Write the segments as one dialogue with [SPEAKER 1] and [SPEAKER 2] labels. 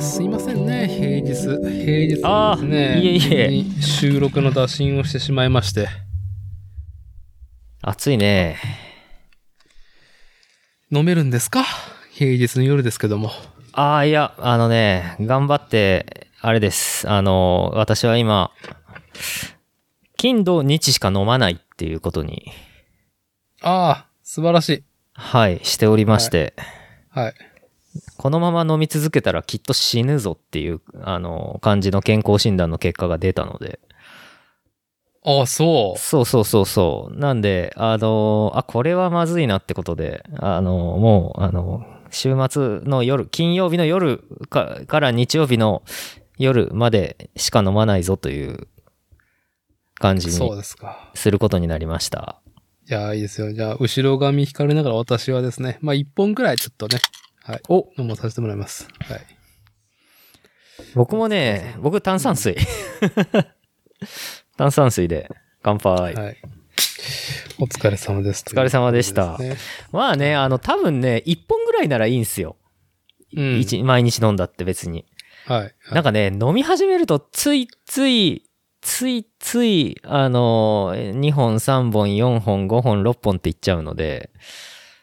[SPEAKER 1] すいませんね平日平日な
[SPEAKER 2] あー
[SPEAKER 1] んですね
[SPEAKER 2] いえいえ
[SPEAKER 1] に収録の打診をしてしまいまして
[SPEAKER 2] 暑いね。
[SPEAKER 1] 飲めるんですか平日の夜ですけども
[SPEAKER 2] ああ、いや、あのね、頑張って、あれです。あの、私は今、金土日しか飲まないっていうことに、
[SPEAKER 1] ああ素晴らしい
[SPEAKER 2] はい、しておりまして、
[SPEAKER 1] はい
[SPEAKER 2] このまま飲み続けたらきっと死ぬぞっていう、あの、感じの健康診断の結果が出たので、
[SPEAKER 1] ああそう
[SPEAKER 2] そうそうそうそう。なんで、あの、あ、これはまずいなってことで、あの、もう、あの、週末の夜、金曜日の夜かから日曜日の夜までしか飲まないぞという感じ
[SPEAKER 1] そう
[SPEAKER 2] に
[SPEAKER 1] ですか
[SPEAKER 2] することになりました。
[SPEAKER 1] いやいいですよじゃあ後ろ髪引かれながら私はですねまあ一本くらいちょっとねはい
[SPEAKER 2] お
[SPEAKER 1] 飲まさせてもらいますはい
[SPEAKER 2] 僕もね、僕炭 酸水。炭酸水で乾杯。
[SPEAKER 1] はい。お疲れ様です。
[SPEAKER 2] お疲れ様でした
[SPEAKER 1] ということ
[SPEAKER 2] まあね、あの、多分ね、1本ぐらいならいいんすよ。
[SPEAKER 1] で
[SPEAKER 2] 一
[SPEAKER 1] すね。
[SPEAKER 2] 毎日飲んだって別に。
[SPEAKER 1] うん。はい。
[SPEAKER 2] なんかね、飲み始めると、ついつい、ついつい、あのー、2本、3本、4本、5本、6本っていっちゃうので、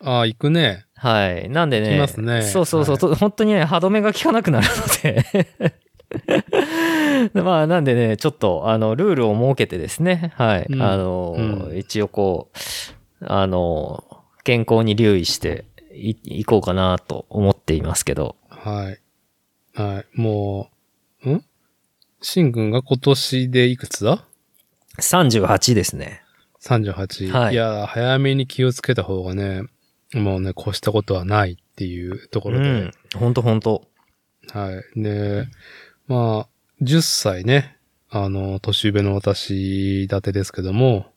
[SPEAKER 1] ああ、行くね。
[SPEAKER 2] はい。なんでね、
[SPEAKER 1] きますね
[SPEAKER 2] そうそうそ
[SPEAKER 1] は
[SPEAKER 2] う、
[SPEAKER 1] い
[SPEAKER 2] と本当にね、歯止めが効かなくなるので、 まあ、なんでね、ちょっと、あの、ルールを設けてですね、はい。
[SPEAKER 1] うん
[SPEAKER 2] あのー、
[SPEAKER 1] うん
[SPEAKER 2] 一応こう、あのー、健康に留意していいこうかなと思っていますけど、
[SPEAKER 1] はい。はい。もう、んシンくんが今年でいくつだ
[SPEAKER 2] 38ですね。
[SPEAKER 1] ?38。
[SPEAKER 2] はい
[SPEAKER 1] いや、早めに気をつけた方がね、もうね、越したことはないっていうところ
[SPEAKER 2] う
[SPEAKER 1] で
[SPEAKER 2] ん。。ほんとほんと。
[SPEAKER 1] はい。で、まあ、10歳ね、あの、年上の私立てですけども、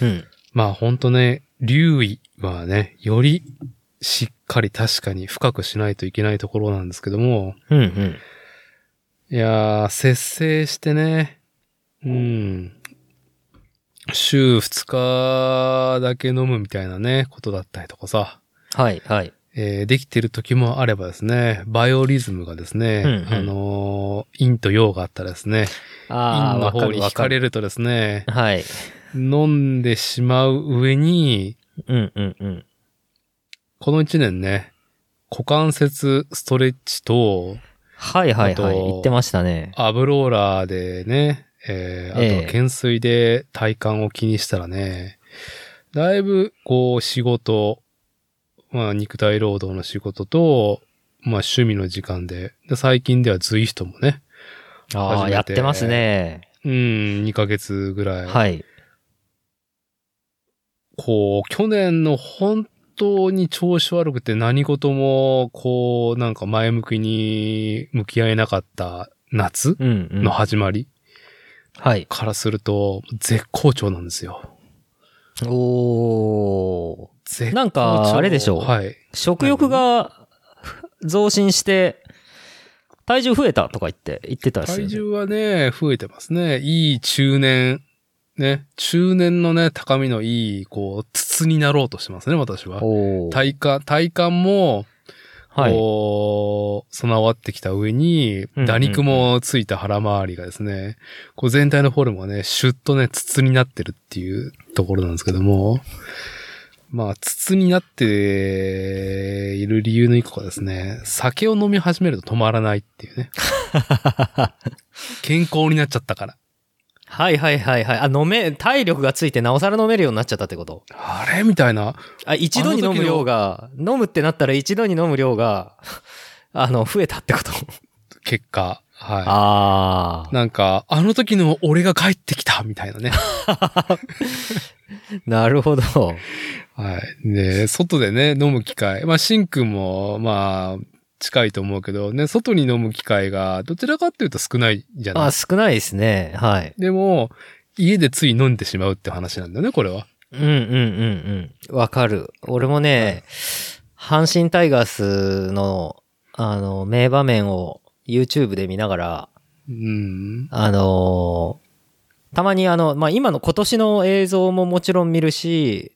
[SPEAKER 2] うん。
[SPEAKER 1] まあ本当ね、留意はね、よりしっかり確かに深くしないといけないところなんですけども、
[SPEAKER 2] うんうん。
[SPEAKER 1] いやー、節制してね、うん、週2日だけ飲むみたいなね、ことだったりとかさ、
[SPEAKER 2] はいはい。
[SPEAKER 1] えーできてる時もあればですね、バイオリズムがですね、
[SPEAKER 2] うんうん
[SPEAKER 1] あのー陰と陽があったらですね、陰
[SPEAKER 2] ああ、
[SPEAKER 1] の
[SPEAKER 2] わか
[SPEAKER 1] 方
[SPEAKER 2] る
[SPEAKER 1] に
[SPEAKER 2] わ
[SPEAKER 1] 惹
[SPEAKER 2] か
[SPEAKER 1] か
[SPEAKER 2] る。
[SPEAKER 1] れるとですね、
[SPEAKER 2] はい。
[SPEAKER 1] 飲んでしまう上に、
[SPEAKER 2] うんうんうん。
[SPEAKER 1] この一年ね、股関節ストレッチと、
[SPEAKER 2] はいはい
[SPEAKER 1] あと
[SPEAKER 2] はい。言ってましたね。
[SPEAKER 1] アブローラーでね、えーあ
[SPEAKER 2] ええ
[SPEAKER 1] とは懸垂で体幹を気にしたらね、だいぶこう仕事、まあ肉体労働の仕事と、まあ趣味の時間で、で最近では随筆もね、
[SPEAKER 2] あ
[SPEAKER 1] 初め
[SPEAKER 2] あ、
[SPEAKER 1] て
[SPEAKER 2] やってますね。
[SPEAKER 1] うん、2ヶ月ぐらい。
[SPEAKER 2] はい。
[SPEAKER 1] こう、去年の本当に調子悪くて何事も、こう、なんか前向きに向き合えなかった夏
[SPEAKER 2] うんうん。
[SPEAKER 1] の始まり
[SPEAKER 2] はい。
[SPEAKER 1] からすると、絶好調なんですよ。
[SPEAKER 2] おー。
[SPEAKER 1] 絶好調
[SPEAKER 2] なんかあれでしょ
[SPEAKER 1] はい。
[SPEAKER 2] 食欲が増進して、体重増えたとか言って、言ってたっすよ
[SPEAKER 1] 体
[SPEAKER 2] ね。
[SPEAKER 1] 重はね、増えてますね。いい中年。ね。中年のね、高みのいい、こう、筒になろうとしてますね、私は。
[SPEAKER 2] おー。
[SPEAKER 1] 体幹、体幹も、
[SPEAKER 2] はい。
[SPEAKER 1] こう、備わってきた上に、
[SPEAKER 2] うん
[SPEAKER 1] 打肉もついた腹回りがですね、こう全体のフォルムがね、シュッとね、筒になってるっていうところなんですけども、まあ、筒になっている理由の一個がですね、酒を飲み始めると止まらないって いうね。健康になっちゃったから。
[SPEAKER 2] はいはいはいはい。あ、飲め、体力がついてなおさら飲めるようになっちゃったってこと
[SPEAKER 1] あれみたいな。
[SPEAKER 2] あ、一度に飲む量が、飲むってなったら一度に飲む量が、 あの、増えたってこと。
[SPEAKER 1] 結果。は
[SPEAKER 2] あ
[SPEAKER 1] い。なんか、あの時の俺が帰ってきたみたいなね。
[SPEAKER 2] あ。 なるほど。
[SPEAKER 1] はい。で、外でね、飲む機会。まあ、シンくんも、まあ、近いと思うけど、ね、外に飲む機会が、どちらかっていうと少ないじゃな
[SPEAKER 2] あ
[SPEAKER 1] い
[SPEAKER 2] 少ないですね。はい。
[SPEAKER 1] でも、家でつい飲んでしまうって話なんだよね、これは。
[SPEAKER 2] うんうんうんうん。わかる。俺もね、阪神タイガースの、あの、名場面を YouTube で見ながら、
[SPEAKER 1] うん。
[SPEAKER 2] あのーたまにあの、まあ、今の今年の映像ももちろん見るし、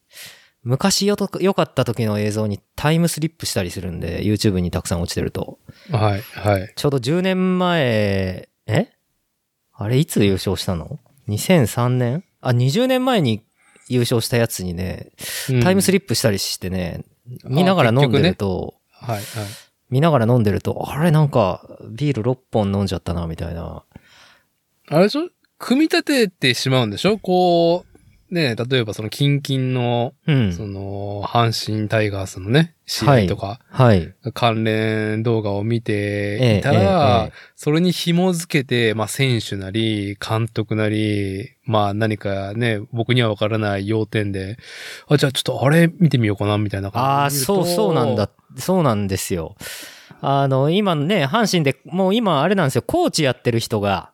[SPEAKER 2] 昔よと良かった時の映像にタイムスリップしたりするんで、YouTube にたくさん落ちてると。
[SPEAKER 1] はい、はい。
[SPEAKER 2] ちょうど10年前、えあれいつ優勝したの ?2003 年あ、20年前に優勝したやつにね、タイムス
[SPEAKER 1] リ
[SPEAKER 2] リップしたりしてね、見ながら飲んでると、
[SPEAKER 1] ップ。はい、はい。
[SPEAKER 2] 見ながら飲んでると、あれなんかビール6本飲んじゃったな、みたいな。
[SPEAKER 1] あれでしょ組み立ててしまうんでしょこう、ね例えばその近々の、
[SPEAKER 2] うん。
[SPEAKER 1] その、阪神タイガースのね、試合とか、
[SPEAKER 2] はい。
[SPEAKER 1] 関連動画を見ていたら、
[SPEAKER 2] ええええ
[SPEAKER 1] それに紐付けて、まあ選手なり、監督なり、まあ何かね、僕にはわからない要点で、あ、じゃあちょっとあれ見てみようかな、みたいな
[SPEAKER 2] ああ、
[SPEAKER 1] 感じで見ると。
[SPEAKER 2] そうそうなんだ。。そうなんですよ。あの、今ね、阪神で、もう今あれなんですよ、コーチやってる人が、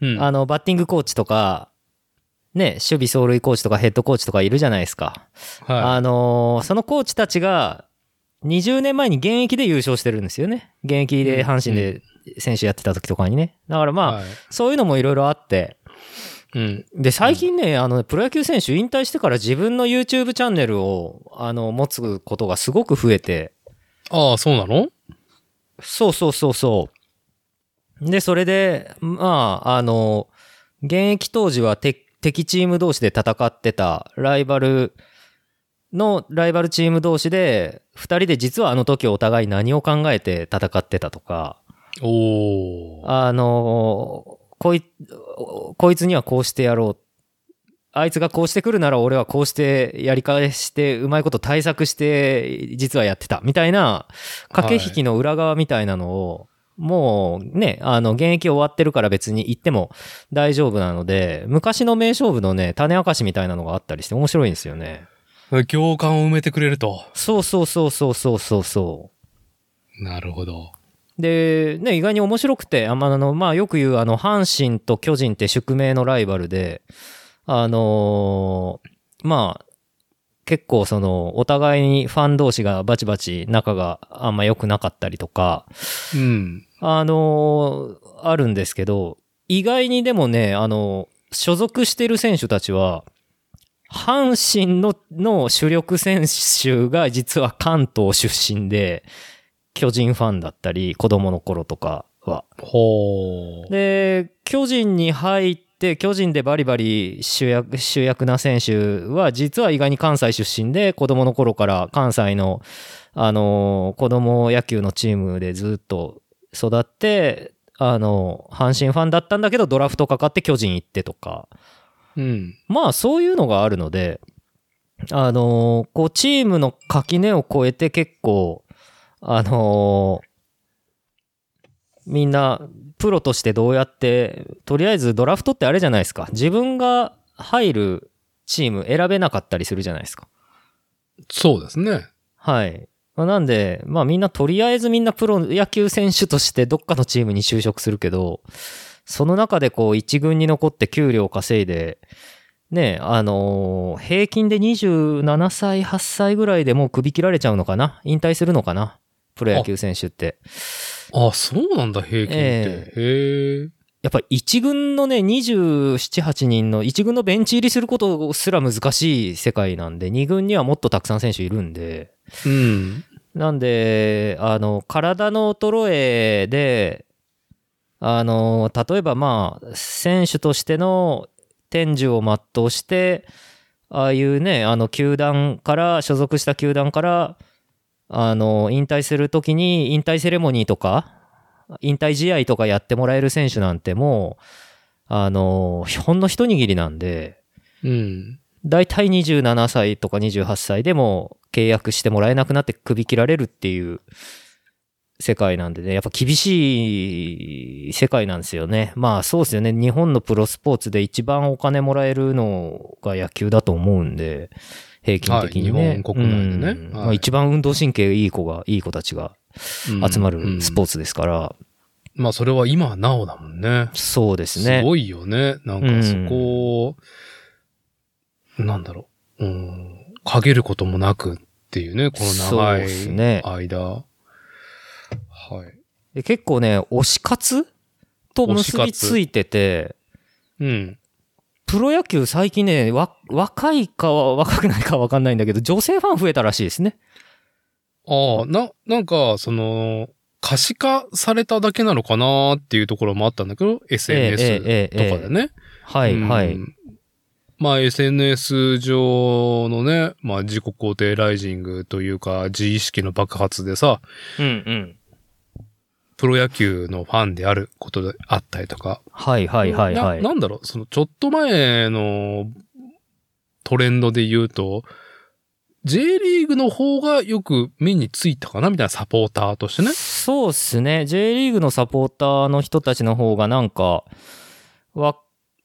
[SPEAKER 1] うん。
[SPEAKER 2] あの、バッティングコーチとか、ね、守備走塁コーチとかヘッドコーチとかいるじゃないですか。
[SPEAKER 1] は
[SPEAKER 2] あのーそのコーチたちが、20年前に現役で優勝してるんですよね。現役で阪神で選手やってた時とかにね。だから
[SPEAKER 1] い。
[SPEAKER 2] まあ、
[SPEAKER 1] はい
[SPEAKER 2] そういうのもいろいろあって。
[SPEAKER 1] うん。
[SPEAKER 2] で、最近ね、あの、プロ野球選手引退してから自分の YouTube チャンネルを、あの、持つことがすごく増えて。
[SPEAKER 1] ああ、そうなの
[SPEAKER 2] そうそうそうそう。で、それで、まあ、あの、現役当時は敵敵チーム同士で戦ってたライバルのライバルチーム同士で、二人で実はあの時お互い何を考えて戦ってたとか、
[SPEAKER 1] おー。
[SPEAKER 2] あの、こい、こいつにはこうしてやろう。あいつがこうしてくるなら俺はこうしてやり返して、うまいこと対策して、実はやってた。みたいな、駆け引きの裏側みたいなのを、もうね、あの、現役終わってるから別に行っても大丈夫なので、昔の名勝負のね、種明かしみたいなのがあったりして面白いんですよね。
[SPEAKER 1] 行間を埋めてくれると。
[SPEAKER 2] そうそうそうそうそうそうそう。
[SPEAKER 1] なるほど。
[SPEAKER 2] で、ね、意外に面白くて、あまああのまあ、よく言う、あの、阪神と巨人って宿命のライバルで、あのーまあ、結構その、お互いにファン同士がバチバチ仲があんま良くなかったりとか、
[SPEAKER 1] うん。
[SPEAKER 2] あのーあるんですけど、意外にでもね、あの所属してる選手たちは、阪神のの主力選手が実は関東出身で、巨人ファンだったり、子供の頃とかは。
[SPEAKER 1] ほー。
[SPEAKER 2] で、巨人に入って、巨人でバリバリ主役、主役な選手は、実は意外に関西出身で、子供の頃から関西の、あの、子供野球のチームでずっと育って、あの、阪神ファンだったんだけど、ドラフトかかって巨人行ってとか、
[SPEAKER 1] うん。
[SPEAKER 2] まあそういうのがあるので、あのーこうチームの垣根を越えて結構、あのーみんなプロとしてどうやって、とりあえずドラフトってあれじゃないですか。自分が入るチーム選べなかったりするじゃないですか。
[SPEAKER 1] そうですね。
[SPEAKER 2] はい。まあなんで、まあみんなとりあえずみんなプロ野球選手としてどっかのチームに就職するけど、その中でこう一軍に残って給料稼いで、ねえ、あのー平均で27歳、8歳ぐらいでもう首切られちゃうのかな引退するのかなプロ野球選手って。
[SPEAKER 1] あ、そうなんだ、平均って。
[SPEAKER 2] え
[SPEAKER 1] へえ。
[SPEAKER 2] やっぱ一軍のね、27、8人の一軍のベンチ入りすることすら難しい世界なんで、二軍にはもっとたくさん選手いるんで、
[SPEAKER 1] うん。
[SPEAKER 2] なんで、あの、体の衰えで、あの、例えばまあ、選手としての天寿を全うして、ああいうね、あの、球団から、所属した球団から、あの、引退するときに、引退セレモニーとか、引退試合とかやってもらえる選手なんてもう、あの、ほんの一握りなんで、
[SPEAKER 1] うん。
[SPEAKER 2] 大体27歳とか28歳でも契約してもらえなくなって首切られるっていう世界なんでね、やっぱ厳しい世界なんですよね。まあそうですよね。日本のプロスポーツで一番お金もらえるのが野球だと思うんで、平均的にね。
[SPEAKER 1] はい日本国内でね
[SPEAKER 2] うん
[SPEAKER 1] はい
[SPEAKER 2] まあ一番運動神経いい子が、いい子たちが集まるスポー
[SPEAKER 1] ツ。
[SPEAKER 2] ツですから、
[SPEAKER 1] まあ、それは今はなおだもんね。
[SPEAKER 2] そうですね。
[SPEAKER 1] すごいよね。なん
[SPEAKER 2] うん
[SPEAKER 1] かそこを、なんだろう。うん。かけることもなくっていうね、この長
[SPEAKER 2] そうっす
[SPEAKER 1] い
[SPEAKER 2] ね
[SPEAKER 1] 間。はい。
[SPEAKER 2] で結構ね、推し活と結びついてて、
[SPEAKER 1] うん。
[SPEAKER 2] プロ野球最近ね、わ、若いかは若くないかわかんないんだけど、女性ファン増えたらしいですね。
[SPEAKER 1] ああ、な、なんか、その、可視化されただけなのかなっていうところもあったんだけど、SNS とか
[SPEAKER 2] ええええええ
[SPEAKER 1] でね。
[SPEAKER 2] はい、
[SPEAKER 1] うん
[SPEAKER 2] はい。。
[SPEAKER 1] まあ SNS 上のね、まあ自己肯定ライジングというか、自意識の爆発でさ、
[SPEAKER 2] うんうん。
[SPEAKER 1] プロ野球のファンであることであったりとか。
[SPEAKER 2] はい、はい、はい、は。
[SPEAKER 1] ないなんだろう、そのちょっと前のトレンドで言うと、J リーグの方がよく目についたかなみたいなサポーターとしてね。
[SPEAKER 2] そうっすね。J リーグのサポーターの人たちの方がなんか、わ、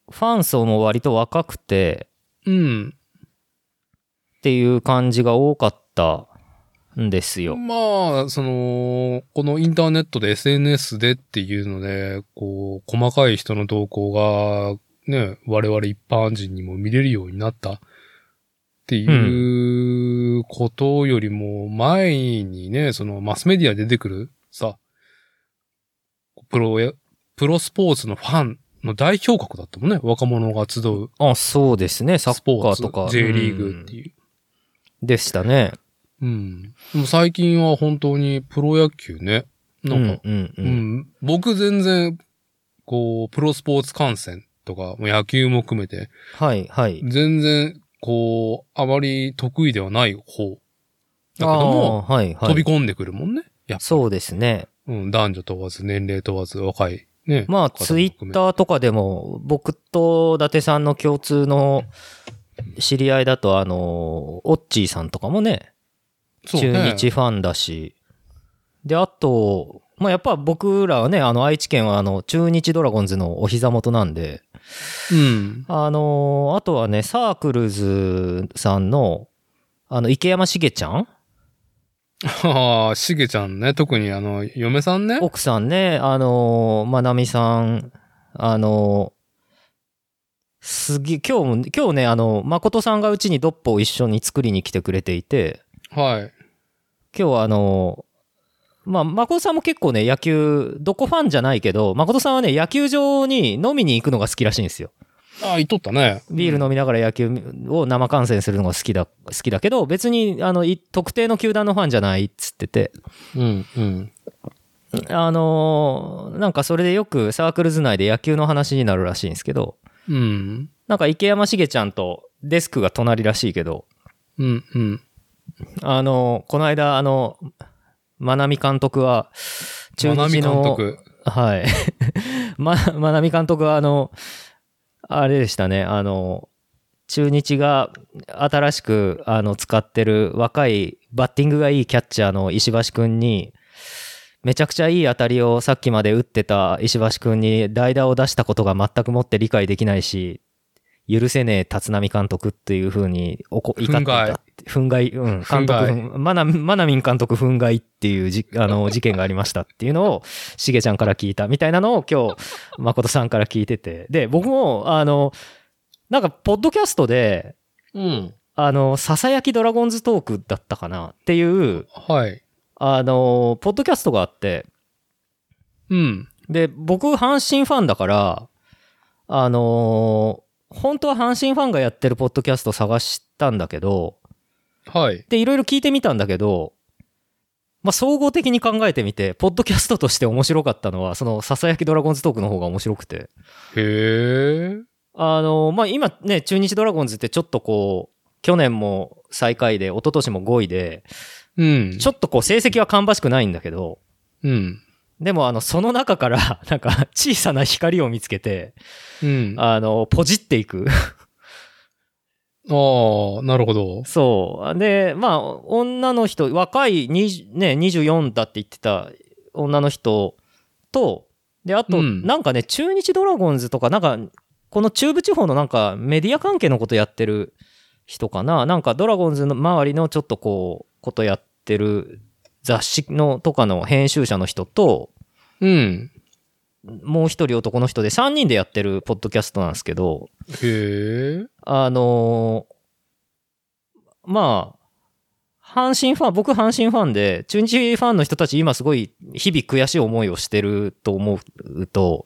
[SPEAKER 2] ファン層も割と若くて
[SPEAKER 1] うん。
[SPEAKER 2] っていう感じが多かったんですよ。
[SPEAKER 1] まあ、その、このインターネットで SNS でっていうので、こう、細かい人の動向が、ね、我々一般人にも見れるようになったっていうことよりも前にね、そのマスメディアで出てくるさ、プロや、プロスポーツのファンの代表格だったもんね、若者が集う
[SPEAKER 2] あ、そうですね。サッ
[SPEAKER 1] ス
[SPEAKER 2] カ
[SPEAKER 1] ポーツ
[SPEAKER 2] ーとか。
[SPEAKER 1] J リーグって
[SPEAKER 2] うん
[SPEAKER 1] いう。
[SPEAKER 2] でしたね。
[SPEAKER 1] うん。でも最近は本当にプロ野球ね。なんか、
[SPEAKER 2] うん、うん、う
[SPEAKER 1] うんん、。僕全然、こう、プロスポーツ観戦とか、もう野球も含めて、
[SPEAKER 2] はい、はい。
[SPEAKER 1] 全然、こう、あまり得意ではない方。だけども、
[SPEAKER 2] あーはい、はい。
[SPEAKER 1] 飛び込んでくるもんね。やっぱ
[SPEAKER 2] そうですね。
[SPEAKER 1] うん、男女問わず、年齢問わず、若い。ね。
[SPEAKER 2] まあ、
[SPEAKER 1] 方も
[SPEAKER 2] ツイ
[SPEAKER 1] 含
[SPEAKER 2] ッ
[SPEAKER 1] め
[SPEAKER 2] ターとかでも、僕と伊達さんの共通の知り合いだと、あの、オッチーさんとかもね、
[SPEAKER 1] そう
[SPEAKER 2] 中
[SPEAKER 1] ね
[SPEAKER 2] 日ファンだし、で、あと、まあ、やっぱ僕らはね、あの、愛知県は、あの、中日ドラゴンズのお膝元なんで、
[SPEAKER 1] うん。
[SPEAKER 2] あの、あとはね、サークルズさんの、あの、池山茂ちゃん
[SPEAKER 1] ああ、しげちゃんね、特にあの、嫁さんね。
[SPEAKER 2] 奥さんね、あのー、まなみさん、あのー、すげえ、今日も、今日ね、あの、誠さんがうちにドッポを一緒に作りに来てくれていて、
[SPEAKER 1] はい。
[SPEAKER 2] 今日はあのー、まあ、誠さんも結構ね、野球、どこファンじゃないけど、誠さんはね、野球場に飲みに行くのが好きらしいんですよ。
[SPEAKER 1] ああ、言っとったね。
[SPEAKER 2] ビール飲みながら野球を生観戦するのが好きだ、好きだけど、別に、あの、い特定の球団のファンじゃないっつってて、
[SPEAKER 1] うん、うん。
[SPEAKER 2] あのーなんかそれでよくサークルズ内で野球の話になるらしいんですけど、
[SPEAKER 1] うん。
[SPEAKER 2] なんか池山茂ちゃんとデスクが隣らしいけど、
[SPEAKER 1] うん、うん。
[SPEAKER 2] あのーこの間、あの、まなみ監督は、
[SPEAKER 1] ま
[SPEAKER 2] 中
[SPEAKER 1] な
[SPEAKER 2] 日
[SPEAKER 1] み監
[SPEAKER 2] の、
[SPEAKER 1] 督。
[SPEAKER 2] はい。 ま、まなみ監督は、あの、あれでしたね、あの、中日が新しくあの使ってる若いバッティングがいいキャッチャーの石橋君に、めちゃくちゃいい当たりをさっきまで打ってた石橋君に代打を出したことが全くもって理解できないし、許せねえ立浪監督っていうふうにおこ怒っていたって。憤慨、うん、監督、マナマナミン監督憤慨っていうじあ の事件がありましたっていうのを、しげちゃんから聞いたみたいなのを今 日、誠さんから聞いてて。で、僕も、あの、なんか、ポッドキャストで、
[SPEAKER 1] うん。
[SPEAKER 2] あの、ささやきドラゴンズトークだったかなっていう、
[SPEAKER 1] はい。
[SPEAKER 2] あの、ポッドキャストがあって、
[SPEAKER 1] うん。
[SPEAKER 2] で、僕、阪神ファンだから、あの、本当は阪神ファンがやってるポッドキャスト探したんだけど、
[SPEAKER 1] はい。
[SPEAKER 2] で、いろいろ聞いてみたんだけど、まあ、総合的に考えてみて、ポッドキャストとして面白かったのは、その、ささやきドラゴンズトークの方が面白くて。
[SPEAKER 1] へえ。
[SPEAKER 2] あの、まあ、今ね、中日ドラゴンズってちょっとこう、去年も最下位で、一昨年も5位で、
[SPEAKER 1] うん。
[SPEAKER 2] ちょっとこう、成績は芳しくないんだけど、
[SPEAKER 1] うん。
[SPEAKER 2] でもあの、その中から、なんか、小さな光を見つけて、
[SPEAKER 1] うん。あ
[SPEAKER 2] あの、ポジっていく。
[SPEAKER 1] あー、なるほど。
[SPEAKER 2] そう。で、まあ、女の人、若い、20ね、24だって言ってた女の人と、で、あと、
[SPEAKER 1] うん
[SPEAKER 2] なんかね、中日ドラゴンズとか、なんか、この中部地方のなんかメディア関係のことやってる人かな。なんかドラゴンズの周りのちょっとこう、ことやってる雑誌のとかの編集者の人と、
[SPEAKER 1] うん。
[SPEAKER 2] もう一人男の人で3人でやってるポッドキャストなんですけど、
[SPEAKER 1] へえ。
[SPEAKER 2] あのーまあ、阪神ファン、僕阪神ファンで、中日ファンの人たち今すごい日々悔しい思いをしてると思うと、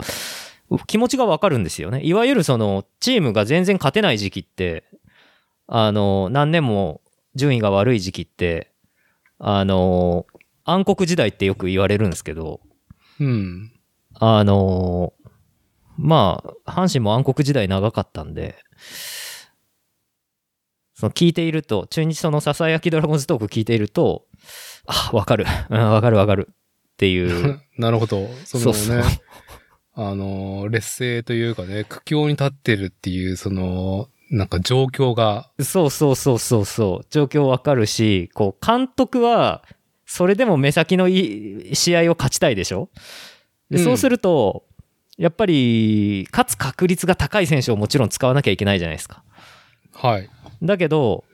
[SPEAKER 2] 気持ちがわかるんですよね。いわゆるその、チームが全然勝てない時期って、あの、何年も順位が悪い時期って、あの、暗黒時代ってよく言われるんですけど、
[SPEAKER 1] うん。
[SPEAKER 2] あのーまあ、阪神も暗黒時代長かったんで、その聞いていると、中日そのささやきドラゴンズトーク聞いていると、あ、わかる、うんわかるわかるって いう、
[SPEAKER 1] なるほど。そのね、
[SPEAKER 2] そうそう
[SPEAKER 1] あの、劣勢というかね、苦境に立ってるっていう、その、なんか状況が、
[SPEAKER 2] そうそうそうそうそう、状況わかるし、こう、監督は、それでも目先のいい試合を勝ちたいでしょで
[SPEAKER 1] うん
[SPEAKER 2] そうすると、やっぱり、勝つ確率が高い選手をもちろん使わなきゃいけないじゃないですか。
[SPEAKER 1] はい。
[SPEAKER 2] だけど、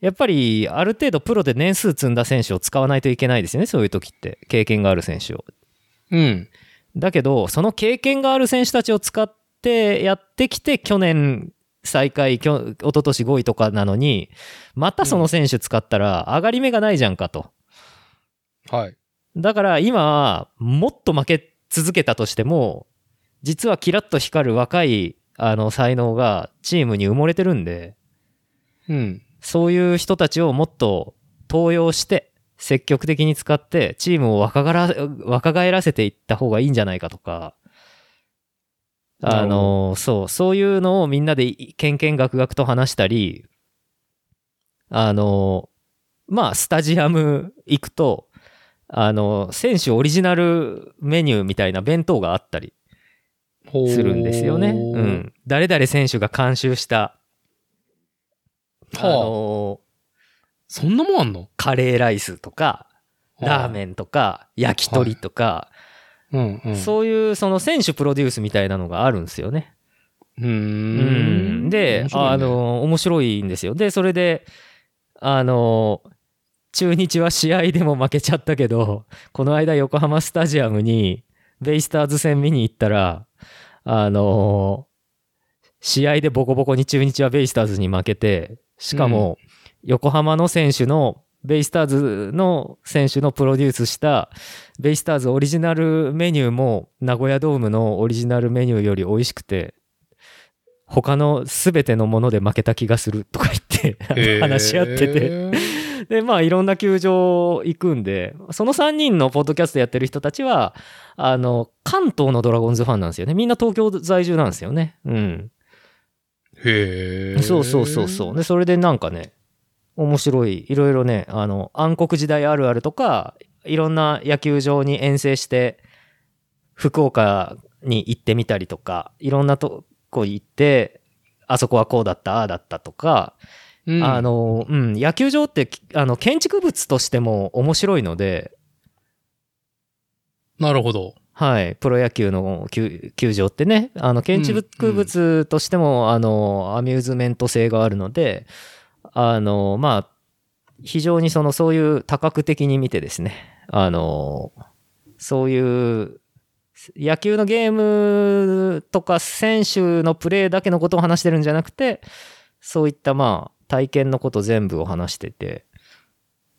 [SPEAKER 2] やっぱりある程度プロで年数積んだ選手を使わないといけないですよね、そういう時って。経験がある選手を。
[SPEAKER 1] うん。
[SPEAKER 2] だけど、その経験がある選手たちを使ってやってきて、去年最下位、きょ一昨年5位とかなのに、またその選手使ったら上がり目がないじゃんかと。
[SPEAKER 1] はい。
[SPEAKER 2] だから今、もっと負け続けたとしても、実はキラッと光る若いあの才能がチームに埋もれてるんで、
[SPEAKER 1] うん。
[SPEAKER 2] そういう人たちをもっと登用して、積極的に使って、チームを若がら、若返らせていった方がいいんじゃないかとか、あ
[SPEAKER 1] なるほ
[SPEAKER 2] の、そう、そういうのをみんなでい、けんけんがくがくと話したり、あの、まあ、スタジアム行くと、あの、選手オリジナルメニューみたいな弁当があったり、
[SPEAKER 1] ほー
[SPEAKER 2] するんですよね。うん。誰々選手が監修した、あ
[SPEAKER 1] はあ
[SPEAKER 2] の
[SPEAKER 1] そんなもんあんの
[SPEAKER 2] カレーライスとか、ラー
[SPEAKER 1] ン。
[SPEAKER 2] メンとか、焼き鳥とか、
[SPEAKER 1] うん、うん。
[SPEAKER 2] そういうその選手プロデュースみたいなのがあるんですよね。
[SPEAKER 1] う。うー
[SPEAKER 2] うん。
[SPEAKER 1] ん。
[SPEAKER 2] で
[SPEAKER 1] 面、白いね
[SPEAKER 2] あ、の、面白いんですよ。で、それで、あの、中日は試合でも負けちゃったけど、この間横浜スタジアムにベイスターズ戦見に行ったら、あの、試合でボコボコに中日はベイスターズに負けて、しかも横浜の選手の、ベイスターズの選手のプロデュースしたベイスターズオリジナルメニューも名古屋ドームのオリジナルメニューより美味しくて他の全てのもので負けた気がするとか言ってあの
[SPEAKER 1] へー
[SPEAKER 2] 話し合ってて、でまあいろんな球場行くんでその3人のポッドキャストやってる人たちはあの関東のドラゴンズファンなんですよねみんな東京在住なんですよねうん
[SPEAKER 1] へえ。
[SPEAKER 2] そうそうそうそう。で、それでなんかね、面白い、いろいろね、あの、暗黒時代あるあるとか、いろんな野球場に遠征して、福岡に行ってみたりとか、いろんなとこ行って、あそこはこうだった、ああだったとか、
[SPEAKER 1] うん。
[SPEAKER 2] あの、うん、野球場って、あの、建築物としても面白いので、
[SPEAKER 1] なるほど。
[SPEAKER 2] はい、プロ野球の球球場ってね、あの建築物としても、あのアミューズメント性があるので、あのまあ、非常にそのそういう多角的に見てですね、あのそういう野球のゲームとか選手のプレーだけのことを話してるんじゃなくて、そういったまあ体験のこと全部を話してて、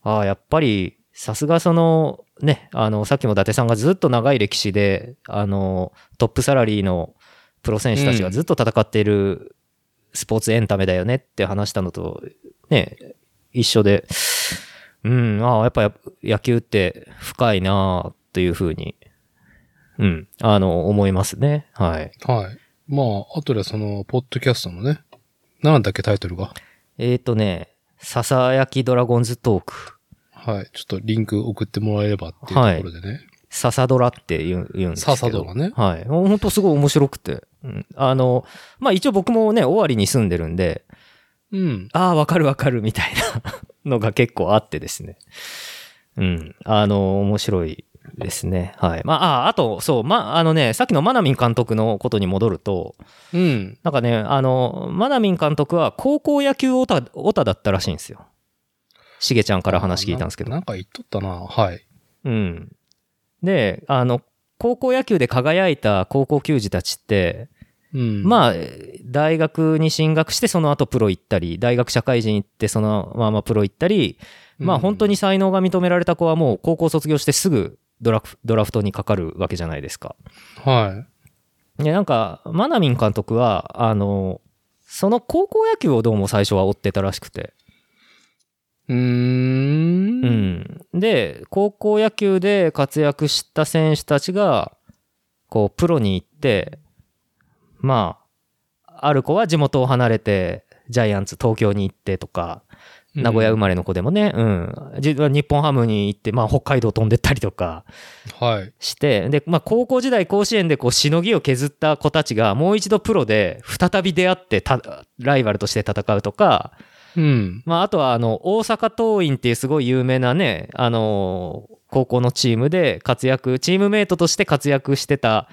[SPEAKER 2] ああ、やっぱりさすがそのね、あの、さっきも伊達さんがずっと長い歴史で、あの、トップサラリーのプロ選手たちがずっと戦っているスポーツエンタメだよねって話したのと、ね、一緒で、うん、ああ、やっぱ野球って深いなあというふうに、うん、あの、思いますね。はい。
[SPEAKER 1] はい。まあ、あとでその、ポッドキャストのね、なんだっけタイトルが。
[SPEAKER 2] えっ、ー、とね、ささやきドラゴンズトーク。
[SPEAKER 1] はい。ちょっとリンク送ってもらえればっていうところでね。
[SPEAKER 2] ササドラって言う言うんですけど。
[SPEAKER 1] ササドラね
[SPEAKER 2] はい。ほんとすごい面白くて。うんあの、まあ一応僕もね、尾張に住んでるんで、
[SPEAKER 1] うん。
[SPEAKER 2] ああ、わかるわかるみたいな のが結構あってですね。うん。あの、面白いですね。はい。まあ、ああと、そう、ま、あのね、さっきのマナミン監督のことに戻ると、
[SPEAKER 1] うん。
[SPEAKER 2] なんかね、あの、マナミン監督は高校野球オタ、オタだったらしいんですよ。しげちゃんから話聞いたんですけど
[SPEAKER 1] な。なんか言っとったな。はい。
[SPEAKER 2] うん。で、あの、高校野球で輝いた高校球児たちって、
[SPEAKER 1] うん。あ、
[SPEAKER 2] まあ、大学に進学して、その後プロ行ったり、大学社会人行って、そのままプロ行ったり、まあ本当に才能が認められた子はもう高校卒業してすぐドラフドラフトにかかるわけじゃないですか。
[SPEAKER 1] は
[SPEAKER 2] で、なんか、マナミン監督は、あの、その高校野球をどうも最初は追ってたらしくて。
[SPEAKER 1] うーん。
[SPEAKER 2] う。ん。で、高校野球で活躍した選手たちが、こう、プロに行って、まあ、ある子は地元を離れて、ジャイアンツ東京に行ってとか、名古屋生まれの子でもね、うん。じ日本ハムに行って、まあ北海道飛んでったりとか
[SPEAKER 1] はい。
[SPEAKER 2] して、で、まあ高校時代甲子園でこうしのぎを削った子たちがもう一度プロで再び出会ってたライバルとして戦うとか、
[SPEAKER 1] うん。
[SPEAKER 2] まああとはあの大阪桐蔭っていうすごい有名なね、あのー高校のチームで活躍、チームメイトとして活躍してた、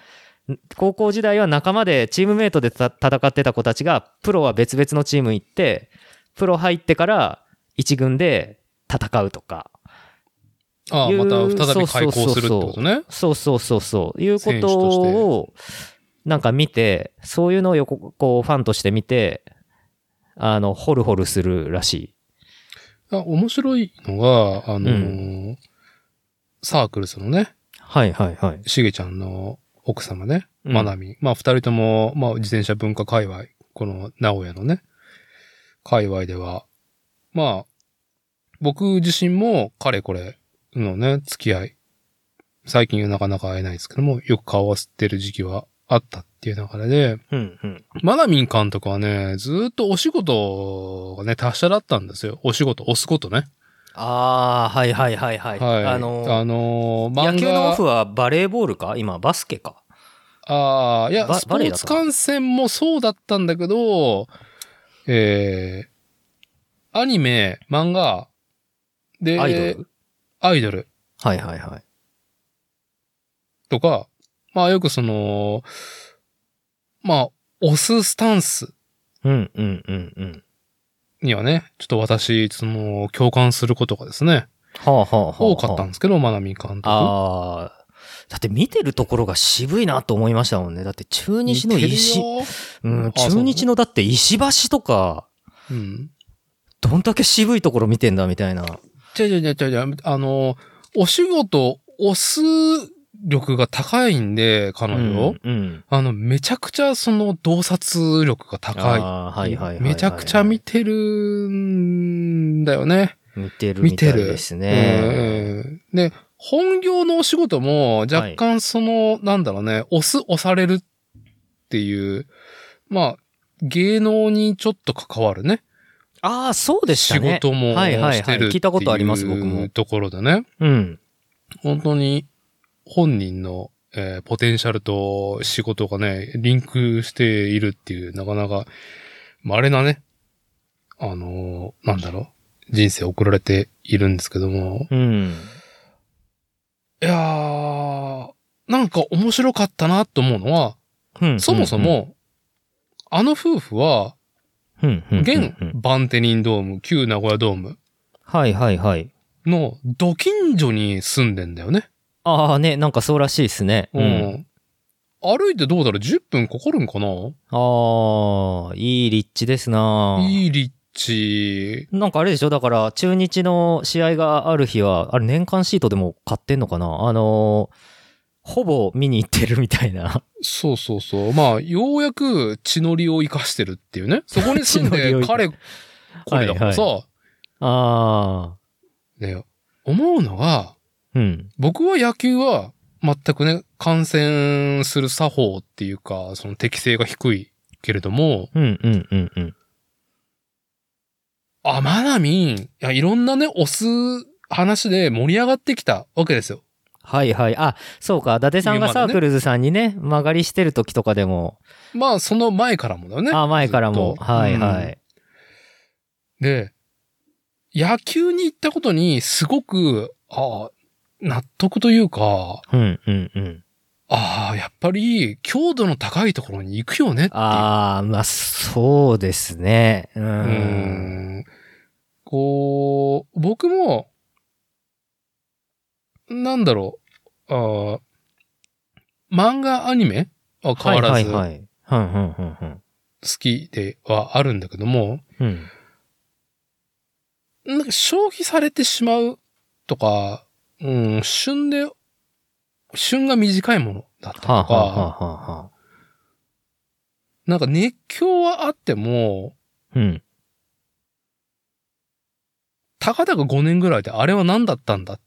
[SPEAKER 2] 高校時代は仲間でチームメイトでた戦ってた子たちが、プロは別々のチーム行って、プロ入ってから一軍で戦うとか、
[SPEAKER 1] ああ、
[SPEAKER 2] い
[SPEAKER 1] ま
[SPEAKER 2] う
[SPEAKER 1] た再び開校するってことね。
[SPEAKER 2] そうそうそうそう、いうこ
[SPEAKER 1] 選手
[SPEAKER 2] と
[SPEAKER 1] として
[SPEAKER 2] をなんか見て、そういうのをよここうファンとして見て、あの、ホルホルするらしい。
[SPEAKER 1] あ面白いのが、あのー
[SPEAKER 2] う
[SPEAKER 1] サークルスのね、
[SPEAKER 2] はいはいはい。
[SPEAKER 1] しげちゃんの奥様ね、
[SPEAKER 2] うん
[SPEAKER 1] まなみ。まあ、二人とも、まあ、自転車文化界隈、この名古屋のね、界隈では、まあ、僕自身も、かれこれのね、付き合い、最近はなかなか会えないですけども、よく顔を合わせてる時期はあったっていう流れで、
[SPEAKER 2] うんうん。
[SPEAKER 1] マナミン監督はね、ずーっとお仕事がね、達者だったんですよ。お仕事、押すことね。
[SPEAKER 2] ああ、はいはいはいはい。
[SPEAKER 1] はい。
[SPEAKER 2] あのー、
[SPEAKER 1] あのー漫画
[SPEAKER 2] 野球のオフはバレーボールか今、バスケか。
[SPEAKER 1] ああ、いや、
[SPEAKER 2] バ
[SPEAKER 1] スポ
[SPEAKER 2] バレエ
[SPEAKER 1] ー
[SPEAKER 2] だっ
[SPEAKER 1] ツ
[SPEAKER 2] たかな
[SPEAKER 1] 観戦もそうだったんだけど、えー、アニメ、漫画、で、
[SPEAKER 2] アイドル
[SPEAKER 1] アイドル
[SPEAKER 2] はいはいはい。
[SPEAKER 1] とか、まあよくその、まあ、押すスタンス
[SPEAKER 2] うんうんうんうん。
[SPEAKER 1] にはね、ちょっと私、その、共感することがですね、
[SPEAKER 2] はあはあはあ。
[SPEAKER 1] 多かったんですけど、マナミ監督。
[SPEAKER 2] ああ。だって見てるところが渋いなと思いましたもんね。だって中日の石、
[SPEAKER 1] 似て
[SPEAKER 2] う
[SPEAKER 1] るよ
[SPEAKER 2] ん、
[SPEAKER 1] あそう
[SPEAKER 2] 中日のだって石橋とか、
[SPEAKER 1] るようん。
[SPEAKER 2] どんだけ渋いところ見てんだみたいな。
[SPEAKER 1] 違う違う違う違う、あの、お仕事、押す力が高いんで、彼女、
[SPEAKER 2] うん。うん
[SPEAKER 1] あの、めちゃくちゃその洞察力が高い。
[SPEAKER 2] あーはいはいはいはい。
[SPEAKER 1] めちゃくちゃ見てるんだよね。
[SPEAKER 2] 見てるみたいですね。
[SPEAKER 1] うんで、本業のお仕事も若干その、なんだろうね、押す、押されるっていう、まあ、芸能にちょっと関わるね。
[SPEAKER 2] ああ、そうでした
[SPEAKER 1] 仕
[SPEAKER 2] ね。
[SPEAKER 1] 事もしてる
[SPEAKER 2] はいはい
[SPEAKER 1] って
[SPEAKER 2] はい
[SPEAKER 1] いう、
[SPEAKER 2] 聞いたことあります僕も
[SPEAKER 1] ところでね。
[SPEAKER 2] うん。
[SPEAKER 1] 本当に本人の、えーポテンシャルと仕事がね、リンクしているっていう、なかなか稀なね、あのーなんだろう、人生送られているんですけども。
[SPEAKER 2] うん。
[SPEAKER 1] いやー、なんか面白かったなと思うのは、
[SPEAKER 2] うん
[SPEAKER 1] そもそ、も、あの夫婦は、
[SPEAKER 2] うんうんうん
[SPEAKER 1] 現
[SPEAKER 2] うん
[SPEAKER 1] バンテリンドーム、旧名古屋ドーム
[SPEAKER 2] はいはいはい。
[SPEAKER 1] のド近所に住んでんだよね。
[SPEAKER 2] ああね、なんかそうらしいですね。
[SPEAKER 1] う
[SPEAKER 2] うん。
[SPEAKER 1] ん。歩いてどうだろう ?10 分かかるんかな
[SPEAKER 2] ああ、いい立地ですない
[SPEAKER 1] い立地。
[SPEAKER 2] なんかあれでしょだから、中日の試合がある日は、あれ年間シートでも買ってんのかなあのーほぼ見に行ってるみたいな。
[SPEAKER 1] そうそうそう。まあ、ようやく地の利を生かしてるっていうね。そこに住 ん
[SPEAKER 2] 地の利
[SPEAKER 1] で
[SPEAKER 2] を、生か
[SPEAKER 1] 彼、これだからさ、
[SPEAKER 2] ああ、
[SPEAKER 1] ね、思うのが、
[SPEAKER 2] うん。
[SPEAKER 1] 僕は野球は全くね、感染する作法っていうか、その適性が低いけれども、
[SPEAKER 2] うんうんうんうん。
[SPEAKER 1] あ、まなみん、いや、いろんなね、押す話で盛り上がってきたわけですよ。
[SPEAKER 2] はいはい。あ、そうか。伊達さん
[SPEAKER 1] 今
[SPEAKER 2] が
[SPEAKER 1] ま
[SPEAKER 2] サ
[SPEAKER 1] でね
[SPEAKER 2] ークルズさんにね、曲がりしてる時とかでも、
[SPEAKER 1] まあ、その前からもだよね。
[SPEAKER 2] あ、前からも
[SPEAKER 1] ずっ。と
[SPEAKER 2] はいは
[SPEAKER 1] うん
[SPEAKER 2] い。
[SPEAKER 1] で、野球に行ったことにすごく、ああ、納得というか、
[SPEAKER 2] うんうんうん。
[SPEAKER 1] ああ、やっぱり強度の高いところに行くよねっていう。
[SPEAKER 2] ああ、まあ、そうですね。う。
[SPEAKER 1] うんん。こう、僕も、なんだろう、ああ漫画アニメは変わらず
[SPEAKER 2] は
[SPEAKER 1] 好
[SPEAKER 2] いはいはい。うんうんうんうん
[SPEAKER 1] きではあるんだけども、
[SPEAKER 2] うん。
[SPEAKER 1] なんか消費されてしまうとか、うん、旬で、旬が短いものだったりと
[SPEAKER 2] はあ、
[SPEAKER 1] か、
[SPEAKER 2] はあはあはあは
[SPEAKER 1] なんか熱狂はあっても、
[SPEAKER 2] うん。
[SPEAKER 1] たかだか5年ぐらいであれは何だったんだっ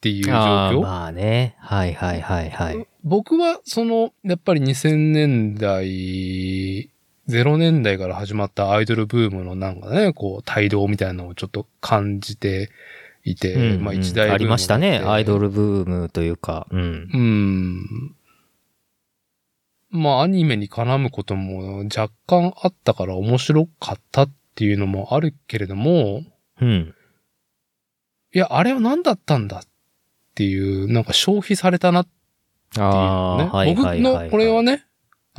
[SPEAKER 1] ていう状
[SPEAKER 2] あー
[SPEAKER 1] 況。
[SPEAKER 2] まあね。はいはいはいはい。
[SPEAKER 1] 僕はその、やっぱり2000年代、0年代から始まったアイドルブームのなんかね、こう、帯同みたいなのをちょっと感じていて、
[SPEAKER 2] うん
[SPEAKER 1] まあ
[SPEAKER 2] うん
[SPEAKER 1] 一大ブーム
[SPEAKER 2] ありましたね。アイド
[SPEAKER 1] ル。
[SPEAKER 2] ルブームというか。うん。
[SPEAKER 1] うん。まあアニメに絡むことも若干あったから面白かったっていうのもあるけれども、
[SPEAKER 2] うん。
[SPEAKER 1] いや、あれは何だったんだっていう、なんか消費されたなっていう
[SPEAKER 2] ああ、
[SPEAKER 1] ね。
[SPEAKER 2] はい
[SPEAKER 1] 僕
[SPEAKER 2] はいはい、はい。
[SPEAKER 1] の、これはね、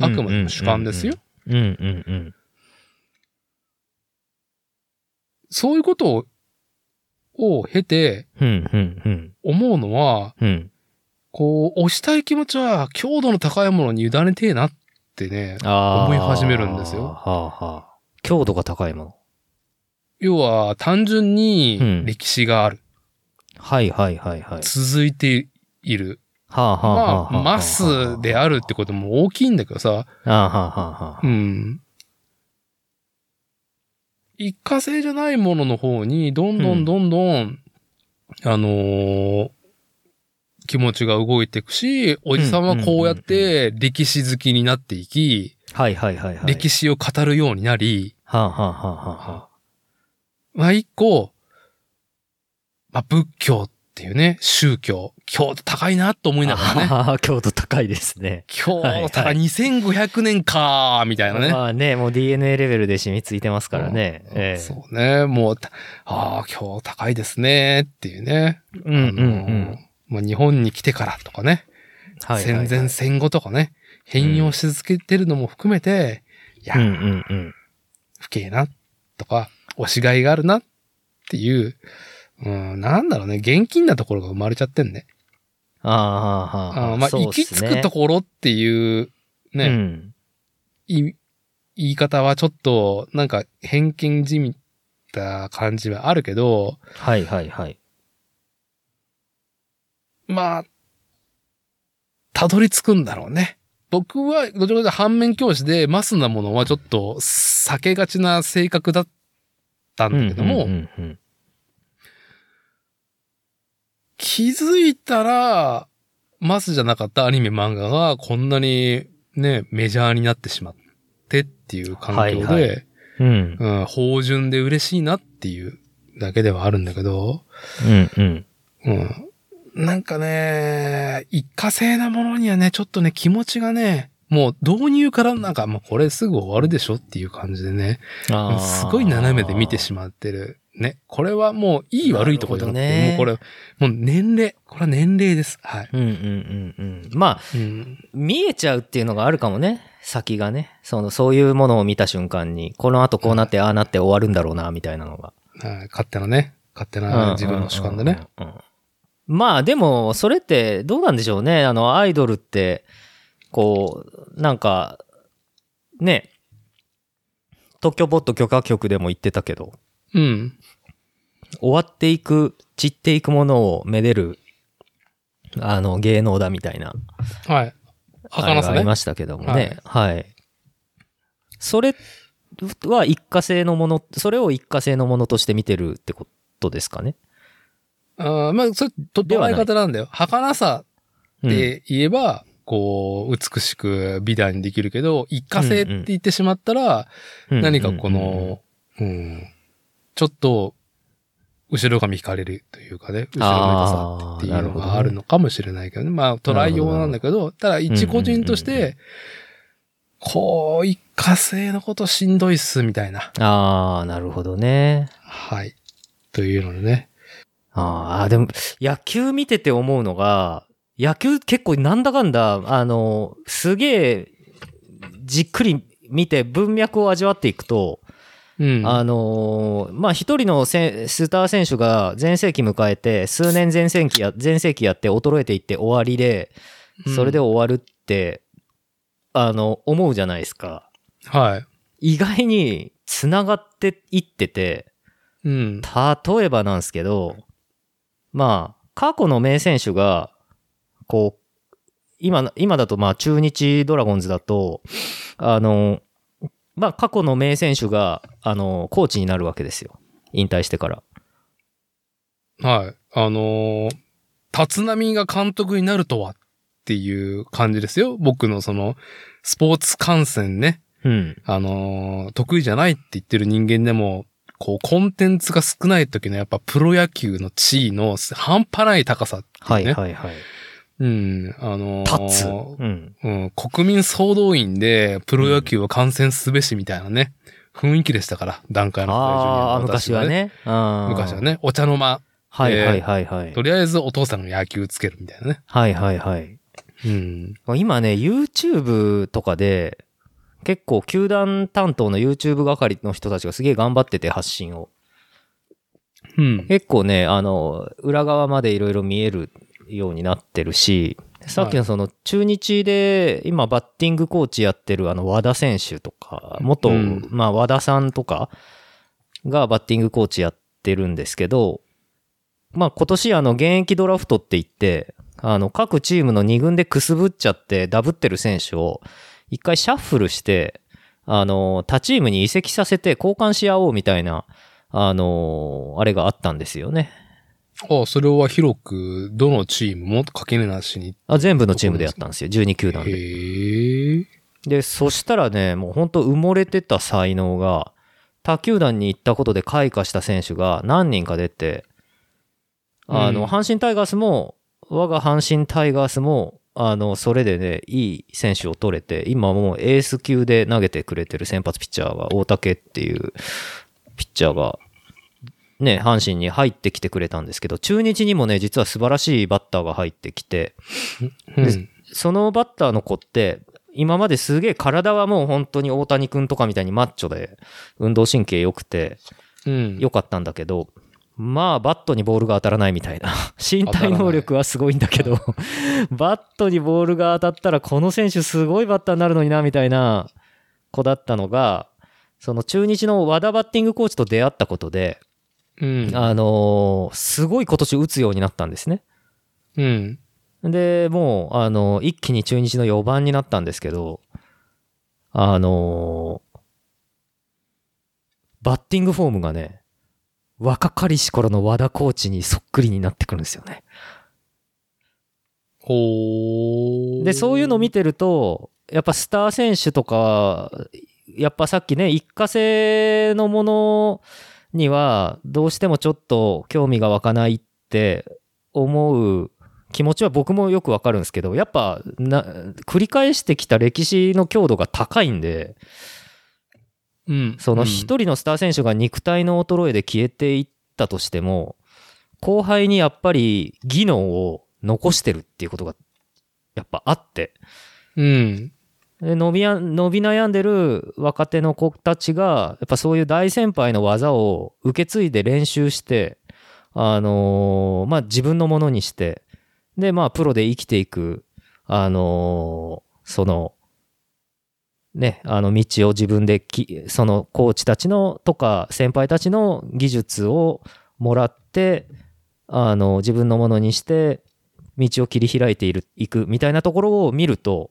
[SPEAKER 1] あくまでも主観ですよ。
[SPEAKER 2] うんうんうん。
[SPEAKER 1] そういうことを、を経て
[SPEAKER 2] うんうんうん。
[SPEAKER 1] 思うのは、
[SPEAKER 2] うん。
[SPEAKER 1] こう、押したい気持ちは強度の高いものに委ねてえなってね。
[SPEAKER 2] ああ。
[SPEAKER 1] 思い始めるんですよ
[SPEAKER 2] はあはあ。強度が高いもの。
[SPEAKER 1] 要は、単純
[SPEAKER 2] う
[SPEAKER 1] に
[SPEAKER 2] ん
[SPEAKER 1] 歴史がある。
[SPEAKER 2] はいはいはいはい。
[SPEAKER 1] 続いている。
[SPEAKER 2] はあはあはあは
[SPEAKER 1] ま
[SPEAKER 2] あ
[SPEAKER 1] あ、マスで
[SPEAKER 2] あ
[SPEAKER 1] あるってことも大きいんだけどさ、
[SPEAKER 2] あはあはあは
[SPEAKER 1] う
[SPEAKER 2] あ。
[SPEAKER 1] ん。一過性じゃないものの方に、どんどんどんどん、あのー気持ちが動いていくし、おじさんはこうやって歴史好きになっていき、
[SPEAKER 2] はいはいはいはい。
[SPEAKER 1] 歴
[SPEAKER 2] 史。
[SPEAKER 1] 史を語るようになり、
[SPEAKER 2] はあはあはあはあは
[SPEAKER 1] まあ一個、まあ仏教っていうね、宗教、強度高いなと思い
[SPEAKER 2] あ。
[SPEAKER 1] ながらね、
[SPEAKER 2] ああ、強度高いですね。
[SPEAKER 1] 強
[SPEAKER 2] はい
[SPEAKER 1] 度
[SPEAKER 2] はい
[SPEAKER 1] 高い2500年かーみたいなね。
[SPEAKER 2] まあね、もう DNA レベルで染みついてますからね。
[SPEAKER 1] うん
[SPEAKER 2] ええ
[SPEAKER 1] そうね。もう、たああ、今日高いですね、っていうね。
[SPEAKER 2] うんうんう
[SPEAKER 1] あの
[SPEAKER 2] ん。
[SPEAKER 1] まあ、日本に来てからとかね、
[SPEAKER 2] はいはいはい
[SPEAKER 1] 戦前戦後とかね、変容し続けてるのも含めて、いや、
[SPEAKER 2] うんうんうん。
[SPEAKER 1] 不敬な、とか、押しがいがあるな、っていう、うん、なんだろうね、現金なところが生まれちゃってんね。
[SPEAKER 2] ああはあはあ
[SPEAKER 1] あ
[SPEAKER 2] は
[SPEAKER 1] ー
[SPEAKER 2] あ。
[SPEAKER 1] まあ、
[SPEAKER 2] そう
[SPEAKER 1] 行
[SPEAKER 2] っす
[SPEAKER 1] き
[SPEAKER 2] ね
[SPEAKER 1] 着くところっていう、ね、
[SPEAKER 2] うん。
[SPEAKER 1] い言い方はちょっと、なんか偏見じみた感じはあるけど、
[SPEAKER 2] はいはいはい。
[SPEAKER 1] まあ、たどり着くんだろうね。僕は、どちらかというと反面教師で、マスなものはちょっと避けがちな性格だったんだけども、
[SPEAKER 2] うんうんうん
[SPEAKER 1] 気づいたら、マスじゃなかったアニメ漫画がこんなにね、メジャーになってしまってっていう環境で、
[SPEAKER 2] はいはうん。
[SPEAKER 1] うん、芳醇で嬉しいなっていうだけではあるんだけど、
[SPEAKER 2] うんうん。
[SPEAKER 1] うん。なんかね、一過性なものにはね、ちょっとね、気持ちがね、もう導入からなんか、もうこれすぐ終わるでしょっていう感じでね、
[SPEAKER 2] あー
[SPEAKER 1] すごい斜めで見てしまってる。ね。これはもういい悪いところじゃなくて、
[SPEAKER 2] なる
[SPEAKER 1] もう
[SPEAKER 2] ほ
[SPEAKER 1] こ
[SPEAKER 2] ど
[SPEAKER 1] れ、もう年齢、これは年齢です。はい。
[SPEAKER 2] うんうんうんうん。まあ、
[SPEAKER 1] うん。
[SPEAKER 2] 見えちゃうっていうのがあるかもね。先がね。その、そういうものを見た瞬間に、この後こうなって、ああなって終わるんだろうな、みたいなのが。
[SPEAKER 1] はい勝手なね、勝手
[SPEAKER 2] うん
[SPEAKER 1] な自分の主観でね。。
[SPEAKER 2] うんうんうんまあ、でも、それってどうなんでしょうね。あの、アイドルって、こう、なんか、ね、東京ボット許可局でも言ってたけど、
[SPEAKER 1] うん。
[SPEAKER 2] 終わっていく、散っていくものをめでる、あの、芸能だみたいな。
[SPEAKER 1] はい。
[SPEAKER 2] あ
[SPEAKER 1] 儚
[SPEAKER 2] れが
[SPEAKER 1] さ
[SPEAKER 2] あり
[SPEAKER 1] ね
[SPEAKER 2] ま。したけどもね。はい。それは一過性のもの、それを一過性のものとして見てるってことですかね。
[SPEAKER 1] あーまあ、それ、と
[SPEAKER 2] では
[SPEAKER 1] 捉
[SPEAKER 2] な
[SPEAKER 1] え
[SPEAKER 2] い
[SPEAKER 1] 方なんだよ。儚さ
[SPEAKER 2] うん
[SPEAKER 1] って言えば、こう、美しく美談にできるけど、一過性って言ってしまったら、何かこ、
[SPEAKER 2] うんうんうん
[SPEAKER 1] の、うん、ちょっと、後ろ髪引かれるというかね、後ろめたさ
[SPEAKER 2] あ
[SPEAKER 1] って
[SPEAKER 2] ー
[SPEAKER 1] いう
[SPEAKER 2] なる
[SPEAKER 1] の
[SPEAKER 2] ほど
[SPEAKER 1] があるのかもしれないけどね。まあ、トライ用なんだけど、ただ一個人とし
[SPEAKER 2] うんうんうん
[SPEAKER 1] て、こう、一過性のことしんどいっす、みたいな。
[SPEAKER 2] あー、なるほどね。
[SPEAKER 1] はい。というのでね。
[SPEAKER 2] あーあー、でも、野球見てて思うのが、野球結構なんだかんだ、あの、すげえ、じっくり見て文脈を味わっていくと、
[SPEAKER 1] うん。
[SPEAKER 2] あのーまあ、一人のせんスター選手が全盛期迎えて、数年全盛 期や、全盛期やって衰えていって終わりで、それで
[SPEAKER 1] うん
[SPEAKER 2] 終わるって、あの、思うじゃないですか。
[SPEAKER 1] はい。
[SPEAKER 2] 意外に繋がっていってて、
[SPEAKER 1] うん。
[SPEAKER 2] 例えばなんですけど、まあ、過去の名選手が、こう、今の、今だとまあ中日ドラゴンズだと、あの、まあ、過去の名選手が、あの、コーチになるわけですよ。引退してから。
[SPEAKER 1] はい。あのー立浪が監督になるとはっていう感じですよ。僕のその、スポーツ観戦ね、
[SPEAKER 2] うん。
[SPEAKER 1] あのー得意じゃないって言ってる人間でも、こう、コンテンツが少ない時のやっぱプロ野球の地位の半端ない高さって
[SPEAKER 2] は
[SPEAKER 1] いう
[SPEAKER 2] い
[SPEAKER 1] ね。
[SPEAKER 2] はいはい。
[SPEAKER 1] うん。あのー
[SPEAKER 2] 立つ。うん。
[SPEAKER 1] うん、国民総動員でプロ野球を観戦すべしみたいなね、雰囲気でしたから、段階の
[SPEAKER 2] ああ、
[SPEAKER 1] プロ野球
[SPEAKER 2] 昔
[SPEAKER 1] ジュニア
[SPEAKER 2] は
[SPEAKER 1] の私
[SPEAKER 2] ね。うん
[SPEAKER 1] 昔は。ね、お茶の間、
[SPEAKER 2] はいはいはいはい
[SPEAKER 1] と。りあえずお父さんが野球つけるみたいなね。
[SPEAKER 2] はいはいはい。
[SPEAKER 1] うん。
[SPEAKER 2] 今ね、YouTube とかで、結構球団担当の YouTube 係の人たちがすげえ頑張ってて発信を。
[SPEAKER 1] うん。
[SPEAKER 2] 結構ね、あの、裏側までいろいろ見えるようになってるし、さっきのその中日で今バッティングコーチやってるあの和田選手とか、元、
[SPEAKER 1] うん
[SPEAKER 2] まあ和田さんとかがバッティングコーチやってるんですけど、まあ今年あの現役ドラフトって言って、あの各チームの2軍でくすぶっちゃってダブってる選手を一回シャッフルして、あの、他チームに移籍させて交換し合おうみたいな、あの、あれがあったんですよね。
[SPEAKER 1] あそれは広く、どのチームも垣根なしに。
[SPEAKER 2] あ全部のチームでやったんですよ。12球団で。
[SPEAKER 1] へえ。
[SPEAKER 2] で、そしたらね、もう本当埋もれてた才能が、他球団に行ったことで開花した選手が何人か出て、あの、
[SPEAKER 1] うん
[SPEAKER 2] 阪神タイガースも、我が阪神タイガースも、あの、それでね、いい選手を取れて、今もうエース級で投げてくれてる先発ピッチャーは大竹っていうピッチャーが、ね、阪神に入ってきてくれたんですけど、中日にもね、実は素晴らしいバッターが入ってきて、
[SPEAKER 1] うん。
[SPEAKER 2] そのバッターの子って、今まですげえ体はもう本当に大谷君とかみたいにマッチョで、運動神経良くて、
[SPEAKER 1] うん。
[SPEAKER 2] 良かったんだけど、まあ、バットにボールが当たらないみたいな。 身体能力はすごいんだけど、バットにボールが当たったら、この選手すごいバッターになるのにな、みたいな子だったのが、その中日の和田バッティングコーチと出会ったことで、
[SPEAKER 1] うん。
[SPEAKER 2] あのーすごい今年打つようになったんですね。
[SPEAKER 1] うん。
[SPEAKER 2] で、もう、あの、一気に中日の4番になったんですけど、あのバッティングフォームがね、若かりし頃の和田コーチにそっくりになってくるんですよね。
[SPEAKER 1] ほー。
[SPEAKER 2] で、そういうのを見てると、やっぱスター選手とか、やっぱさっきね、一過性のものには、どうしてもちょっと興味が湧かないって思う気持ちは僕もよくわかるんですけど、やっぱな、繰り返してきた歴史の強度が高いんで、
[SPEAKER 1] うん、
[SPEAKER 2] その
[SPEAKER 1] うん
[SPEAKER 2] 一人のスター選手が肉体の衰えで消えていったとしても、後輩にやっぱり技能を残してるっていうことが、やっぱあって、
[SPEAKER 1] うん。
[SPEAKER 2] で伸びや伸び悩んでる若手の子たちがやっぱそういう大先輩の技を受け継いで練習して、あのーまあ、自分のものにしてで、まあ、プロで生きていく、あのーその、ね、あの道を自分できそのコーチたちのとか先輩たちの技術をもらって、あの自分のものにして道を切り開いているいくみたいなところを見ると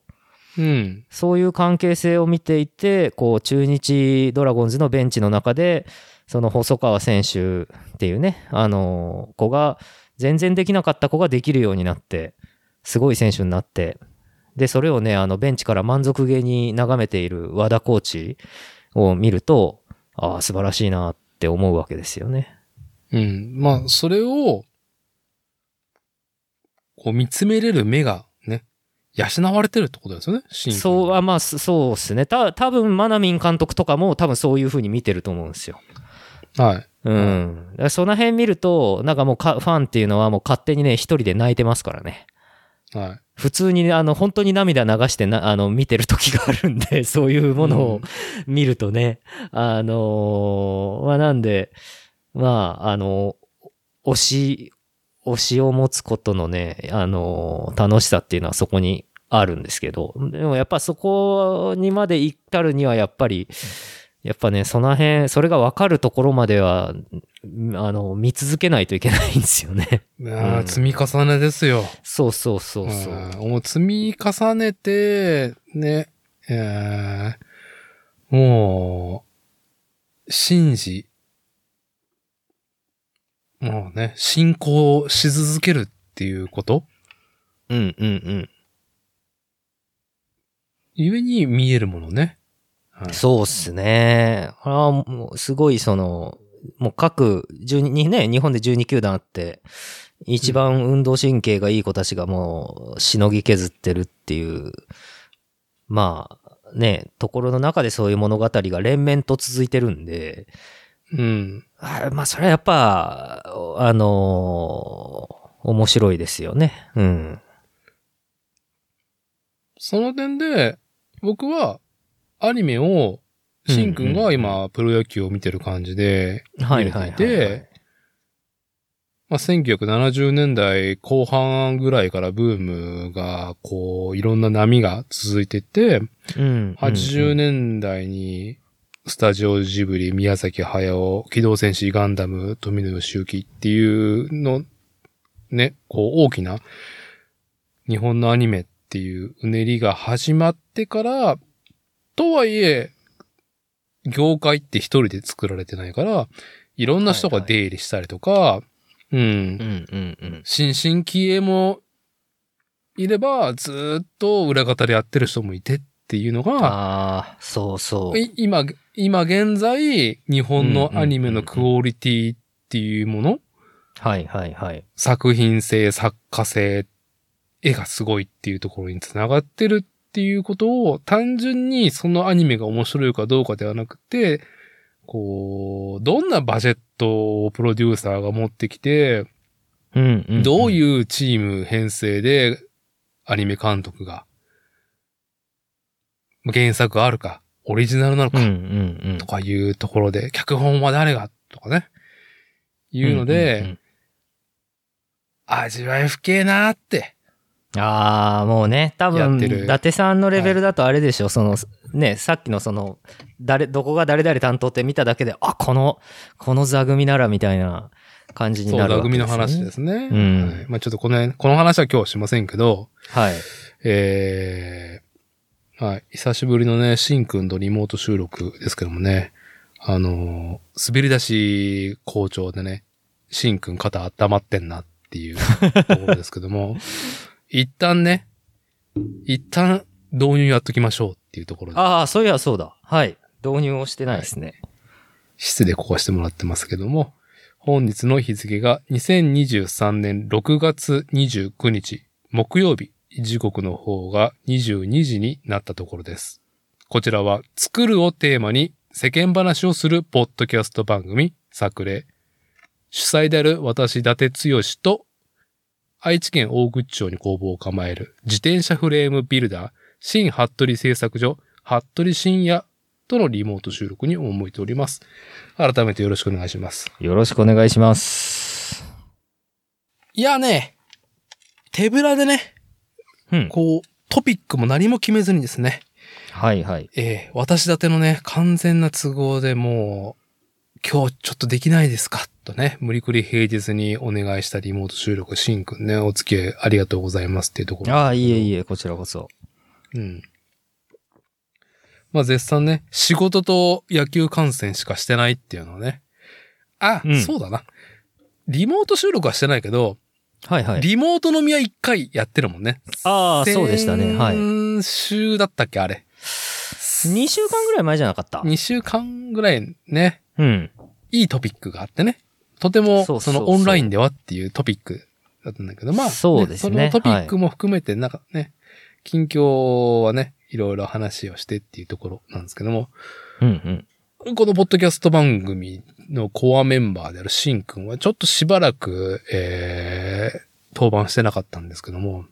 [SPEAKER 1] うん。
[SPEAKER 2] そういう関係性を見ていて、こう、中日ドラゴンズのベンチの中で、その細川選手っていうね、あの、子が、全然できなかった子ができるようになって、すごい選手になって、で、それをね、あの、ベンチから満足げに眺めている和田コーチを見ると、ああ、素晴らしいなって思うわけですよね。
[SPEAKER 1] うん。まあ、それを、こう見つめれる目がね、養われてるってことですよね、シーン君
[SPEAKER 2] そう、あまあ、そそうですね。た多分マナミン監督とかも多分そういう風に見てると思うんですよ。
[SPEAKER 1] はい。
[SPEAKER 2] うん。だからその辺見ると、なんかもうかファンっていうのはもう勝手にね、一人で泣いてますからね。
[SPEAKER 1] はい。
[SPEAKER 2] 普通にね、あの、本当に涙流してな、あの、見てる時があるんで、そういうものを見るとね、あのーまあ、なんで、まあ、あの、推し、推しを持つことのね、あのー楽しさっていうのはそこにあるんですけど、でもやっぱそこにまで至るにはやっぱり、やっぱね、その辺、それが分かるところまでは、んあの、見続けないといけないんですよね。
[SPEAKER 1] いやー
[SPEAKER 2] うん
[SPEAKER 1] 積み重ねですよ。
[SPEAKER 2] そうそうそうそう。
[SPEAKER 1] うんもう積み重ねて、ね、えーもう、信じ、もうね、信仰し続けるっていうこと
[SPEAKER 2] うんうんうん。
[SPEAKER 1] ゆえに見えるものね。はい、
[SPEAKER 2] そうっすね。これはもうすごいその、もう各12、にね、日本で12球団あって、一番運動神経がいい子たちがもうしのぎ削ってるっていう、まあね、ところの中でそういう物語が連綿と続いてるんで、
[SPEAKER 1] うん。
[SPEAKER 2] あまあ、それはやっぱ、あのー面白いですよね。うん。
[SPEAKER 1] その点で、僕は、アニメを、しんくんが
[SPEAKER 2] うん
[SPEAKER 1] 今、プロ野球を見てる感じで、
[SPEAKER 2] はいはいはい、は
[SPEAKER 1] 見
[SPEAKER 2] い。
[SPEAKER 1] れていてまあ、1970年代後半ぐらいからブームが、こう、いろんな波が続いてて、
[SPEAKER 2] うん、
[SPEAKER 1] 80
[SPEAKER 2] 年。
[SPEAKER 1] 年代に、スタジオジブリ、宮崎駿、機動戦士ガンダム、富野義行っていうの、ね、こう大きな日本のアニメっていううねりが始まってから、とはいえ、業界って一人で作られてないから、いろんな人が出入りしたりとか、うん
[SPEAKER 2] う。んうんうん。
[SPEAKER 1] 新進気鋭もいれば、ずーっと裏方でやってる人もいてっていうのが、
[SPEAKER 2] ああ、そうそう。
[SPEAKER 1] い今、今現在、日本のアニメのクオリティっていうもの、
[SPEAKER 2] はいはいはい。
[SPEAKER 1] 作品性、作家性、絵がすごいっていうところにつながってるっていうことを、単純にそのアニメが面白いかどうかではなくて、こう、どんなバジェットをプロデューサーが持ってきて、
[SPEAKER 2] うんうん、うん。
[SPEAKER 1] どう
[SPEAKER 2] う。
[SPEAKER 1] いうチーム編成でアニメ監督が、原作があるか、オリジナルなの
[SPEAKER 2] う
[SPEAKER 1] か
[SPEAKER 2] んう、んうん。
[SPEAKER 1] とかいうところで、脚本は誰がとかね、いうので、
[SPEAKER 2] んん
[SPEAKER 1] 味わい深えなーって。
[SPEAKER 2] うんああ、もうね、多
[SPEAKER 1] やっ
[SPEAKER 2] 分、
[SPEAKER 1] てる
[SPEAKER 2] 伊達さんのレベルだとあれでしょ、その、ね、さっきのその、誰、どこが誰々担当って見ただけで、あ、この、この座組ならみたいな感じに
[SPEAKER 1] そう、
[SPEAKER 2] なる
[SPEAKER 1] 座
[SPEAKER 2] わけ
[SPEAKER 1] 組
[SPEAKER 2] です、ね。
[SPEAKER 1] の話ですね。
[SPEAKER 2] うん
[SPEAKER 1] はいまあちょっとこの辺、この話は今日しませんけど、
[SPEAKER 2] はい。
[SPEAKER 1] えー、はい、久しぶりのね、しんくんとリモート収録ですけどもね、あのー滑り出し好調でね、しんくん肩温まってんなっていうところですけども、一旦ね、一旦導入やっときましょうっていうところで。
[SPEAKER 2] ああ、そういや、そうだ。はい。導入をしてないですね。
[SPEAKER 1] 室でここはしてもらってますけども、本日の日付が2023年6月29日木曜日、時刻の方が22時になったところです。こちらは作るをテーマに世間話をするポッドキャスト番組作例。主催である私伊達剛と愛知県大口町に工房を構える自転車フレームビルダー新服部製作所服部深也とのリモート収録に思いております。改めてよろしくお願いします。
[SPEAKER 2] よろしくお願いします。
[SPEAKER 1] いやね、手ぶらでね、
[SPEAKER 2] うん。
[SPEAKER 1] こう、トピックも何も決めずにですね、
[SPEAKER 2] はいはい。
[SPEAKER 1] えー私立てのね、完全な都合でもう、今日ちょっとできないですかとね、無理くり平日にお願いしたリモート収録、しんくんね、お付き合いありがとうございますっていうところ。
[SPEAKER 2] ああ、いえいえ、こちらこそ。
[SPEAKER 1] うん。まあ絶賛ね、仕事と野球観戦しかしてないっていうのはね。あ、
[SPEAKER 2] うん
[SPEAKER 1] そうだな。リモート収録はしてないけど、
[SPEAKER 2] はいはい。
[SPEAKER 1] リモート飲みは一回やってるもんね。
[SPEAKER 2] ああ、そうでしたね。はい。
[SPEAKER 1] 先週だったっけあれ。
[SPEAKER 2] 2週間ぐらい前じゃなかった。
[SPEAKER 1] 2週間ぐらいね、
[SPEAKER 2] うん。
[SPEAKER 1] いいトピックがあってね。とても、
[SPEAKER 2] そう
[SPEAKER 1] そ
[SPEAKER 2] そうそう
[SPEAKER 1] のオンラインではっていうトピックだったんだけど、まあ、
[SPEAKER 2] そうですね
[SPEAKER 1] そのトピックも含めて、なんかね、近況はね、いろいろ話をしてっていうところなんですけども、
[SPEAKER 2] うんうん。
[SPEAKER 1] このポッドキャスト番組のコアメンバーであるシンくんは、ちょっとしばらく、えー、登板してなかったんですけども、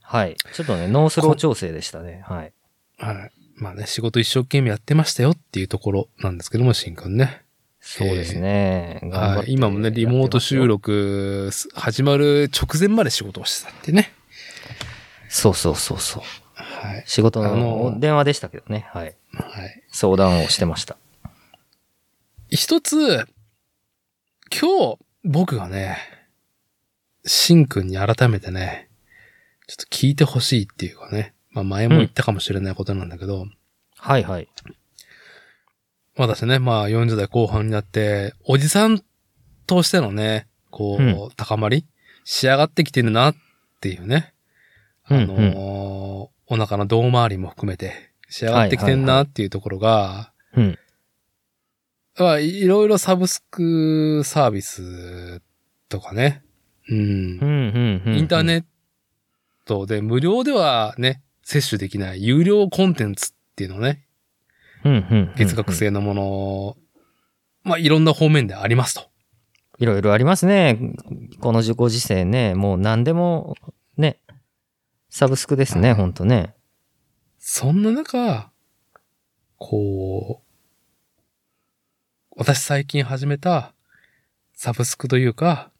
[SPEAKER 2] はい。ちょっとね、ノースロー調整でしたね。はい。
[SPEAKER 1] はい。まあね、仕事一生懸命やってましたよっていうところなんですけども、シンくんね。
[SPEAKER 2] そうですね。頑張っ
[SPEAKER 1] は
[SPEAKER 2] て
[SPEAKER 1] い。今もね、リモート収
[SPEAKER 2] やって
[SPEAKER 1] 録す始まる直前まで仕事をしてたってね。
[SPEAKER 2] ますよ。そうそうそうそう。
[SPEAKER 1] はい。
[SPEAKER 2] 仕事
[SPEAKER 1] あの
[SPEAKER 2] の電話でしたけどね。はい。
[SPEAKER 1] はい。
[SPEAKER 2] 相談をしてました。
[SPEAKER 1] 一つ、今日、僕がね、シンくんに改めてね、ちょっと聞いてほしいっていうかね、まあ前も言ったかもしれないことなんだけど、
[SPEAKER 2] はいはい。
[SPEAKER 1] 私ね、まあ40代後半になって、おじさんとしてのね、こう、
[SPEAKER 2] うん
[SPEAKER 1] 高まり仕上がってきてるなっていうね。あのー
[SPEAKER 2] うんうん
[SPEAKER 1] お腹の胴回りも含めて仕上がってきてんなっていうところが、
[SPEAKER 2] うん。
[SPEAKER 1] まあ、いろいろサブスクサービスとかね。うん
[SPEAKER 2] うん、うん、うん。
[SPEAKER 1] インターネ
[SPEAKER 2] ッ
[SPEAKER 1] ットで無料ではね、摂取できない有料コンテンツっていうのね、
[SPEAKER 2] ト、うんうんうんうん
[SPEAKER 1] 月額。制のもの、まあいろんな方面でありますと。
[SPEAKER 2] いろいろありますね。このご時世ね、もう何でも、ね、サブスクですね、ほんとね。
[SPEAKER 1] そんな中、こう、私最近始めたサブスクというか、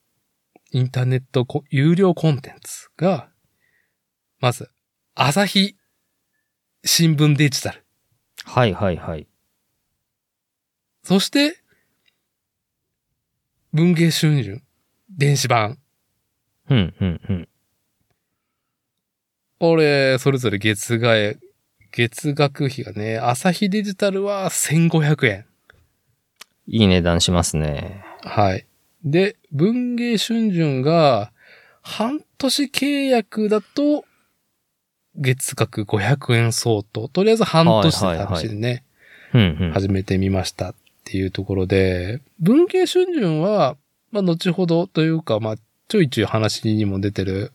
[SPEAKER 1] インターネットこ有料コンテンツが、まず、朝日新聞デジタル。
[SPEAKER 2] はいはいはい。
[SPEAKER 1] そして、文芸春秋、電子版。
[SPEAKER 2] うん、うん、うん。
[SPEAKER 1] これ、それぞれ月外、月額費がね、朝日デジタルは1500円。
[SPEAKER 2] いい値段しますね。
[SPEAKER 1] はい。で、文芸春秋が、半年契約だと、月額500円相当。とりあえず半年
[SPEAKER 2] はいはい
[SPEAKER 1] の
[SPEAKER 2] はい
[SPEAKER 1] 試しでね、
[SPEAKER 2] うん、うん。
[SPEAKER 1] 始めてみましたっていうところで、文芸春秋は、まあ、後ほどというか、まあ、ちょいちょい話にも出てる、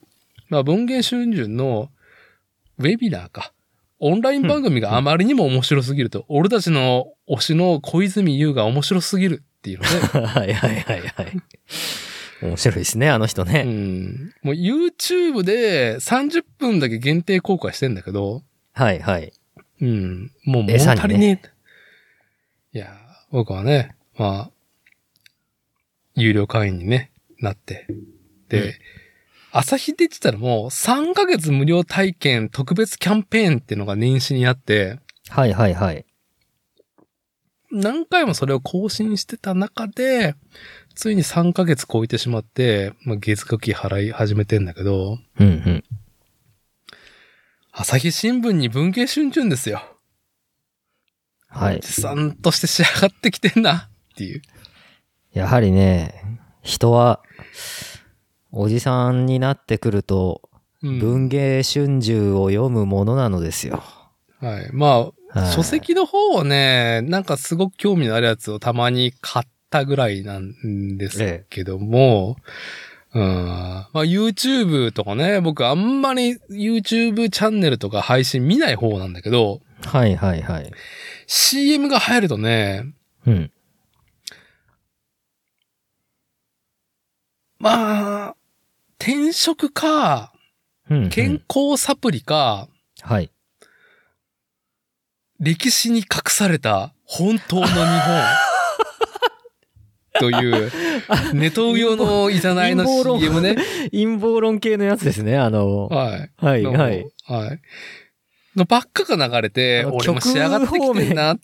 [SPEAKER 1] まあ、文芸春秋のウェビナーか。オンライン番組があまりにも面白すぎると、俺たちの推しの小泉優が面白すぎるっていうので、
[SPEAKER 2] はいはいはいはい。面白いですね、あの人
[SPEAKER 1] う
[SPEAKER 2] ね。
[SPEAKER 1] ん。もう YouTube で30分だけ限定公開してんだけど、
[SPEAKER 2] はいはい。
[SPEAKER 1] うん。もう物
[SPEAKER 2] 餌にね
[SPEAKER 1] 足りねえ。いや、僕はね、まあ、有料会員にね、なって。で、
[SPEAKER 2] うん
[SPEAKER 1] 朝日デジタルも3ヶ月無料体験特別キャンペーンっていうのが年始にあって、
[SPEAKER 2] はいはいはい。
[SPEAKER 1] 何回もそれを更新してた中で、ついに3ヶ月超えてしまって、まあ、月額費払い始めてんだけど、
[SPEAKER 2] うんうん。
[SPEAKER 1] 朝日新聞に文芸春春ですよ。
[SPEAKER 2] はい
[SPEAKER 1] おじ。さんとして仕上がってきてんな、っていう。
[SPEAKER 2] やはりね、人は、おじさんになってくると、
[SPEAKER 1] うん
[SPEAKER 2] 文芸春秋を読むものなのですよ。
[SPEAKER 1] はい。まあ、
[SPEAKER 2] はい
[SPEAKER 1] 書籍の方はね、なんかすごく興味のあるやつをたまに買ったぐらいなんですけども、うん。まあ、YouTube とかね、僕あんまり YouTube チャンネルとか配信見ない方なんだけど、
[SPEAKER 2] はいはいはい。
[SPEAKER 1] CM が入るとね、
[SPEAKER 2] うん。
[SPEAKER 1] まあ、転職か、
[SPEAKER 2] うん、うん。
[SPEAKER 1] 健康サプリか、
[SPEAKER 2] はい。
[SPEAKER 1] 歴史に隠された本当の日本。という、ネトウヨのいざないの
[SPEAKER 2] 陰謀論
[SPEAKER 1] CM ね。
[SPEAKER 2] 陰謀論系のやつですね、あの、
[SPEAKER 1] は。
[SPEAKER 2] はいい
[SPEAKER 1] の
[SPEAKER 2] はい。。
[SPEAKER 1] はい。のばっかが流れて
[SPEAKER 2] あ、の
[SPEAKER 1] 俺も仕上がってきてんな。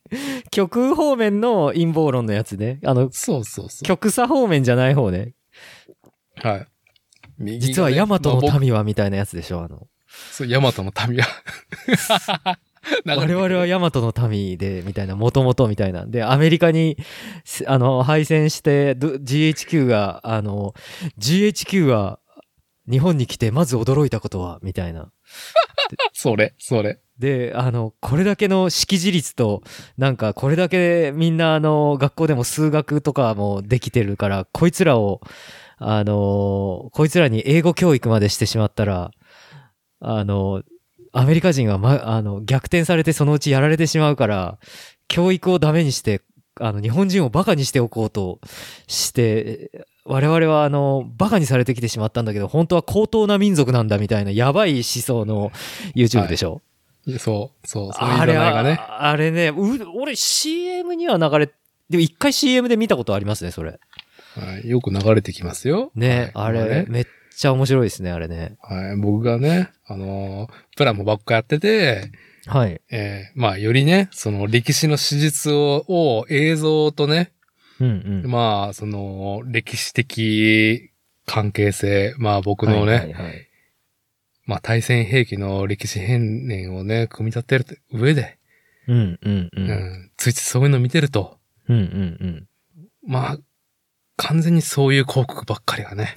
[SPEAKER 2] 極方面の陰謀論のやつね。あの、
[SPEAKER 1] そうそうそ
[SPEAKER 2] 極左方面じゃない方ね。
[SPEAKER 1] う。はい。右がね
[SPEAKER 2] 実は大和
[SPEAKER 1] まあ
[SPEAKER 2] の
[SPEAKER 1] 僕
[SPEAKER 2] 民はみたいなやつでしょ、あの。
[SPEAKER 1] そう、ヤマトの民は。流れ
[SPEAKER 2] 我々はヤマトの民で、みたいな、もともとみたいなんで、アメリカに、すあの、敗戦して、ど GHQ が、あの、GHQ が日本に来て、まず驚いたことは、みたいな。
[SPEAKER 1] それ、それ。
[SPEAKER 2] で、あの、これだけの識字率と、なんか、これだけみんな、あの、学校でも数学とかもできてるから、こいつらを、あの、こいつらに英語教育までしてしまったら、あの、アメリカ人が、ま、あの、逆転されてそのうちやられてしまうから、教育をダメにして、あの、日本人をバカにしておこうとして、我々はあの、バカにされてきてしまったんだけど、本当は高等な民族なんだみたいな、やばい思想の YouTube でしょ。
[SPEAKER 1] そう、そう、そのいざないがね。
[SPEAKER 2] ああれね、う俺 CM には流れ、でも一回 CM で見たことありますね、それ。
[SPEAKER 1] はいよく流れてきますよ。
[SPEAKER 2] ね、
[SPEAKER 1] はい
[SPEAKER 2] あれ、
[SPEAKER 1] まね
[SPEAKER 2] めっちゃ面白いですね、あれね。
[SPEAKER 1] はい、僕がね、あのープラモばっかやってて、
[SPEAKER 2] はい。
[SPEAKER 1] えーまあ、よりね、その歴史の史実を、を映像とね、
[SPEAKER 2] うんうん。
[SPEAKER 1] まあ、その、歴史的関係性、まあ僕のね、
[SPEAKER 2] はいはいはい
[SPEAKER 1] まあ対戦兵器の歴史変遷をね、組み立てる上で、
[SPEAKER 2] うんうんう。
[SPEAKER 1] うんんついてそういうの見てると、
[SPEAKER 2] うんうんうん。
[SPEAKER 1] まあ、完全にそういう広告ばっかりが ね、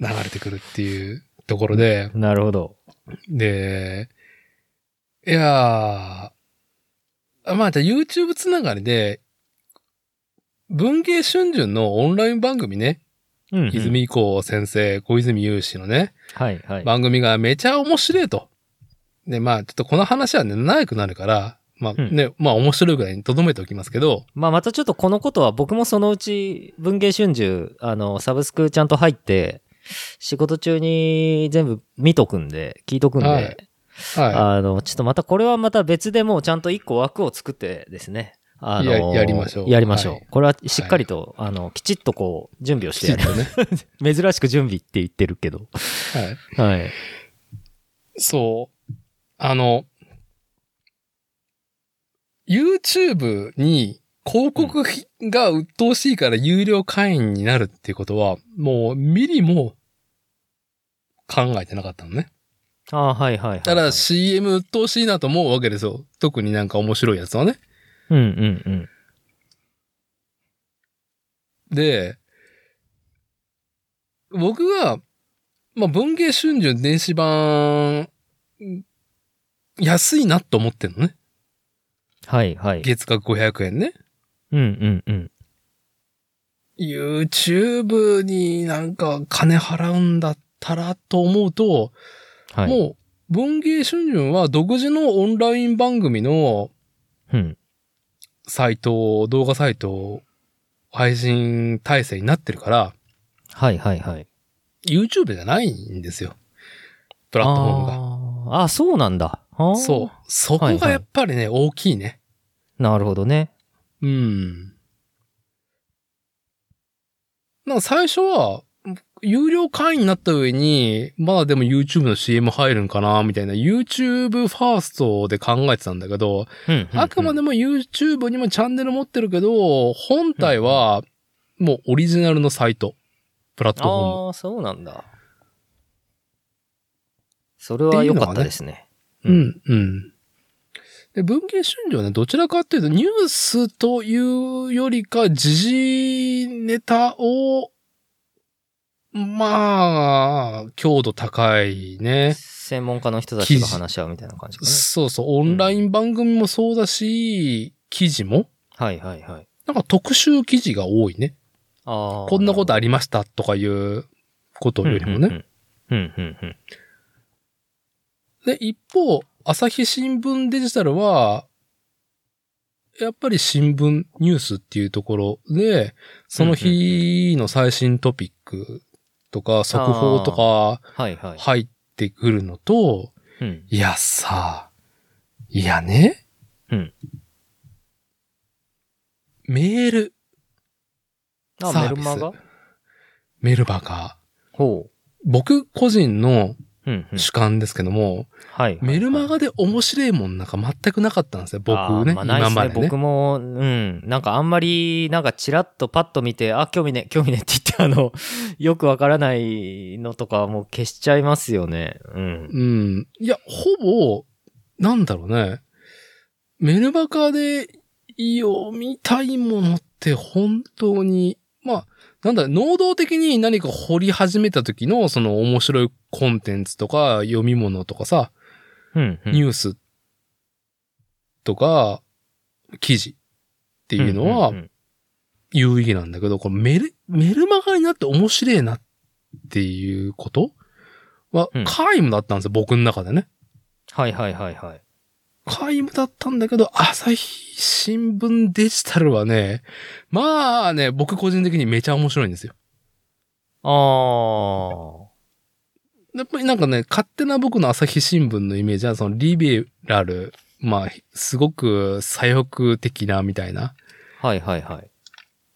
[SPEAKER 1] 流れてくるっていうところで、
[SPEAKER 2] なるほど。
[SPEAKER 1] で、いやー、まあ、じゃあ YouTube つながりで、文芸春秋のオンライン番組ね、
[SPEAKER 2] うん、うん。
[SPEAKER 1] 泉子先生、小泉雄氏のね、
[SPEAKER 2] はいはい。
[SPEAKER 1] 番組がめちゃ面白いと。で、まあ、ちょっとこの話はね、長くなるから、まあ
[SPEAKER 2] うん
[SPEAKER 1] ね、まあ面白いぐらいに留めておきますけど、
[SPEAKER 2] まあまたちょっとこのことは僕もそのうち文芸春秋、あの、サブスクちゃんと入って、仕事中に全部見とくんで、聞いとくんで、
[SPEAKER 1] はいは
[SPEAKER 2] あの、ちょっとまたこれはまた別でもうちゃんと一個枠を作ってですね。あの
[SPEAKER 1] ややりましょう
[SPEAKER 2] やりましょう。
[SPEAKER 1] はい
[SPEAKER 2] これはしっかりと、あの、きちっとこう、準備を
[SPEAKER 1] い。
[SPEAKER 2] し
[SPEAKER 1] き
[SPEAKER 2] て
[SPEAKER 1] ち
[SPEAKER 2] や
[SPEAKER 1] っ
[SPEAKER 2] る。
[SPEAKER 1] とね。
[SPEAKER 2] 珍しく準備って言ってるけど。
[SPEAKER 1] はい。
[SPEAKER 2] はい。
[SPEAKER 1] そう。あの、YouTube に広告費が鬱陶しいから有料会員になるっていうことは、もうミリも考えてなかったのね。
[SPEAKER 2] ああ、はいはいはい、はい。
[SPEAKER 1] ただ CM 鬱陶しいなと思うわけですよ。特になんか面白いやつはね。
[SPEAKER 2] うんうんうん。
[SPEAKER 1] で、僕が、まあ、文芸春秋電子版、安いなと思ってんのね。
[SPEAKER 2] はいはい。
[SPEAKER 1] 月額500円ね。
[SPEAKER 2] うんうんうん。
[SPEAKER 1] YouTube になんか金払うんだったらと思うと、
[SPEAKER 2] はい。う、
[SPEAKER 1] もう文芸春秋は独自のオンライン番組の
[SPEAKER 2] ん。
[SPEAKER 1] サイト、動画サイト、配信体制になってるから、
[SPEAKER 2] はいはいはい。
[SPEAKER 1] YouTube じゃないんですよ。プラットフォームが。
[SPEAKER 2] あーあ、そうなんだ。あー
[SPEAKER 1] そう。そこがやっぱりね、大きいね。
[SPEAKER 2] なるほどね。
[SPEAKER 1] うん。なんか最初は、有料会員になった上に、まだでも YouTube の CM 入るんかな、みたいな YouTube ファーストで考えてたんだけど、
[SPEAKER 2] うんうんうん
[SPEAKER 1] あくまでも YouTube にもチャンネル持ってるけど、本体はもうオリジナルのサイト、プラットフォーム。
[SPEAKER 2] ああ、そうなんだ。それは良かったですね。
[SPEAKER 1] う。ん、うん。で、文芸春秋はね、どちらかっていうと、ニュースというよりか、時事ネタを、まあ、強度高いね。
[SPEAKER 2] 専門家の人たちが話し合うみたいな感じかね。
[SPEAKER 1] そうそう、オンライン番組もそうだし、記事も、
[SPEAKER 2] はいはいはい。
[SPEAKER 1] なんか特集記事が多いね。
[SPEAKER 2] ああ。
[SPEAKER 1] こんなこと
[SPEAKER 2] あ
[SPEAKER 1] ありましたとかいうことよりもね。。
[SPEAKER 2] うんうんうん。
[SPEAKER 1] で、一方、朝日新聞デジタルは、やっぱり新聞ニュースっていうところで、その日の最新トピックとか、速報とか
[SPEAKER 2] はいはい。
[SPEAKER 1] 入ってくるのと、
[SPEAKER 2] うん。
[SPEAKER 1] いやさ、いやね。
[SPEAKER 2] うん
[SPEAKER 1] メール、
[SPEAKER 2] あ、
[SPEAKER 1] サー
[SPEAKER 2] メ
[SPEAKER 1] ビス
[SPEAKER 2] ルマガ
[SPEAKER 1] メルバが、
[SPEAKER 2] ほ
[SPEAKER 1] 僕個人の
[SPEAKER 2] う。うんうん。
[SPEAKER 1] 主観ですけども、
[SPEAKER 2] はい。
[SPEAKER 1] メルマ
[SPEAKER 2] ガ
[SPEAKER 1] ガで面白いもんなんか全くなかったんですよ、僕ね。
[SPEAKER 2] まあ、ない
[SPEAKER 1] 今
[SPEAKER 2] っす
[SPEAKER 1] ま
[SPEAKER 2] ね。
[SPEAKER 1] でね
[SPEAKER 2] 僕。も、うん。なんかあんまり、なんかチラッとパッと見て、あ、興味ね、興味ねって言って、あの、 よくわからないのとかはもう消しちゃいますよね。うん。
[SPEAKER 1] うん。いや、ほぼ、なんだろうね。メルバカで読みたいものって本当に、まあ、なんだろう、能動的に何か掘り始めた時のその面白いコンテンツとか読み物とかさ、
[SPEAKER 2] うん、うん。
[SPEAKER 1] ニュースとか記事っていうのは
[SPEAKER 2] んん
[SPEAKER 1] 有意義なんだけど、これメル、メルマガになって面白いなっていうことは
[SPEAKER 2] うん、
[SPEAKER 1] 皆無だったんですよ、僕の中でね。
[SPEAKER 2] はいはいはいはい。
[SPEAKER 1] 皆無だったんだけど、朝日新聞デジタルはね、まあね、僕個人的にめちゃ面白いんですよ。
[SPEAKER 2] ああ。
[SPEAKER 1] やっぱりなんかね、勝手な僕の朝日新聞のイメージは、そのリベラル、まあ、すごく左翼的なみたいな。
[SPEAKER 2] はいはいはい。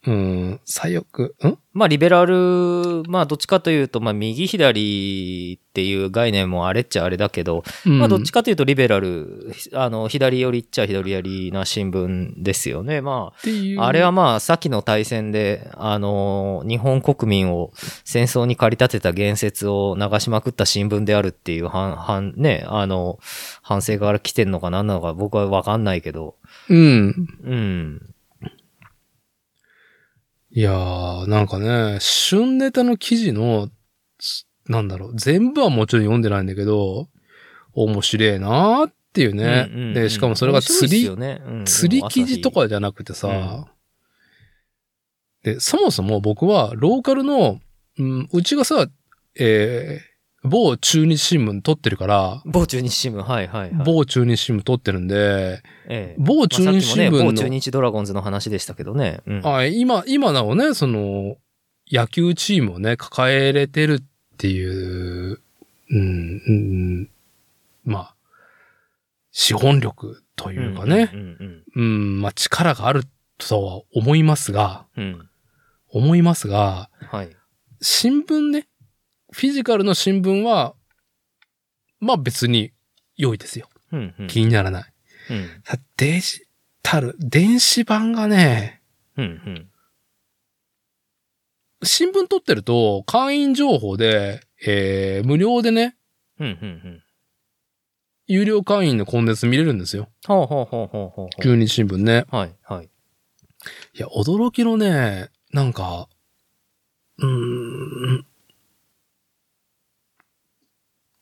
[SPEAKER 1] うん、左翼、ん
[SPEAKER 2] まあ、リベラル、まあ、どっちかというと、まあ、右左っていう概念もあれっちゃあれだけど、
[SPEAKER 1] うん
[SPEAKER 2] まあ、どっちかというと、リベラル、あの、左寄りっちゃ左寄りな新聞ですよね。ま
[SPEAKER 1] っていう。
[SPEAKER 2] あ、あれはまあ、先の大戦で、あの、日本国民を戦争に駆り立てた言説を流しまくった新聞であるっていう、はん、はん、ね、あの、反省から来てんのか何なのか僕はわかんないけど、
[SPEAKER 1] うん。
[SPEAKER 2] うん。
[SPEAKER 1] いやー、なんかね、旬ネタの記事の、つなんだろう、全部はもちろん読んでないんだけど、面白いなーっていうね。
[SPEAKER 2] うんうんうん
[SPEAKER 1] で、しかもそれが釣り、
[SPEAKER 2] 面白いっすよねうん
[SPEAKER 1] 釣り記事とかじゃなくてさ、
[SPEAKER 2] うん
[SPEAKER 1] で、そもそも僕はローカルの、うん、うちがさ、えー某中日新聞撮ってるから、
[SPEAKER 2] 某中日新聞、はいはいはい。
[SPEAKER 1] 某中日新聞撮ってるんで、
[SPEAKER 2] ええ
[SPEAKER 1] 某中日新聞
[SPEAKER 2] まあさっきもね、
[SPEAKER 1] の、
[SPEAKER 2] 某中日ドラゴンズの話でしたけどね。うん、
[SPEAKER 1] あ今、今なおね、その、野球チームをね、抱えれてるっていう、うん、うん、まあ、資本力というかね、
[SPEAKER 2] うんうん
[SPEAKER 1] うん、まあ力があるとは思いますが、
[SPEAKER 2] うんうん。
[SPEAKER 1] 思いますが、
[SPEAKER 2] はい。
[SPEAKER 1] 新聞ね、フィジカルの新聞は、まあ別に良いですよ。
[SPEAKER 2] うんうん
[SPEAKER 1] 気にならない。
[SPEAKER 2] うん
[SPEAKER 1] さデジタル、電子版がね、
[SPEAKER 2] うんうん
[SPEAKER 1] 新聞取ってると会員情報で、えー、無料でね、
[SPEAKER 2] うんうんうん。
[SPEAKER 1] 有料会員のコンテンツ見れるんですよ。
[SPEAKER 2] ほうほうほうほうほうほ
[SPEAKER 1] 中日新聞ね。
[SPEAKER 2] う。はいはい。
[SPEAKER 1] いや、驚きのね、なんか、うーん、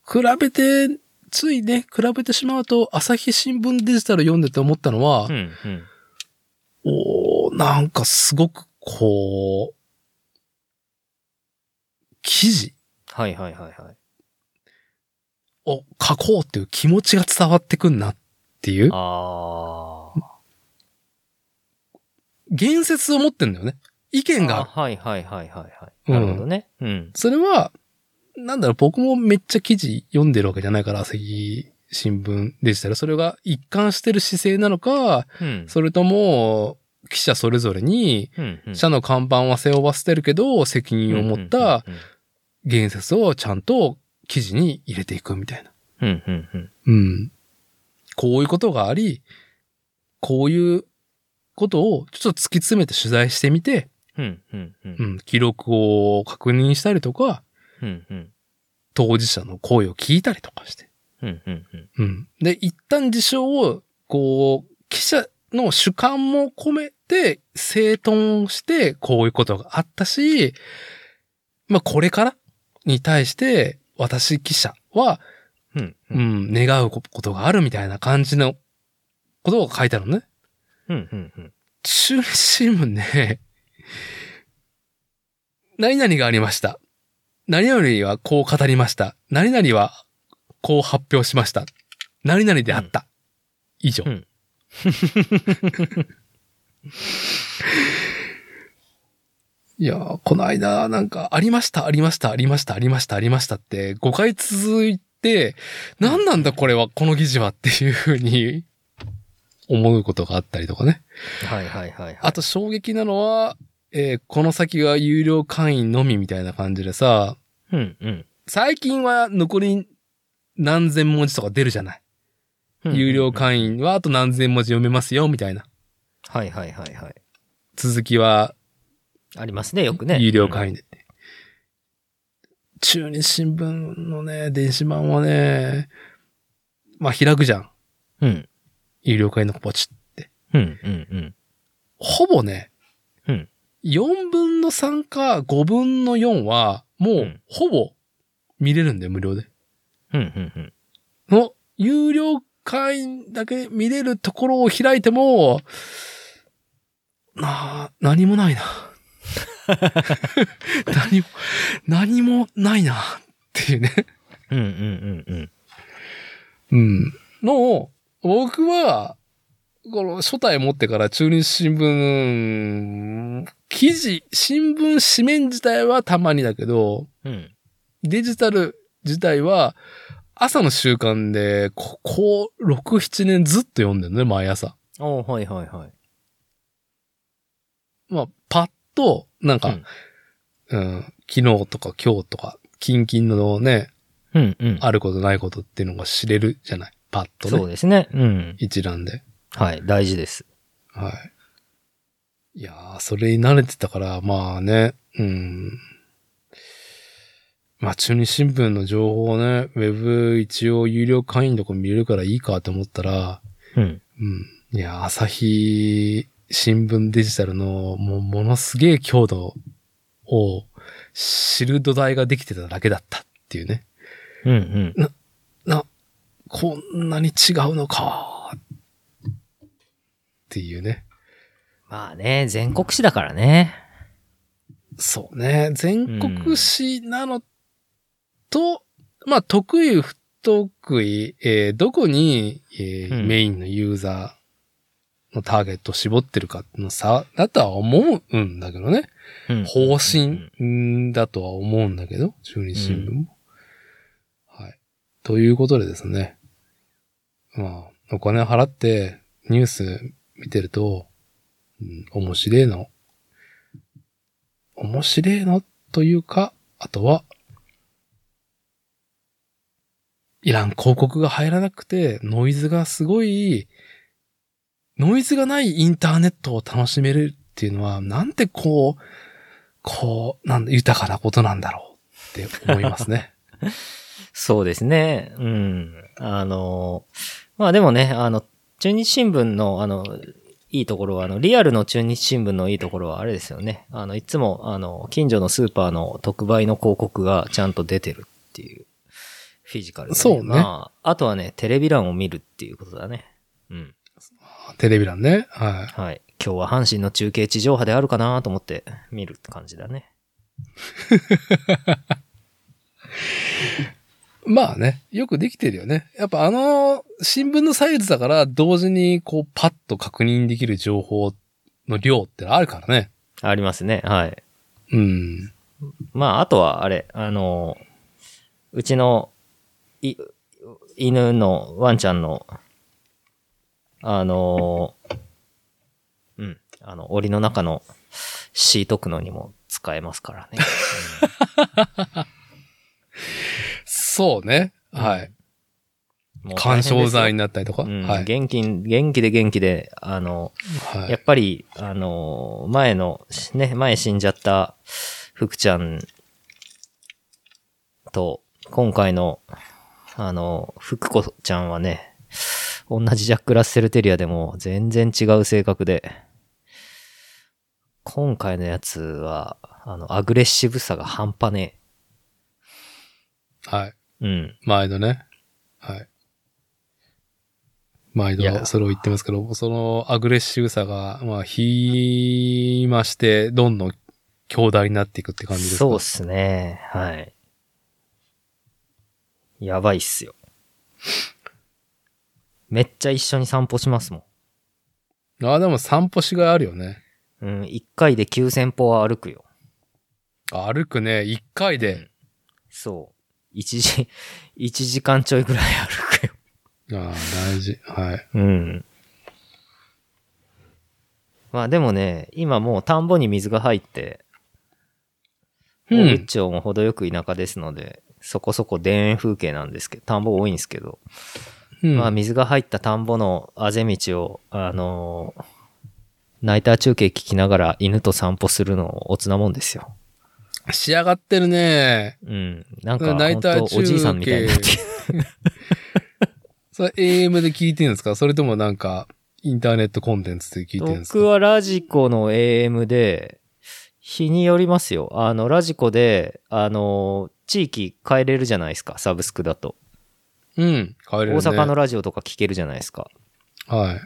[SPEAKER 1] 比べて、ついね、比べてしまうと、朝日新聞デジタル読んでて思ったのは、
[SPEAKER 2] うんうん。
[SPEAKER 1] おーなんかすごくこう、記事
[SPEAKER 2] はいはいはいはい。
[SPEAKER 1] を書こうっていう気持ちが伝わってくんなっていう、
[SPEAKER 2] あー
[SPEAKER 1] 言説を持ってんだよね。意見があ
[SPEAKER 2] あ。
[SPEAKER 1] る。
[SPEAKER 2] はいはいはいはい。
[SPEAKER 1] うん
[SPEAKER 2] はいなるほどね。うん。
[SPEAKER 1] それは、なんだろう、僕もめっちゃ記事読んでるわけじゃないから、朝日新聞デジタル。それが一貫してる姿勢なのか、
[SPEAKER 2] うん。
[SPEAKER 1] それとも、記者それぞれに、
[SPEAKER 2] うんうん
[SPEAKER 1] 社の看板は背負わせてるけど、責任を持った言説をちゃんと記事に入れていくみたいな。
[SPEAKER 2] うんうんうん。
[SPEAKER 1] うん。こういうことがあり、こういうことをちょっと突き詰めて取材してみて、
[SPEAKER 2] うんうんうん。う
[SPEAKER 1] うんん、記録を確認したりとか、
[SPEAKER 2] うんうん。
[SPEAKER 1] 当事者の声を聞いたりとかして。
[SPEAKER 2] うんうんう
[SPEAKER 1] う
[SPEAKER 2] ん。
[SPEAKER 1] ん。で、一旦事象を、こう、記者の主観も込めて、整頓して、こういうことがあったし、まあ、これからに対して、私記者は、
[SPEAKER 2] うんう
[SPEAKER 1] うんん、願うことがあるみたいな感じのことを書いてあるのね。
[SPEAKER 2] うんうんうん。
[SPEAKER 1] 中日新聞ね、何々がありました。何々はこう語りました。何々はこう発表しました。何々であった。以上。
[SPEAKER 2] うん
[SPEAKER 1] いやー、この間、なんか、ありました、ありました、ありました、ありました、ありましたって、5回続いて、何なんだこれは、この記事はっていうふうに、思うことがあったりとかね。
[SPEAKER 2] はいはいはいはい。
[SPEAKER 1] あと衝撃なのは、えーこの先は有料会員のみみたいな感じでさ、
[SPEAKER 2] うんうん
[SPEAKER 1] 最近は残り何千文字とか出るじゃない。
[SPEAKER 2] うん。
[SPEAKER 1] 有料
[SPEAKER 2] 員。
[SPEAKER 1] 会員はあと何千文字読めますよ、みたいな。
[SPEAKER 2] はいはいはいはい。
[SPEAKER 1] 続きは
[SPEAKER 2] ありますね、よくね。
[SPEAKER 1] 有料会員で。中日新聞のね、電子版はね、まあ開くじゃん。
[SPEAKER 2] うん。
[SPEAKER 1] 有料会員のポチって。
[SPEAKER 2] うんうんうん。
[SPEAKER 1] ほぼね、
[SPEAKER 2] うん
[SPEAKER 1] 4分の3か5分の4は、も
[SPEAKER 2] う、
[SPEAKER 1] うんほぼ、見れるんだよ、無料で。
[SPEAKER 2] うんうんうん。
[SPEAKER 1] の、有料会員だけ見れるところを開いても、なあ、何も ないな。何も、何もないな、っていうね。
[SPEAKER 2] うんうんうんうん。
[SPEAKER 1] うん。のを、僕は、この初代持ってから中日新聞、記事、新聞紙面自体はたまにだけど、
[SPEAKER 2] うん。
[SPEAKER 1] デジタル自体は、朝の習慣で、ここ6、7年ずっと読んでるね、毎朝。
[SPEAKER 2] おーはいはいはい。
[SPEAKER 1] まあ、パッと、なんか、
[SPEAKER 2] うん
[SPEAKER 1] うん昨日とか今日とか、近々のね、
[SPEAKER 2] うんうん。
[SPEAKER 1] あることないことっていうのが知れるじゃない。パッと
[SPEAKER 2] そ
[SPEAKER 1] ね。
[SPEAKER 2] うですね。うん。
[SPEAKER 1] 一覧で。
[SPEAKER 2] はい、大事です。
[SPEAKER 1] はい。いやー、それに慣れてたから、まあね、うん。まあ、中日新聞の情報をね、ウェブ一応有料会員のとこ見れるからいいかと思ったら、
[SPEAKER 2] うん。
[SPEAKER 1] うん。いや、朝日新聞デジタルの、もう、ものすげえ強度を知る土台ができてただけだったっていうね。
[SPEAKER 2] うんうん。
[SPEAKER 1] な、こんなに違うのかっていうね。
[SPEAKER 2] まあね、全国紙だからね。
[SPEAKER 1] そうね。全国史なのと、まあ、得意、不得意、えーどこに、えー
[SPEAKER 2] うん
[SPEAKER 1] メインのユーザーのターゲットを絞ってるかの差だとは思うんだけどね。
[SPEAKER 2] うん
[SPEAKER 1] 方
[SPEAKER 2] うん
[SPEAKER 1] 針だとは思うんだけど、中日新聞も。はい。ということでですね。まあ、お金払ってニュース見てると、うん、面白いの。面白いのというか、あとは、いらん広告が入らなくて、ノイズがすごい、ノイズがないインターネットを楽しめるっていうのは、なんてこう、こう、なんだ豊かなことなんだろうって思いますね。
[SPEAKER 2] そうですね。うん。あの、まあでもね、あの、中日新聞の、あの、いいところは、あの、リアルの中日新聞のいいところはあれですよね。あの、いつも、あの、近所のスーパーの特売の広告がちゃんと出てるっていう、フィジカルで、
[SPEAKER 1] そうね
[SPEAKER 2] まあ、あとはね、テレビ欄を見るっていうことだね。うん。
[SPEAKER 1] テレビ欄ね。は
[SPEAKER 2] はい。今日は阪神の中継地上波であるかなと思って見るって感じだね。
[SPEAKER 1] い。まあね、よくできてるよね。やっぱあの、新聞のサイズだから、同時にこう、パッと確認できる情報の量ってあるからね。
[SPEAKER 2] ありますね。はい。
[SPEAKER 1] うん。
[SPEAKER 2] まあ、あとは、あれ、あの、うちの、い、犬のワンちゃんの、あの、うん、あの、檻の中のシートくのにも使えますから ね。
[SPEAKER 1] そうね。はい。
[SPEAKER 2] うんもう
[SPEAKER 1] 干
[SPEAKER 2] 大変ですよ
[SPEAKER 1] 渉剤になったりとか。
[SPEAKER 2] うん
[SPEAKER 1] はい。
[SPEAKER 2] 元気、元気で元気で、あの、
[SPEAKER 1] はい
[SPEAKER 2] やっぱり、あの、前の、ね、前死んじゃった福ちゃんと、今回の、あの、福子ちゃんはね、同じジャック・ラッセル・テリアでも全然違う性格で、今回のやつは、あの、アグレッシブさが半端ね
[SPEAKER 1] はい。
[SPEAKER 2] え。うん。
[SPEAKER 1] 毎度ね。はい。毎
[SPEAKER 2] いや
[SPEAKER 1] 度それを言ってますけど、そのアグレッシブさが、まあ、ひまして、どんどん強大になっていくって感じですか
[SPEAKER 2] そうっすね。はい。やばいっすよ。めっちゃ一緒に散歩しますもん。
[SPEAKER 1] ああ、でも散歩しがいあるよね。
[SPEAKER 2] うん、1回で9000歩は歩くよ。
[SPEAKER 1] あ歩くね、一回で。
[SPEAKER 2] そう。1時、 一時間ちょいぐらい歩くよ。
[SPEAKER 1] ああ、大事。はい。
[SPEAKER 2] うん。まあでもね、今もう田んぼに水が入って、
[SPEAKER 1] うん
[SPEAKER 2] 大口町も程よく田舎ですので、そこそこ田園風景なんですけど、田んぼ多いんですけど、
[SPEAKER 1] うん。
[SPEAKER 2] まあ水が入った田んぼのあぜ道を、あのーナイター中継聞きながら犬と散歩するのおつなもんですよ。
[SPEAKER 1] 仕上がってるね。
[SPEAKER 2] うん。なんか、
[SPEAKER 1] ナイ
[SPEAKER 2] 本
[SPEAKER 1] ター
[SPEAKER 2] 当
[SPEAKER 1] 中継
[SPEAKER 2] おじいさんみたいになってる
[SPEAKER 1] それ AM で聞いてるんですかそれともなんか、インターネットコンテンツで聞いてるんですか
[SPEAKER 2] 僕はラジコの AM で、日によりますよ。あの、ラジコで、あの、地域変えれるじゃないですか、サブスクだと。
[SPEAKER 1] うん。帰れる、
[SPEAKER 2] 大
[SPEAKER 1] ね。
[SPEAKER 2] 阪のラジオとか聞けるじゃないですか。
[SPEAKER 1] はい。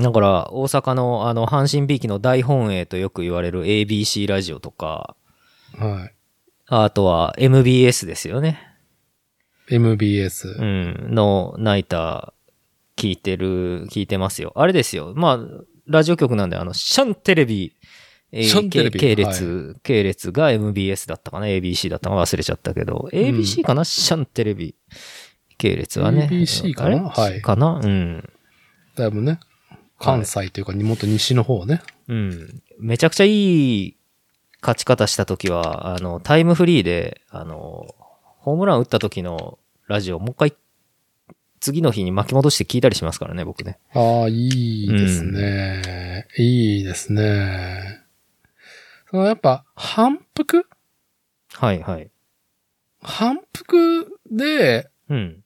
[SPEAKER 2] だから、大阪の、あの、阪神びいきの大本営とよく言われる ABC ラジオとか、
[SPEAKER 1] は
[SPEAKER 2] あとは MBS ですよね。
[SPEAKER 1] い。MBS。
[SPEAKER 2] うん、のナイター聞いてる、聞いてますよ。あれですよ。まあ、ラジオ局なんで、あの、シャンテレビ、えー
[SPEAKER 1] シャンテレビ
[SPEAKER 2] 系系列、系列が MBS だったかな ?ABC だったかな忘れちゃったけど、ABC かな、シャンテレビ系列はね。
[SPEAKER 1] ABC かな
[SPEAKER 2] あれ
[SPEAKER 1] はい
[SPEAKER 2] かなうん。
[SPEAKER 1] だいぶね、関西というか、もっと西の方ね。
[SPEAKER 2] うん。めちゃくちゃいい勝ち方した時は、あの、タイムフリーで、あの、ホームラン打った時のラジオ、もう一回、次の日に巻き戻して聞いたりしますからね、僕ね。
[SPEAKER 1] ああ、いいですね。いいですね。そのやっぱ、反復
[SPEAKER 2] はいはい。
[SPEAKER 1] 反復で、
[SPEAKER 2] うん。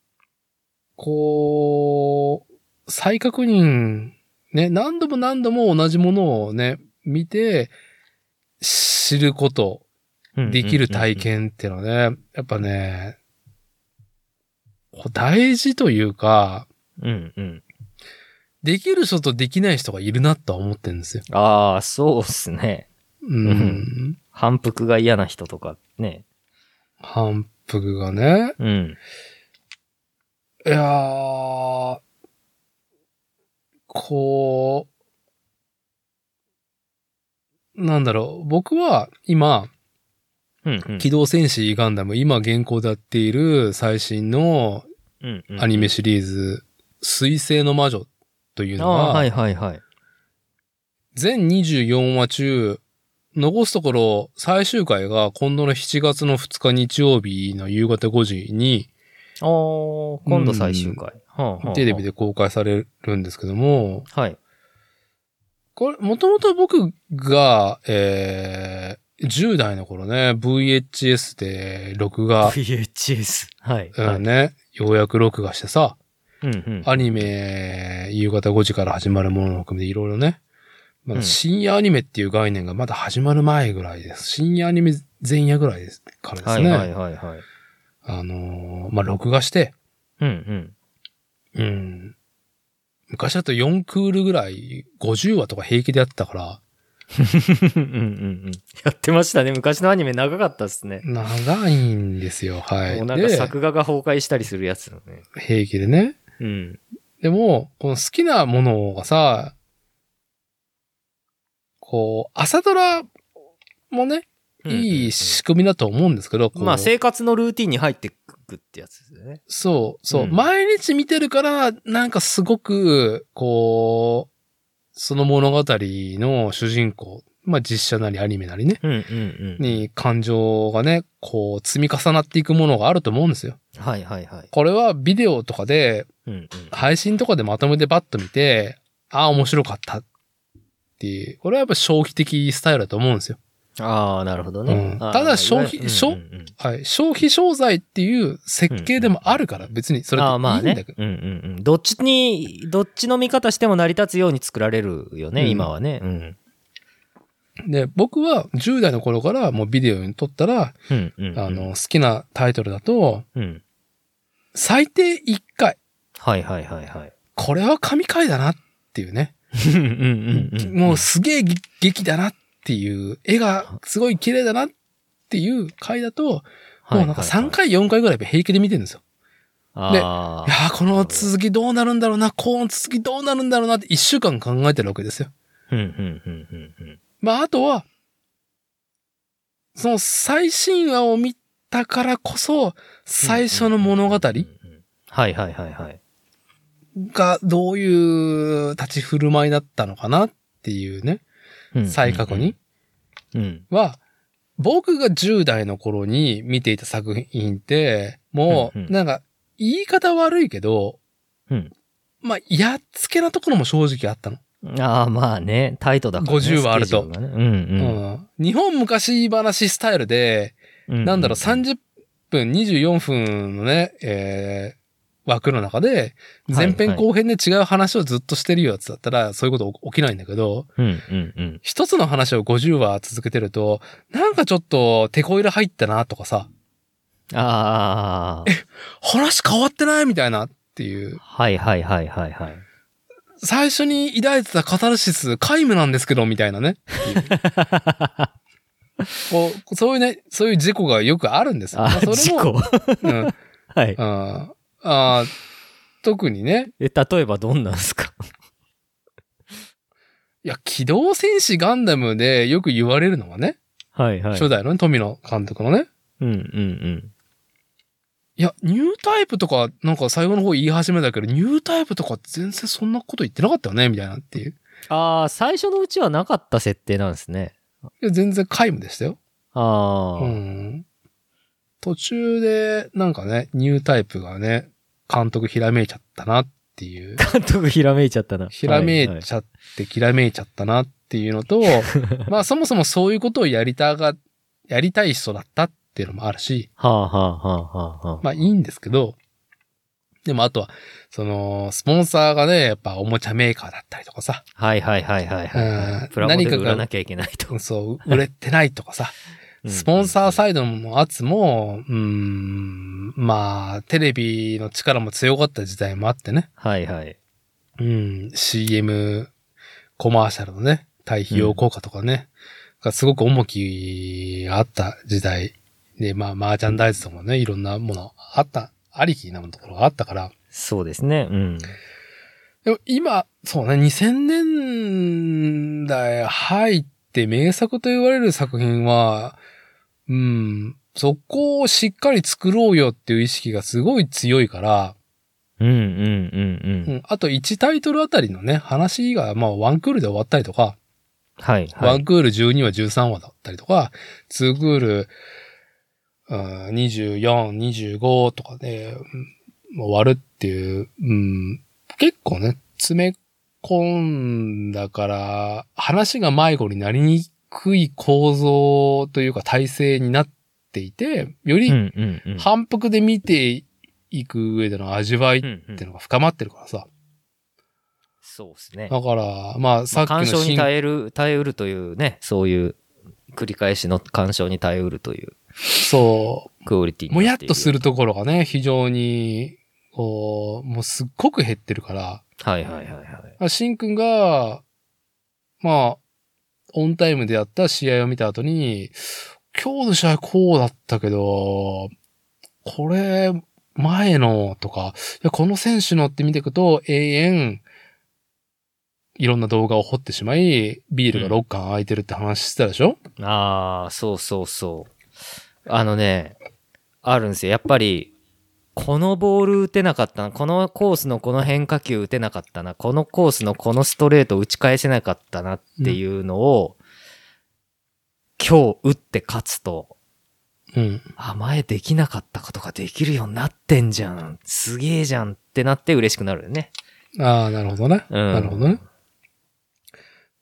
[SPEAKER 1] こう、再確認、ね、何度も何度も同じものをね、見て、知ること、
[SPEAKER 2] うん
[SPEAKER 1] できる体。験っていうのはね、やっぱね、こう大事というか、
[SPEAKER 2] うんうんうんうん。
[SPEAKER 1] できる人とできない人がいるなとは思ってるんですよ。
[SPEAKER 2] ああ、そうっすね。
[SPEAKER 1] うん。
[SPEAKER 2] うん反復が嫌な人とかね。
[SPEAKER 1] 反復がね。
[SPEAKER 2] うん。
[SPEAKER 1] いやー、こう、なんだろう、僕は今、
[SPEAKER 2] うん、うん
[SPEAKER 1] 機動戦士ガンダム、今現行でやっている最新の
[SPEAKER 2] うんうん。
[SPEAKER 1] アニメシリーズ、水星の魔女という
[SPEAKER 2] あ
[SPEAKER 1] の
[SPEAKER 2] あ、は
[SPEAKER 1] は、
[SPEAKER 2] いはいはい。
[SPEAKER 1] 全24話中、残すところ最終回が今度の7月の2日日曜日の夕方5時に
[SPEAKER 2] ああ、今度最終回。はあはあはあ
[SPEAKER 1] テレビ。で公開されるんですけども、
[SPEAKER 2] はい。
[SPEAKER 1] これ、もともと僕が、えー、10代の頃ね、VHS で録画、
[SPEAKER 2] VHS。はい。
[SPEAKER 1] うんね、ようやく録画してさ、
[SPEAKER 2] うんうん。
[SPEAKER 1] アニメ、夕方5時から始まるものを含めていろいろね、ま
[SPEAKER 2] う
[SPEAKER 1] あ、
[SPEAKER 2] ん
[SPEAKER 1] 深夜アニメっていう概念がまだ始まる前ぐらいです。深夜アニメ前夜ぐらいですからですね。
[SPEAKER 2] はいはいはいはい。
[SPEAKER 1] あのーまあ、録画して、
[SPEAKER 2] うんうん。
[SPEAKER 1] うん。昔だと4クールぐらい、50話とか平気でやってたから、
[SPEAKER 2] うんうんうん。やってましたね。昔のアニメ長かったっすね。
[SPEAKER 1] 長いんですよ、はい。
[SPEAKER 2] もうなんか
[SPEAKER 1] で
[SPEAKER 2] 作画が崩壊したりするやつだね。
[SPEAKER 1] 平気でね。
[SPEAKER 2] うん。
[SPEAKER 1] でも、この好きなものがさ、こう、朝ドラもね、いい仕組みだと思うんですけど、こ
[SPEAKER 2] うん。
[SPEAKER 1] う
[SPEAKER 2] まあ生活のルーティンに入ってくってやつですよね。
[SPEAKER 1] そう、そう、
[SPEAKER 2] うん
[SPEAKER 1] 毎日見てるから、なんかすごく、こう、その物語の主人公、まあ実写なりアニメなりね、
[SPEAKER 2] うんうんうん。
[SPEAKER 1] に感情がね、こう積み重なっていくものがあると思うんですよ。
[SPEAKER 2] はいはいはい。
[SPEAKER 1] これはビデオとかで、
[SPEAKER 2] うんうん。
[SPEAKER 1] 配信とかでまとめてバッと見て、ああ、面白かったっていう。これはやっぱ消費的スタイルだと思うんですよ。
[SPEAKER 2] ああ、なるほどね。
[SPEAKER 1] うん
[SPEAKER 2] あー
[SPEAKER 1] ただ消費
[SPEAKER 2] いわゆる
[SPEAKER 1] 消
[SPEAKER 2] うんうんうん
[SPEAKER 1] はい。消費商材っていう設計でもあるから、別にそれってい
[SPEAKER 2] あ
[SPEAKER 1] い
[SPEAKER 2] あ
[SPEAKER 1] ん
[SPEAKER 2] まあ
[SPEAKER 1] だけど。
[SPEAKER 2] ね。うんうんうん。どっちに、どっちの見方しても成り立つように作られるよね、
[SPEAKER 1] うん
[SPEAKER 2] 今はね。うん。
[SPEAKER 1] で、僕は10代の頃からもうビデオに撮ったら、
[SPEAKER 2] うんうん。
[SPEAKER 1] あ、の、好きなタイトルだと、
[SPEAKER 2] うん。
[SPEAKER 1] 最低1回。
[SPEAKER 2] はいはいはいはい。
[SPEAKER 1] これは神回だなっていうね。
[SPEAKER 2] うんうんうんうん。
[SPEAKER 1] もうすげえ劇劇だなっていう、絵がすごい綺麗だなっていう回だと、もうなんか3回4回ぐらいやっぱ平気で見てるんですよ。
[SPEAKER 2] はいはいはい
[SPEAKER 1] や
[SPEAKER 2] いあ
[SPEAKER 1] ーこの続きどうなるんだろうな、この続きどうなるんだろうなって一週間考えてるわけですよ。
[SPEAKER 2] ーうんうんうんうんうん。
[SPEAKER 1] まあ、あとは、その最新話を見たからこそ、最初の物語
[SPEAKER 2] うんうんはいはいはいはい。
[SPEAKER 1] がどういう立ち振る舞いだったのかなっていうね、
[SPEAKER 2] うんうんうん
[SPEAKER 1] 再確認
[SPEAKER 2] うん。
[SPEAKER 1] は、僕が10代の頃に見ていた作品って、も
[SPEAKER 2] うんう
[SPEAKER 1] う、
[SPEAKER 2] ん
[SPEAKER 1] なんか、言い方悪いけど、
[SPEAKER 2] うん
[SPEAKER 1] まあ、やっつけなところも正直あったの。
[SPEAKER 2] ああ、まあね、タイトだからね。
[SPEAKER 1] 50はあると
[SPEAKER 2] スケジュールがねうん
[SPEAKER 1] うん日本昔話スタイルで、
[SPEAKER 2] うん。
[SPEAKER 1] なんだろう、
[SPEAKER 2] 三
[SPEAKER 1] 30分、24分のね、えー枠の中で、
[SPEAKER 2] はいはい
[SPEAKER 1] 前編後編で違う話をずっとしてるやつだったら、そういうこと起きないんだけど、
[SPEAKER 2] うんうんうん。
[SPEAKER 1] 一つの話を50話続けてると、なんかちょっと、テこ入れ入ったなとかさ、
[SPEAKER 2] ああ。
[SPEAKER 1] 話変わってないみたいなっていう、
[SPEAKER 2] はいはいはいはいはい。
[SPEAKER 1] 最初に抱いてたカタルシス、皆無なんですけど、みたいな ね。こうそういうね、そういう事故がよくあるんですよ。
[SPEAKER 2] あ
[SPEAKER 1] まあそれ
[SPEAKER 2] あ、
[SPEAKER 1] も
[SPEAKER 2] 事故。
[SPEAKER 1] うん
[SPEAKER 2] はい。
[SPEAKER 1] あーあー、特にね、
[SPEAKER 2] え、例えばどんなんすか
[SPEAKER 1] いや、機動戦士ガンダムでよく言われるのはね、
[SPEAKER 2] はいはい。
[SPEAKER 1] 初代のね富野監督のね、
[SPEAKER 2] うんうんうん。
[SPEAKER 1] いや、ニュータイプとか、なんか最後の方言い始めたけど、ニュータイプとか全然そんなこと言ってなかったよね、みたいなっていう。
[SPEAKER 2] ああ、最初のうちはなかった設定なんですね。
[SPEAKER 1] いや全然皆無でしたよ。
[SPEAKER 2] ああ、
[SPEAKER 1] うん。途中で、なんかね、ニュータイプがね、監督ひらめいちゃったなって いう。
[SPEAKER 2] 監督ひらめいちゃったな。
[SPEAKER 1] ひらめ
[SPEAKER 2] はいは
[SPEAKER 1] ちゃって、ひらめいちゃったなっていうのと、 まあそもそもそういうことをやりたが、やりたい人だったっていうのもあるし、
[SPEAKER 2] はあ、はあはあはあはあ、
[SPEAKER 1] まあいいんですけど、でもあとは、その、スポンサーがね、やっぱおもちゃメーカーだったりとかさ、
[SPEAKER 2] はいはいはいはいはいは
[SPEAKER 1] うん
[SPEAKER 2] い。プラモデル
[SPEAKER 1] 何
[SPEAKER 2] 売
[SPEAKER 1] かが
[SPEAKER 2] らなきゃいけないと。
[SPEAKER 1] そう、売れてないとかさ、スポンサー
[SPEAKER 2] イ
[SPEAKER 1] サイドの圧も、うーん、まあ、テレビの力も強かった時代もあってね。
[SPEAKER 2] はいはい。
[SPEAKER 1] うん、CM、コマーシャルのね、対費用効果とかね、がすごく重きがあった時代で、まあ、マーチャンダイズとかもね、いろんなものあった、ありきなところがあったから、
[SPEAKER 2] そうですね。うん。
[SPEAKER 1] でも今、そうね、2000年代入って名作と言われる作品は、うん、そこをしっかり作ろうよっていう意識がすごい強いから、
[SPEAKER 2] うんうんうんう。
[SPEAKER 1] うんん、あと1タイトルあたりのね、話が、まあ、ワンクールで終わったりとか、
[SPEAKER 2] はいは
[SPEAKER 1] ワ
[SPEAKER 2] い。
[SPEAKER 1] ンクール12話13話だったりとか、ツークール、うん、24、25とかで、うん終わるっていう、うん、結構ね、詰め込んだから、話が迷子になりにくい構造というか体制になっていて、よ
[SPEAKER 2] うんう
[SPEAKER 1] り
[SPEAKER 2] んうん。
[SPEAKER 1] 反復で見ていく上での味わいっ
[SPEAKER 2] う
[SPEAKER 1] て
[SPEAKER 2] んうん
[SPEAKER 1] いうのが深まってるからさ。
[SPEAKER 2] そうですね。
[SPEAKER 1] だから、まあ、
[SPEAKER 2] ま
[SPEAKER 1] さ
[SPEAKER 2] あ
[SPEAKER 1] っきの
[SPEAKER 2] 干渉に
[SPEAKER 1] 新
[SPEAKER 2] 耐える、耐えうるというね、そういう繰り返しの干渉に耐えうるという
[SPEAKER 1] そう、
[SPEAKER 2] クオリティに
[SPEAKER 1] もや
[SPEAKER 2] な
[SPEAKER 1] って
[SPEAKER 2] い
[SPEAKER 1] とす。るところがね、非常に、こう、もうすっごく減ってるから
[SPEAKER 2] はいはいはいはい。、
[SPEAKER 1] しんくんが、まあ、オンタイムでやった試合を見た後に、今日の試合こうだったけど、これ、前のとか、いやこの選手のって見ていくと、永遠、いろんな動画を掘ってしまい、ビールが6缶空いてるって話してたでしょ、
[SPEAKER 2] ああ、そうそうそう。あのね、あるんですよ。やっぱり、このボール打てなかったな、このコースのこの変化球打てなかったな、このコースのこのストレート打ち返せなかったなっていうのを、今日打って勝つと、
[SPEAKER 1] うん。
[SPEAKER 2] あ、前できなかったことができるようになってんじゃん。すげえじゃんってなって嬉しくなるよね。
[SPEAKER 1] ああ、なるほどね。
[SPEAKER 2] うん
[SPEAKER 1] なるほどね。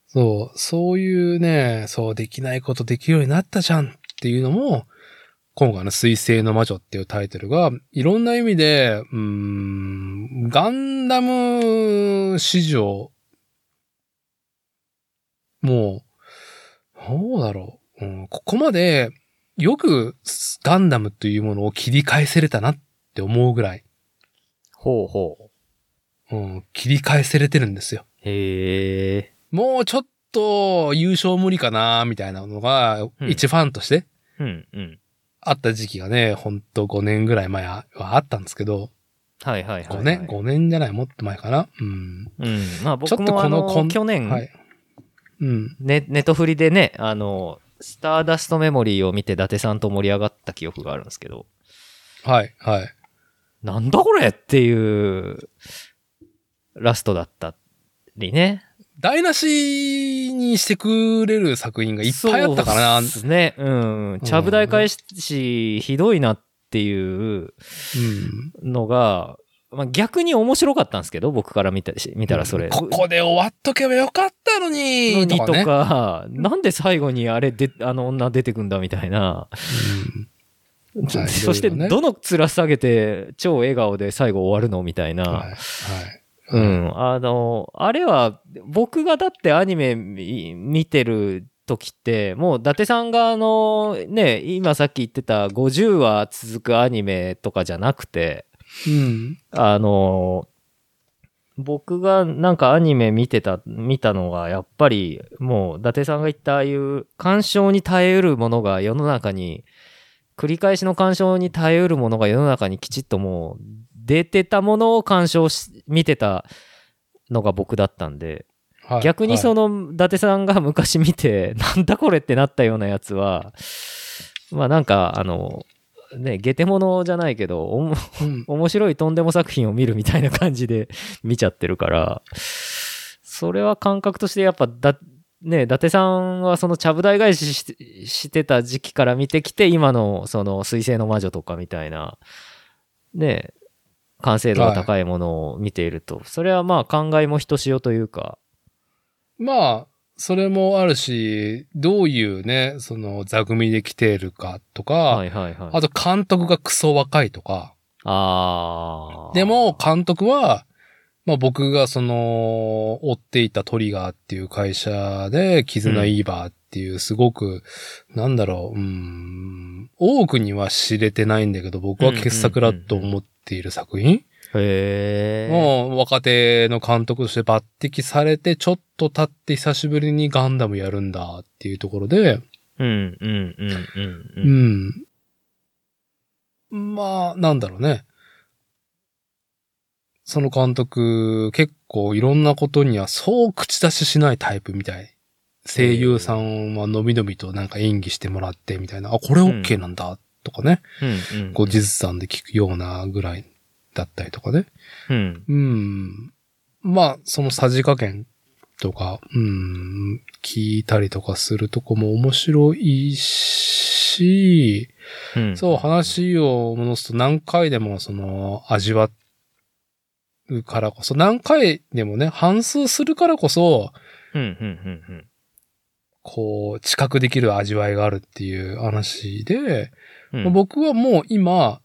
[SPEAKER 1] そう、そういうね、そう、できないことできるようになったじゃんっていうのも、今回の水星の魔女っていうタイトルが、いろんな意味で、うーん、ガンダム史上、もう、どうだろう、うん。ここまで、よくガンダムというものを切り返せれたなって思うぐらい、
[SPEAKER 2] ほうほう。
[SPEAKER 1] うん、切り返せれてるんですよ。
[SPEAKER 2] へえ。
[SPEAKER 1] もうちょっと優勝無理かな、みたいなのが、
[SPEAKER 2] うん
[SPEAKER 1] 一ファンとして
[SPEAKER 2] うんうん。
[SPEAKER 1] あった時期がね、ほんと5年ぐらい前はあったんですけど、
[SPEAKER 2] はいはいはい、は
[SPEAKER 1] 5
[SPEAKER 2] い。
[SPEAKER 1] 年、5年じゃない、もっと前かな。うん。
[SPEAKER 2] うん。まあ
[SPEAKER 1] ちょっとこ
[SPEAKER 2] 僕も
[SPEAKER 1] の
[SPEAKER 2] あの、
[SPEAKER 1] こん
[SPEAKER 2] 去年、
[SPEAKER 1] はい。うん。
[SPEAKER 2] ネネトフリでね、あの、スターダストメモリーを見て伊達さんと盛り上がった記憶があるんですけど、
[SPEAKER 1] はい、はい。
[SPEAKER 2] なんだこれっていうラストだったりね。
[SPEAKER 1] 台無しにしてくれる作品がいっぱいあったから
[SPEAKER 2] そう
[SPEAKER 1] な。
[SPEAKER 2] ですね。うん。ちゃぶ台返し、ひどいなっていう
[SPEAKER 1] うん。
[SPEAKER 2] のが、まあ、逆に面白かったんですけど、僕から見たし見たらそれ。
[SPEAKER 1] ここで終わっとけばよかったのに
[SPEAKER 2] のに
[SPEAKER 1] と
[SPEAKER 2] と
[SPEAKER 1] かね。
[SPEAKER 2] か、なんで最後にあれで、あの女出てくんだみたいな。
[SPEAKER 1] うんはい
[SPEAKER 2] そして、
[SPEAKER 1] いろいろね
[SPEAKER 2] どの面下げて、超笑顔で最後終わるのみたいな。
[SPEAKER 1] はい。はい。
[SPEAKER 2] うん。あの、あれは、僕がだってアニメみ見てる時って、もう伊達さんがあの、ね、今さっき言ってた50話続くアニメとかじゃなくて、
[SPEAKER 1] うん。
[SPEAKER 2] あの、僕がなんかアニメ見てた、見たのが、やっぱりもう伊達さんが言ったああいう干渉に耐えうるものが世の中に、繰り返しの干渉に耐えうるものが世の中にきちっともう出てたものを干渉し、見てたのが僕だったんで、
[SPEAKER 1] はい
[SPEAKER 2] 逆に
[SPEAKER 1] は
[SPEAKER 2] その伊達さんが 昔見て、なんだこれってなったようなやつは、まあなんかあの、ね、ゲテモノじゃないけど、おも
[SPEAKER 1] いうん
[SPEAKER 2] 面白いとんでも作品を見るみたいな 感じで見ちゃってるから、それは感覚としてやっぱだ、ね、伊達さんはそのちゃぶ台返しししてた時期から見てきて、今のその水星の魔女とかみたいな、ね、完成度が高いものを見ていると、それはまあ感慨もひとしおというか、
[SPEAKER 1] まあ、それもあるし、どういうね、その座組で来ているかとか、
[SPEAKER 2] はいはいはい。
[SPEAKER 1] あと監督がクソ若いとか、
[SPEAKER 2] あー
[SPEAKER 1] でも、監督は、まあ僕がその、追っていたトリガーっていう会社で、絆イーバーっていうすごく、なんだろう、うん、多くには知れてないんだけど、僕は傑作だと思っている作品
[SPEAKER 2] へえ。
[SPEAKER 1] もう若手の監督として抜擢されて、ちょっと経って久しぶりにガンダムやるんだっていうところで、
[SPEAKER 2] うんうんうんう
[SPEAKER 1] うんん。まあ、なんだろうね。その監督、結構いろんなことにはそう口出ししないタイプみたい。声優さんはのびのびとなんか演技してもらってみたいな、あ、これ OK なんだとかね、
[SPEAKER 2] うん。うん。
[SPEAKER 1] 後日談で聞くようなぐらいだったりとかね。
[SPEAKER 2] うん。
[SPEAKER 1] うん。まあ、そのさじ加減とか、うん、聞いたりとかするとこも面白いし、
[SPEAKER 2] うん。
[SPEAKER 1] そう、話を戻すと何回でもその味わうからこそ、何回でもね、反数するからこそ、
[SPEAKER 2] うん。うん。うん。うん。
[SPEAKER 1] こう、知覚できる味わいがあるっていう話で、
[SPEAKER 2] うん
[SPEAKER 1] まあ僕はもう今、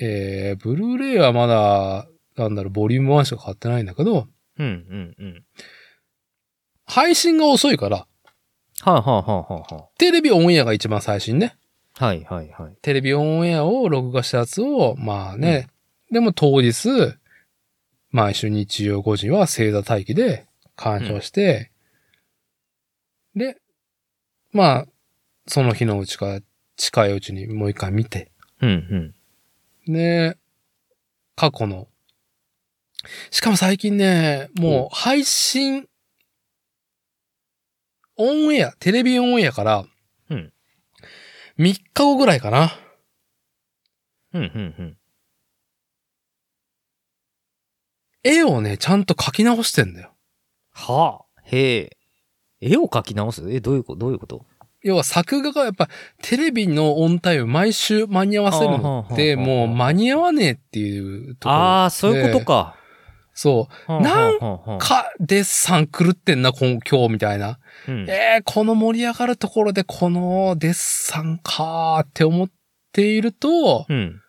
[SPEAKER 1] えー、ブルーレイはまだ、なんだろう、ボリューム1しか買ってないんだけど、
[SPEAKER 2] うんうんうん。
[SPEAKER 1] 配信が遅いから、
[SPEAKER 2] はあはあはあはあは
[SPEAKER 1] テレビオンエアが一番最新ね。
[SPEAKER 2] あ。はいはいはい。
[SPEAKER 1] テレビオンエアを録画したやつを、まあね、でも当日、毎週日曜5時は正座待機で鑑賞して、で、まあ、その日のうちか、近いうちにもう一回見て、
[SPEAKER 2] うんうん。
[SPEAKER 1] で、過去の、しかも最近ね、もう配信、オンエア、テレビオンエアから、
[SPEAKER 2] うん
[SPEAKER 1] 3日後ぐらいかな。
[SPEAKER 2] うんうんうん。
[SPEAKER 1] 絵をね、ちゃんと描き直してんだよ。
[SPEAKER 2] はあ。へえ。絵を描き直すえ、どういうことどういうこと
[SPEAKER 1] 要は作画がやっぱテレビのオンタイム毎週間に合わせるのって
[SPEAKER 2] あーはあはあは
[SPEAKER 1] も
[SPEAKER 2] あ
[SPEAKER 1] う間に合わねえっていうところ。
[SPEAKER 2] ああ、そういうことか。
[SPEAKER 1] そ
[SPEAKER 2] なん
[SPEAKER 1] う。
[SPEAKER 2] か、
[SPEAKER 1] か、デッサン狂ってんな、今今日みたいな。
[SPEAKER 2] うん
[SPEAKER 1] えー、この盛り上がるところでこのデッサンかーって思っていると、
[SPEAKER 2] うん。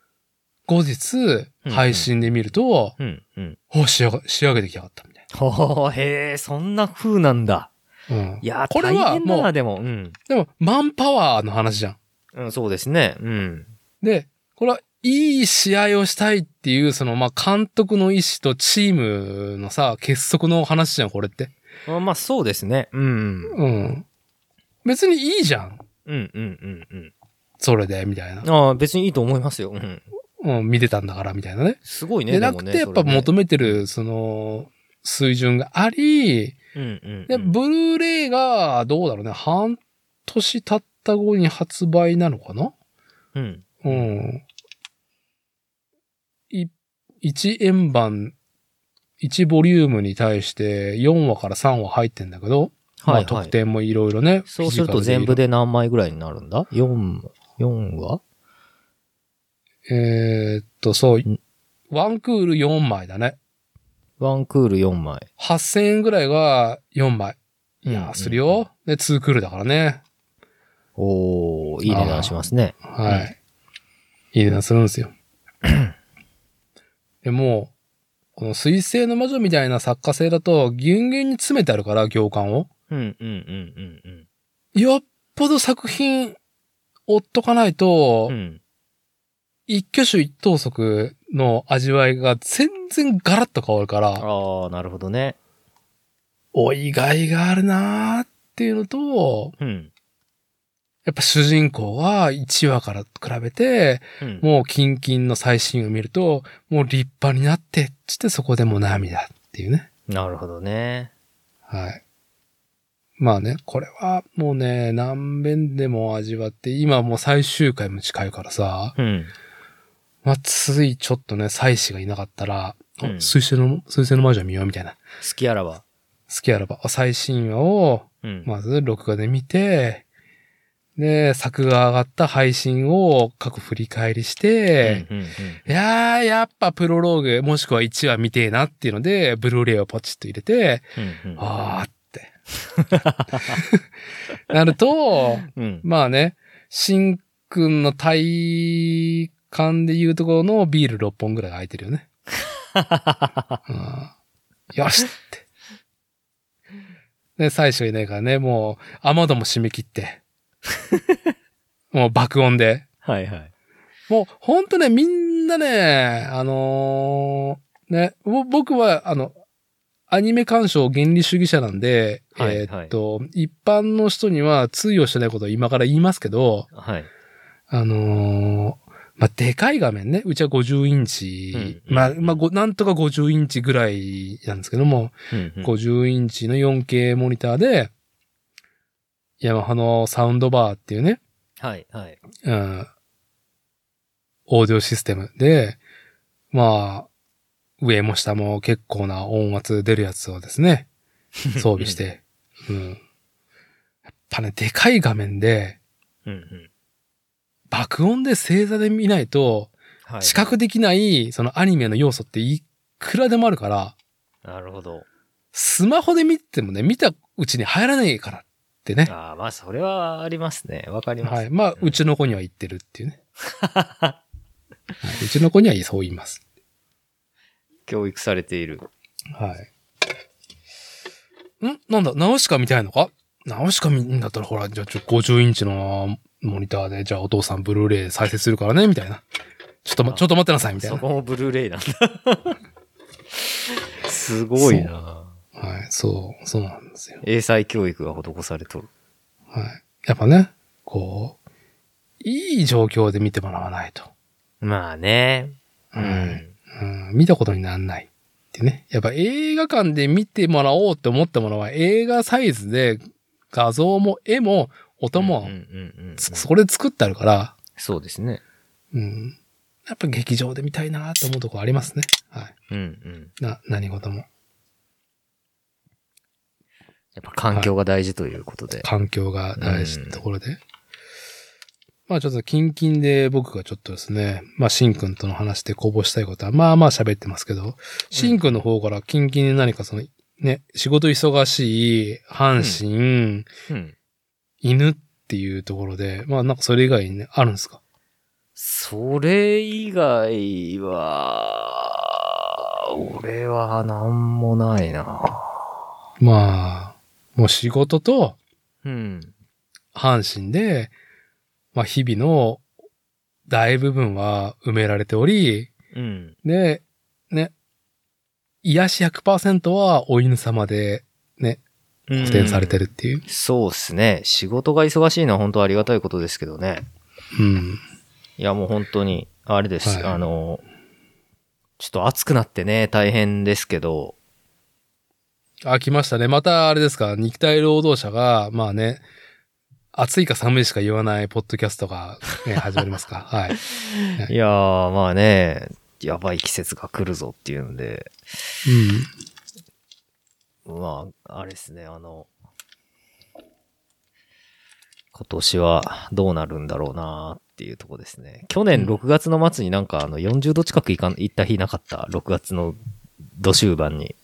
[SPEAKER 1] 後日
[SPEAKER 2] うん
[SPEAKER 1] 配信で見ると、
[SPEAKER 2] うん。うん。
[SPEAKER 1] お、仕上が仕上げてきやがったみたい
[SPEAKER 2] ほう、へえ、そんな風なんだ。
[SPEAKER 1] な。うん
[SPEAKER 2] い。やー、
[SPEAKER 1] これは
[SPEAKER 2] 大変だ
[SPEAKER 1] も
[SPEAKER 2] な、
[SPEAKER 1] う
[SPEAKER 2] でも。うん。
[SPEAKER 1] でも、マンパワーの話じゃん。
[SPEAKER 2] うん、そうですね。うん。
[SPEAKER 1] で、これはいい試合をしたいっていう、その、まあ、監督の意思とチームのさ、結束の話じゃん、これって。
[SPEAKER 2] あまあ、そうですね。うん。
[SPEAKER 1] うん。別にいいじゃん。
[SPEAKER 2] うん、うん、うん、
[SPEAKER 1] それで、みたいな
[SPEAKER 2] うん。。ああ、別にいいと思いますよ。うん。
[SPEAKER 1] うん、見てたんだから、みたいなね。
[SPEAKER 2] すごいね。
[SPEAKER 1] でな
[SPEAKER 2] も
[SPEAKER 1] く
[SPEAKER 2] ね
[SPEAKER 1] て、やっぱ求めてる、その、水準があり、
[SPEAKER 2] それねうん、うん。
[SPEAKER 1] で、ブルーレイが、どうだろうね、半年経った後に発売なのかな
[SPEAKER 2] うん。
[SPEAKER 1] うん。い、1円盤、1ボリュームに対して4話から3話入ってんだけど、
[SPEAKER 2] はい、
[SPEAKER 1] まあ
[SPEAKER 2] は
[SPEAKER 1] 得
[SPEAKER 2] い。
[SPEAKER 1] 点もいろいろね。
[SPEAKER 2] そうすると
[SPEAKER 1] フィジカル
[SPEAKER 2] 全部
[SPEAKER 1] で
[SPEAKER 2] で何枚ぐらいになるんだ ?4、4は
[SPEAKER 1] いろいろ。えーっと、そう
[SPEAKER 2] うん。
[SPEAKER 1] ワンクール4枚だね。
[SPEAKER 2] ワンクール4枚。
[SPEAKER 1] 8000円ぐらいが4枚。い
[SPEAKER 2] うんう
[SPEAKER 1] や
[SPEAKER 2] ん
[SPEAKER 1] ー、するよ。で、2クールだからね。
[SPEAKER 2] おー、いい値段しますね。
[SPEAKER 1] はい。いい値段するんですよ。でもう、この水星の魔女みたいな作家性だと、ギュンギュンに詰めてあるから、行間を。
[SPEAKER 2] うん、うん、うん、うん、
[SPEAKER 1] よっぽど作品、追っとかないと
[SPEAKER 2] うん。う、ん。
[SPEAKER 1] 一挙手一投足の味わいが全然ガラッと変わるから、
[SPEAKER 2] ああ、なるほどね。
[SPEAKER 1] お意外があるなーっていうのと、
[SPEAKER 2] うん。
[SPEAKER 1] やっぱ主人公は1話から比べて、
[SPEAKER 2] うん。
[SPEAKER 1] もうキンキンの最新を見ると、もう立派になって、つってそこでもう涙っていうね。
[SPEAKER 2] なるほどね。
[SPEAKER 1] はい。まあね、これはもうね、何遍でも味わって、今もう最終回も近いからさ、
[SPEAKER 2] うん。
[SPEAKER 1] まあ、ついちょっとね、妻子がいなかったら、あ
[SPEAKER 2] うん
[SPEAKER 1] 水星の、水星の魔女見ようみたいな。
[SPEAKER 2] 好きあらば。
[SPEAKER 1] 好きあらば、あ最新話を
[SPEAKER 2] うん。
[SPEAKER 1] まず録画で見て、で、作が上がった配信を過去振り返りして、
[SPEAKER 2] うんうん
[SPEAKER 1] いやー、やっぱプロローグ、もしくは1話見てえなっていうので、ブルーレイをポチッと入れて、
[SPEAKER 2] うんうん
[SPEAKER 1] あーって。なると、
[SPEAKER 2] うん
[SPEAKER 1] まあね、しんくんの体感でいうところのビール6本ぐらい空いてるよね。うん、よしって。で、最初いないからね、もう、雨戸も締め切って。もう爆音で。
[SPEAKER 2] はいはい。
[SPEAKER 1] もう、ほんとね、みんなね、あのーね、ぼ僕は、あの、アニメ鑑賞原理主義者なんで、
[SPEAKER 2] はい
[SPEAKER 1] えーっと、一般の人には通用してないことを今から言いますけど、
[SPEAKER 2] はい。
[SPEAKER 1] あのーまあ、でかい画面ね。うちは50インチ。
[SPEAKER 2] うん
[SPEAKER 1] まあ、まあ、ごなんとか50インチぐらいなんですけども、
[SPEAKER 2] うんうん
[SPEAKER 1] 50インチの 4K モニターで、ヤマハのサウンドバーっていうね、
[SPEAKER 2] はいはい。
[SPEAKER 1] うん、オーディオシステムで、まあ、上も下も結構な音圧出るやつをです ね、装備して。うん、やっぱね、でかい画面で、
[SPEAKER 2] うんうん。
[SPEAKER 1] 爆音で正座で見ないと、
[SPEAKER 2] はい。
[SPEAKER 1] 視覚できない、そのアニメの要素っていくらでもあるから、
[SPEAKER 2] なるほど。
[SPEAKER 1] スマホで見てもね、見たうちに入らないからってね。
[SPEAKER 2] ああ、まあ、それはありますね。わかります。
[SPEAKER 1] はい。まあ、うちの子には言ってるってい うね。はいうちの子にはそう言います。
[SPEAKER 2] 教育されている。
[SPEAKER 1] はい。んなんだ、ナウシカ見たいのかナウシカ見んだったら、ほら、じゃあちょ、50インチのモニターで、じゃあお父さんブルーレイ再生するからね、みたいな。ちょっと、ま、
[SPEAKER 2] あ
[SPEAKER 1] ちょっと待ってなさい、みたい
[SPEAKER 2] そ
[SPEAKER 1] な。
[SPEAKER 2] こもブルーレイなんだ。すごいな
[SPEAKER 1] はい、そう、そうなんですよ。
[SPEAKER 2] 英才教育が施されとる。
[SPEAKER 1] はい。やっぱね、こう、いい状況で見てもらわないと。
[SPEAKER 2] まあね。う
[SPEAKER 1] うん
[SPEAKER 2] ん。
[SPEAKER 1] うん、見たことになんない。ってね。やっぱ映画館で見てもらおうって思ったものは映画サイズで画像も絵も音も、
[SPEAKER 2] うんうんうんうん
[SPEAKER 1] つそれ作ってあるから、
[SPEAKER 2] そうですね。
[SPEAKER 1] うん。やっぱ劇場で見たいなって思うとこありますね。はい。
[SPEAKER 2] うんうん。
[SPEAKER 1] な、何事も。
[SPEAKER 2] やっぱ環境が大事ということで。
[SPEAKER 1] 環境が大事ってところで。まあちょっと近々で僕がちょっとですね、まあしんくんとの話で公募したいことはまあまあ喋ってますけど、しんくんの方から近々で何かそのね、仕事忙しい、阪神、
[SPEAKER 2] うん。
[SPEAKER 1] 犬っていうところで、まあなんかそれ以外にね、あるんですか
[SPEAKER 2] それ以外は、俺はなんもないな
[SPEAKER 1] まあ、もう仕事と
[SPEAKER 2] うん。
[SPEAKER 1] 阪神で、まあ日々の大部分は埋められており、
[SPEAKER 2] うん。
[SPEAKER 1] で、ね、癒し100%はお犬様で補填されてるっていう。
[SPEAKER 2] そうですね。仕事が忙しいのは本当ありがたいことですけどね。
[SPEAKER 1] うん。
[SPEAKER 2] いや、もう本当に、あれです、
[SPEAKER 1] はい
[SPEAKER 2] あの、ちょっと暑くなってね、大変ですけど、
[SPEAKER 1] あ、来ましたね。またあれですか、肉体労働者が、まあね、暑いか寒いしか言わないポッドキャストが、ね、始まります か。はい。
[SPEAKER 2] いやー、まあね、やばい季節が来るぞっていうんで、まあ、あれですね、あの、今年はどうなるんだろうなーっていうとこですね。去年6月の末になんかあの40度近くいかん行った日なかった、6月の土終盤に。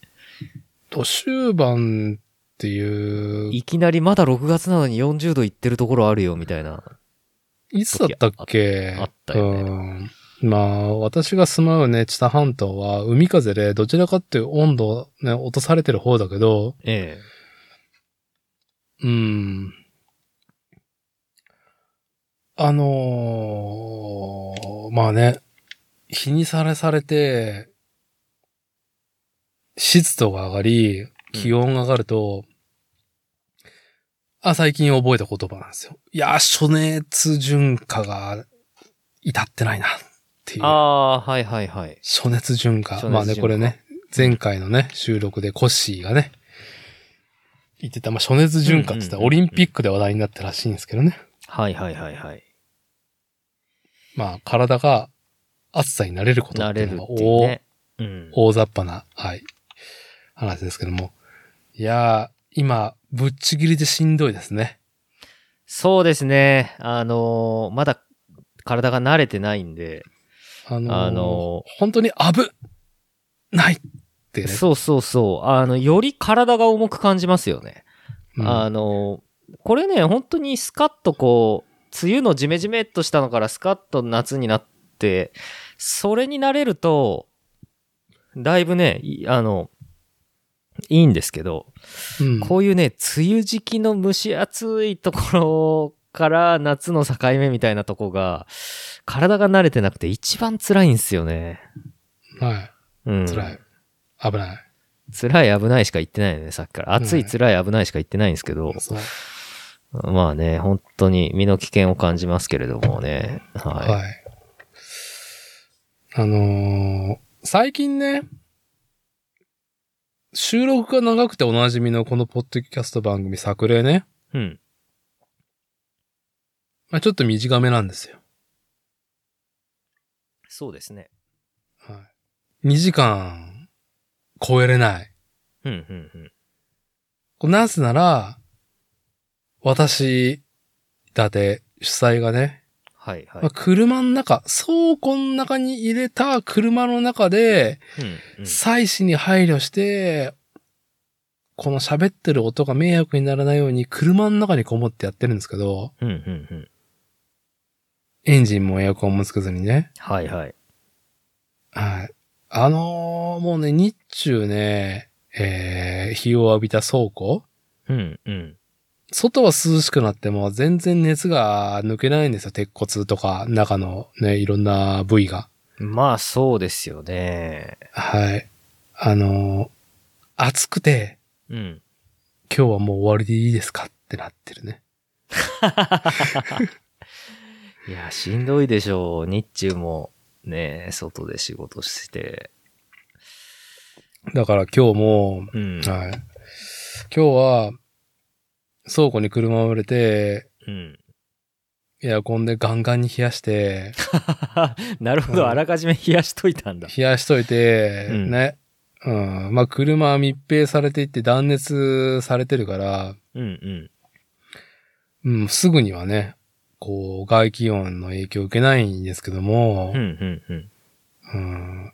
[SPEAKER 1] うん。終盤っていう、
[SPEAKER 2] いきなりまだ6月なのに40度行ってるところあるよみたいな。
[SPEAKER 1] いつだったっけ
[SPEAKER 2] ああったよね
[SPEAKER 1] うんまあ、私が住まうね、知多半島は、海風でどちらかっていう温度、ね、落とされてる方だけど、
[SPEAKER 2] ええ。
[SPEAKER 1] うん。あのーまあね、日にさらされて、湿度が上がり、気温が上がると、あ、最近覚えた言葉なんですよ。いやー、暑熱順化が至ってないな、っていう。
[SPEAKER 2] ああー、はいはいはい。
[SPEAKER 1] 暑熱順化。
[SPEAKER 2] 暑熱順化
[SPEAKER 1] まあね、これね、前回のね、収録でコッシーがね、言ってた、まあ、暑熱順化って言ったら
[SPEAKER 2] うん
[SPEAKER 1] オ
[SPEAKER 2] うんう
[SPEAKER 1] リ
[SPEAKER 2] んうん
[SPEAKER 1] ンピックで話題になったらしいんですけどね。
[SPEAKER 2] はいはいはいはい。
[SPEAKER 1] まあ、体が暑さに慣れること
[SPEAKER 2] 慣
[SPEAKER 1] って
[SPEAKER 2] れ
[SPEAKER 1] いう
[SPEAKER 2] る
[SPEAKER 1] のが
[SPEAKER 2] っていうね。うん。
[SPEAKER 1] 大大雑把な、はい、話ですけども。いや今、ぶっちぎりでしんどいですね。
[SPEAKER 2] そうですね。あのーまだ体が慣れてないんで、
[SPEAKER 1] あのー
[SPEAKER 2] あの
[SPEAKER 1] 本当に危ないってね。
[SPEAKER 2] そうそうそう。あの、より体が重く感じますよね。
[SPEAKER 1] うん
[SPEAKER 2] あの、これね、本当にスカッとこう、梅雨のジメジメっとしたのからスカッと夏になって、それに慣れると、だいぶね、いあの、いいんですけど、
[SPEAKER 1] うん
[SPEAKER 2] こういうね、梅雨時期の蒸し暑いところから夏の境目みたいなとこが、体が慣れてなくて一番辛いんですよね。
[SPEAKER 1] は
[SPEAKER 2] うん。
[SPEAKER 1] い。辛い。危ない。
[SPEAKER 2] 辛い危ないしか言ってないよね、さっきから。暑い
[SPEAKER 1] うん
[SPEAKER 2] 辛い危ないしか言ってないんですけど。
[SPEAKER 1] そう。
[SPEAKER 2] まあね、本当に身の危険を感じますけれどもね。はい。
[SPEAKER 1] はい。あのー最近ね、収録が長くておなじみのこのポッドキャスト番組作例ね。
[SPEAKER 2] うん。
[SPEAKER 1] まあ、ちょっと短めなんですよ。
[SPEAKER 2] そうですね。
[SPEAKER 1] はい。2時間超えれない。
[SPEAKER 2] うん、うん、うん。
[SPEAKER 1] これなぜなら、私、だて主催がね、
[SPEAKER 2] はい、は
[SPEAKER 1] ま
[SPEAKER 2] い
[SPEAKER 1] あ、。車の中、倉庫の中に入れた車の中で、
[SPEAKER 2] うん、うん。
[SPEAKER 1] 妻子に配慮して、この喋ってる音が迷惑にならないように車の中にこもってやってるんですけど、
[SPEAKER 2] うん、うん、うん。
[SPEAKER 1] エンジンもエアコンもつけずにね。
[SPEAKER 2] はい、はい。
[SPEAKER 1] はい。あのーもうね、日中ね、えー、日を浴びた倉庫
[SPEAKER 2] うん、うん。
[SPEAKER 1] 外は涼しくなっても全然熱が抜けないんですよ。鉄骨とか中のね、いろんな部位が。
[SPEAKER 2] まあ、そうですよね。
[SPEAKER 1] はい。あのー暑くて、
[SPEAKER 2] うん。
[SPEAKER 1] 今日はもう終わりでいいですかってなってるね。
[SPEAKER 2] いや、しんどいでしょう。日中も、ね、外で仕事して。
[SPEAKER 1] だから今日も、
[SPEAKER 2] うん。
[SPEAKER 1] はい。今日は、倉庫に車を入れて、
[SPEAKER 2] うん。
[SPEAKER 1] エアコンでガンガンに冷やして、
[SPEAKER 2] なるほ
[SPEAKER 1] うん
[SPEAKER 2] ど。あらかじめ冷やしといたんだ。
[SPEAKER 1] 冷やしといて、
[SPEAKER 2] うん
[SPEAKER 1] ね。うん。まあ、車は密閉されていって断熱されてるから、
[SPEAKER 2] うん、うん。
[SPEAKER 1] うん、すぐにはね、こう、外気温の影響を受けないんですけども
[SPEAKER 2] うん、う、ん、うん。
[SPEAKER 1] うん、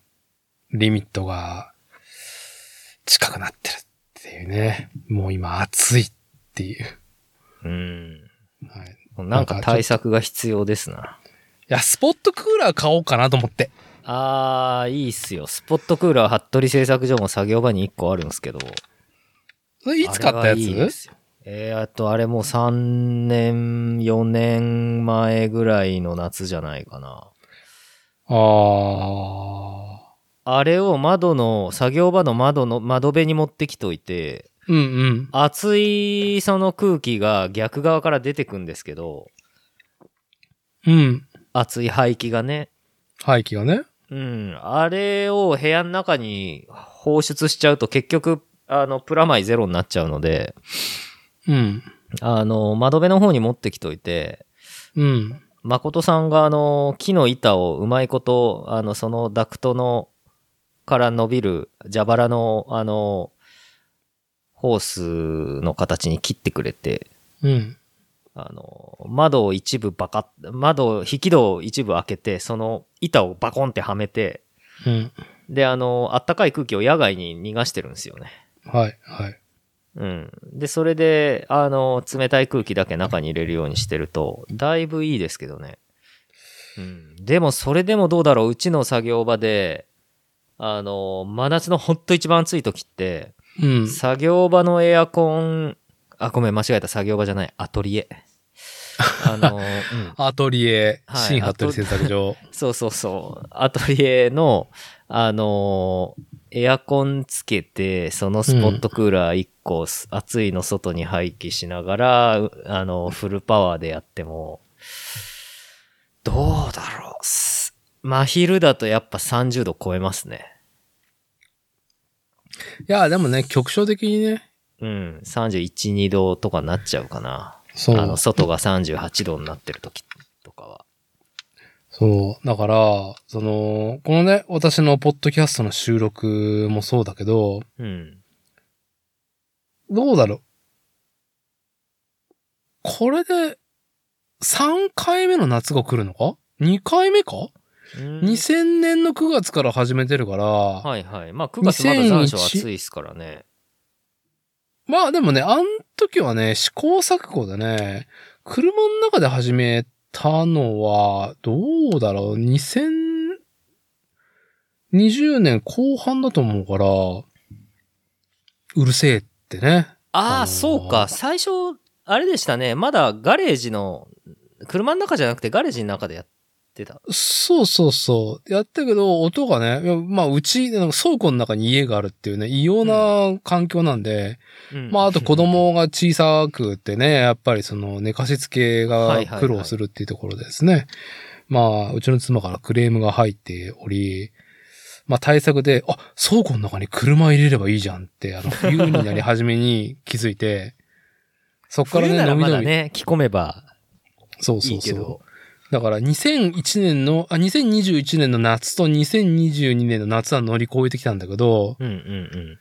[SPEAKER 1] リミットが近くなってるっていうね。もう今暑いっていう。
[SPEAKER 2] うん。
[SPEAKER 1] はい、い
[SPEAKER 2] なんか対策が必要ですな。
[SPEAKER 1] や、スポットクーラー買おうかなと思って。
[SPEAKER 2] あー、いいっすよ。スポットクーラー、服部製作所も作業場に1個あるんですけど。
[SPEAKER 1] それいつ買ったや
[SPEAKER 2] あれ
[SPEAKER 1] つ
[SPEAKER 2] はいいですよえー、あと、あれもう3年、4年前ぐらいの夏じゃないかな。
[SPEAKER 1] ああ。
[SPEAKER 2] あれを窓の、作業場の窓の、窓辺に持ってきといて、
[SPEAKER 1] うんうん。
[SPEAKER 2] 熱いその空気が逆側から出てくんですけど、
[SPEAKER 1] うん。
[SPEAKER 2] 熱い排気がね。
[SPEAKER 1] 排気がね。
[SPEAKER 2] うん。あれを部屋の中に放出しちゃうと結局、あの、プラマイゼロになっちゃうので、
[SPEAKER 1] うん。
[SPEAKER 2] あの、窓辺の方に持ってきといて、
[SPEAKER 1] うん。
[SPEAKER 2] 誠さんがあの、木の板をうまいこと、あの、そのダクトの、から伸びる蛇腹の、あの、ホースの形に切ってくれて、
[SPEAKER 1] うん。
[SPEAKER 2] あの、窓を一部バカッ、窓を、引き戸を一部開けて、その板をバコンってはめて、
[SPEAKER 1] うん。
[SPEAKER 2] で、あの、あったかい空気を野外に逃がしてるんですよね。
[SPEAKER 1] はい、はい。
[SPEAKER 2] うん。で、それで、あの、冷たい空気だけ中に入れるようにしてると、だいぶいいですけどね。うん。でも、それでもどうだろう。うちの作業場で、あの、真夏のほんと一番暑い時って、
[SPEAKER 1] うん。
[SPEAKER 2] 作業場のエアコン、あ、ごめん、間違えた。作業場じゃない。アトリエ。あの、うん。
[SPEAKER 1] アトリエ、
[SPEAKER 2] はい
[SPEAKER 1] 新ハットリ製作所。
[SPEAKER 2] そうそうそう。アトリエの、あのーエアコンつけて、そのスポットクーラー1個、す暑いの外に廃棄しながら、うあのーフルパワーでやっても、どうだろう。す真昼だとやっぱ30度超えますね。
[SPEAKER 1] いや、でもね、局所的にね。
[SPEAKER 2] うん。31、2度とかになっちゃうかな。
[SPEAKER 1] そう。
[SPEAKER 2] あの、外が38度になってる時とかは。
[SPEAKER 1] そう。だから、その、このね、私のポッドキャストの収録もそうだけど、
[SPEAKER 2] うん。
[SPEAKER 1] どうだろこれで、3回目の夏が来るのか ?2 回目か、
[SPEAKER 2] うん
[SPEAKER 1] ?2000 年の9月から始めてるから、
[SPEAKER 2] はいはい。まあ9月まだ残
[SPEAKER 1] 2001
[SPEAKER 2] 暑暑いですからね。
[SPEAKER 1] まあでもね、あの時はね、試行錯誤でね、車の中で始めたのは、どうだろう、2020年後半だと思うから、うるせえってね。
[SPEAKER 2] あ
[SPEAKER 1] あ
[SPEAKER 2] あ、
[SPEAKER 1] のー
[SPEAKER 2] そうか。最初、あれでしたね。まだガレージの、車の中じゃなくてガレージの中でやってた。
[SPEAKER 1] そうそうそう。やったけど、音がね、いやまあ、うち、なんか倉庫の中に家があるっていうね、異様な環境なんで、
[SPEAKER 2] うん
[SPEAKER 1] まあ、あと子。供が小さくってね、やっぱりその寝かしつけが苦労するっていうところですね。まあ、うちの妻からクレームが入っており、まあ対策で、あ、倉庫の中に車入れればいいじゃんって、あの、冬になり始め に気づいて、そっから
[SPEAKER 2] 冬
[SPEAKER 1] ね、
[SPEAKER 2] なら
[SPEAKER 1] 飲み
[SPEAKER 2] ま
[SPEAKER 1] 飲
[SPEAKER 2] だ
[SPEAKER 1] み。
[SPEAKER 2] ね、着込めば
[SPEAKER 1] そう
[SPEAKER 2] い
[SPEAKER 1] そ
[SPEAKER 2] いうけ
[SPEAKER 1] そう。
[SPEAKER 2] ど。
[SPEAKER 1] だから2001年の、あ、2021年の夏と2022年の夏は乗り越えてきたんだけど、
[SPEAKER 2] うんうん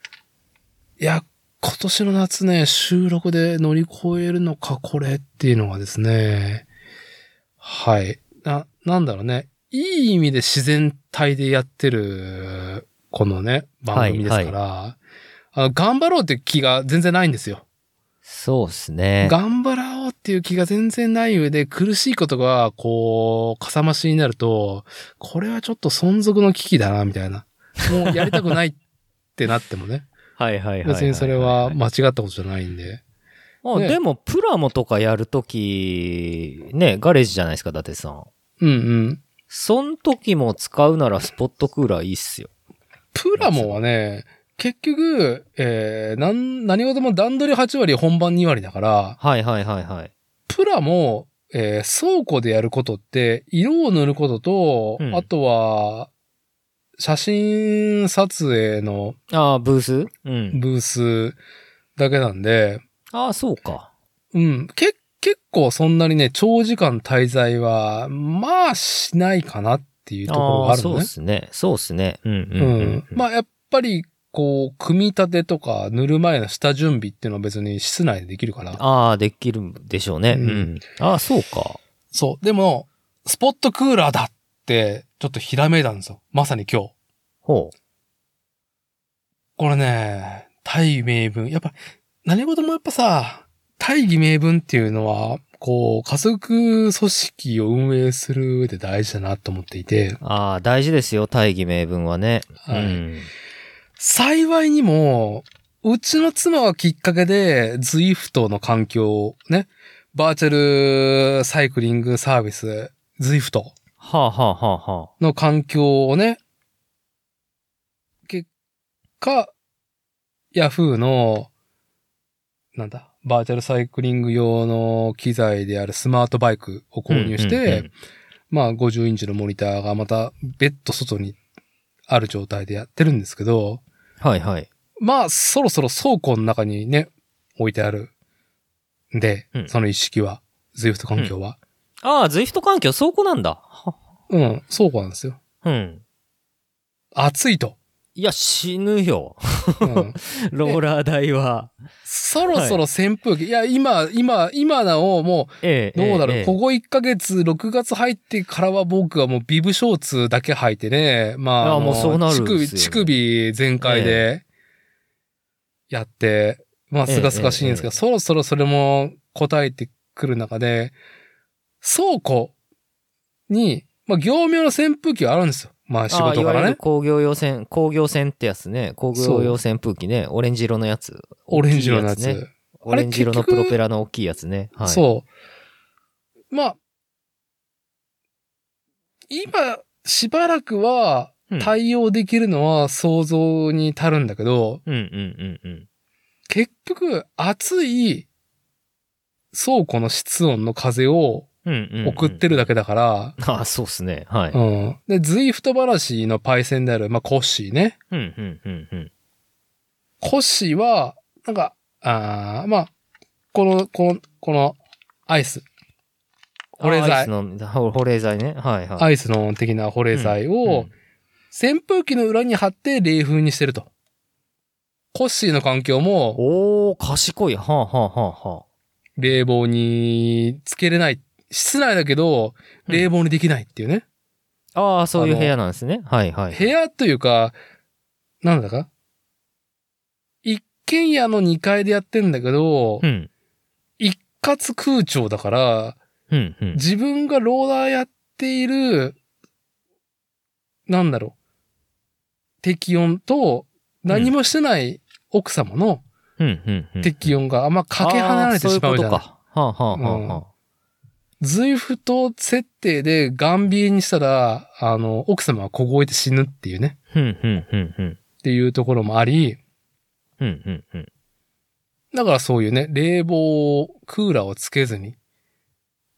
[SPEAKER 1] いや、今年の夏ね、収録で乗り越えるのか、これっていうのがですね、はい。な、なんだろうね。いい意味で自然体でやってる、このね、番組ですから、あの頑張ろうって気が全然ないんですよ。
[SPEAKER 2] そうっすね。
[SPEAKER 1] 頑張ろうっていう気が全然ない上で苦しいことが、こう、かさ増しになると、これはちょっと存続の危機だな、みたいな。もうやりたくないってなってもね。
[SPEAKER 2] はいはいはいはいはい。
[SPEAKER 1] 別にそれは間違ったことじゃないんで。
[SPEAKER 2] あ
[SPEAKER 1] ね
[SPEAKER 2] でも、プラモとかやるとき、ね、ガレージじゃないですか、伊達さん。
[SPEAKER 1] うんうん。
[SPEAKER 2] そん時も使うならスポットクーラーいいっすよ。
[SPEAKER 1] プラモはね、結局、えー、なん、何事も段取り8割、本番2割だから、
[SPEAKER 2] はいはいはいはい。
[SPEAKER 1] プラも、えー倉庫でやることって、色を塗ることと、
[SPEAKER 2] うん
[SPEAKER 1] あとは、写真撮影の
[SPEAKER 2] ああ、ブースうん。
[SPEAKER 1] ブースだけなんで、
[SPEAKER 2] ああ、そうか。
[SPEAKER 1] うん、け、結構そんなにね、長時間滞在は、まあ、しないかなっていうところ
[SPEAKER 2] あ
[SPEAKER 1] が
[SPEAKER 2] あ、
[SPEAKER 1] ある
[SPEAKER 2] そ
[SPEAKER 1] の
[SPEAKER 2] う
[SPEAKER 1] ね
[SPEAKER 2] っ。すね。そうっすね。うんうんうんうん。
[SPEAKER 1] まあやっぱり、こう、組み立てとか塗る前の下準備っていうのは別に室内でできるから。
[SPEAKER 2] ああ、できるんでしょうね。う
[SPEAKER 1] うん
[SPEAKER 2] ん。ああ、そうか。
[SPEAKER 1] そう。でも、スポットクーラーだって、ちょっとひらめいたんですよ。まさに今日。
[SPEAKER 2] ほ
[SPEAKER 1] これね、大義名分。やっぱ、何事もやっぱさ、大義名分っていうのは、こう、家族組織を運営する上で大事だなと思っていて、
[SPEAKER 2] う。ああ、大事ですよ、大義名分はね。
[SPEAKER 1] はい
[SPEAKER 2] うん
[SPEAKER 1] 幸いにも、うちの妻がきっかけで、ズイフトの環境をね、バーチャルサイクリングサービス、ズイフト
[SPEAKER 2] はあはあはあはあ。
[SPEAKER 1] の環境をね、結果、ヤフーの、なんだ、バーチャルサイクリング用の機材であるスマートバイクを購入して、
[SPEAKER 2] うんうんうん
[SPEAKER 1] まあ50インチのモニターがまた別途外にある状態でやってるんですけど、
[SPEAKER 2] はいはい。
[SPEAKER 1] まあ、そろそろ倉庫の中にね、置いてある。で、
[SPEAKER 2] うん
[SPEAKER 1] その一式は、ズイフト環境は。
[SPEAKER 2] ああ、ズイフト環境、倉庫なんだ。は
[SPEAKER 1] うん、倉庫なんですよ。
[SPEAKER 2] うん。
[SPEAKER 1] 暑いと。
[SPEAKER 2] いや、死ぬよ。
[SPEAKER 1] うん、
[SPEAKER 2] ローラー台は。
[SPEAKER 1] そろそろ扇風機。い、や、今、今、今なお、も
[SPEAKER 2] え
[SPEAKER 1] う、どうだろう、
[SPEAKER 2] ええ
[SPEAKER 1] ここ1ヶ月、6月入ってからは僕はもうビブショーツだけ履いてね、まあ、
[SPEAKER 2] ああ
[SPEAKER 1] あの
[SPEAKER 2] もうそうなるん
[SPEAKER 1] 乳
[SPEAKER 2] ですよね
[SPEAKER 1] 首、乳首全開で、やって、まあ、
[SPEAKER 2] ええ
[SPEAKER 1] すがすがしいんですけど、
[SPEAKER 2] ええ
[SPEAKER 1] そろそろそれも答えてくる中で、倉庫に、まあ、業務用の扇風機はあるんですよ。まあ、仕
[SPEAKER 2] ああ
[SPEAKER 1] 事
[SPEAKER 2] い
[SPEAKER 1] か
[SPEAKER 2] わゆ
[SPEAKER 1] ら
[SPEAKER 2] る
[SPEAKER 1] ね。
[SPEAKER 2] 工業用線、工業線ってやつね。工業用扇風機ね。オレンジ色のやつ。
[SPEAKER 1] オレンジ色のやつ。
[SPEAKER 2] 大きいねオレンジ色のプロペラの大きいやつね。はい。
[SPEAKER 1] そう。まあ、今、しばらくは
[SPEAKER 2] うん
[SPEAKER 1] 対応できるのは想像に足るんだけど、
[SPEAKER 2] うんうんうんうん。
[SPEAKER 1] 結局、暑い倉庫の室温の風を
[SPEAKER 2] うんうんうん
[SPEAKER 1] 送ってるだけだから、
[SPEAKER 2] ああ、そうっすね。はい。
[SPEAKER 1] う
[SPEAKER 2] うん
[SPEAKER 1] んで、ズイフト話のパイセンである、まあ、コッシーね。
[SPEAKER 2] うんうんうん。
[SPEAKER 1] コッシーは、なんか、あーまあ、この、この、この、アイス。保冷剤
[SPEAKER 2] あアイスのほ保冷剤ね。はいはい。
[SPEAKER 1] アイスの的な保冷剤を、
[SPEAKER 2] うん
[SPEAKER 1] 扇風機の裏に貼って冷風にしてると。コッシーの環境も、
[SPEAKER 2] おー、賢い。はあはあはあは
[SPEAKER 1] 冷房につけれない。室内だけど、
[SPEAKER 2] うん
[SPEAKER 1] 冷房にできないっていうね。
[SPEAKER 2] ああ、そうい
[SPEAKER 1] あ
[SPEAKER 2] う
[SPEAKER 1] の
[SPEAKER 2] 部屋なんですね。はいはい。
[SPEAKER 1] 部屋というか、なんだか一軒家の2階でやってんだけど、
[SPEAKER 2] うん。
[SPEAKER 1] 一括空調だから、
[SPEAKER 2] うん、うん。
[SPEAKER 1] 自分がローダーやっている、なんだろう、適温と、何もしてない奥様の
[SPEAKER 2] うん、うんうん。
[SPEAKER 1] 適温があんまかけ離れてしまうじゃ
[SPEAKER 2] あ
[SPEAKER 1] ん。
[SPEAKER 2] あそういうことか。はあ、はあ、はあはあ。
[SPEAKER 1] 随フと設定でガンビーにしたら、あの、奥様は凍えて死ぬっていうね、
[SPEAKER 2] うん、うん、うん、うん。
[SPEAKER 1] っていうところもあり、
[SPEAKER 2] うん、うん、うん。
[SPEAKER 1] だからそういうね、冷房、クーラーをつけずに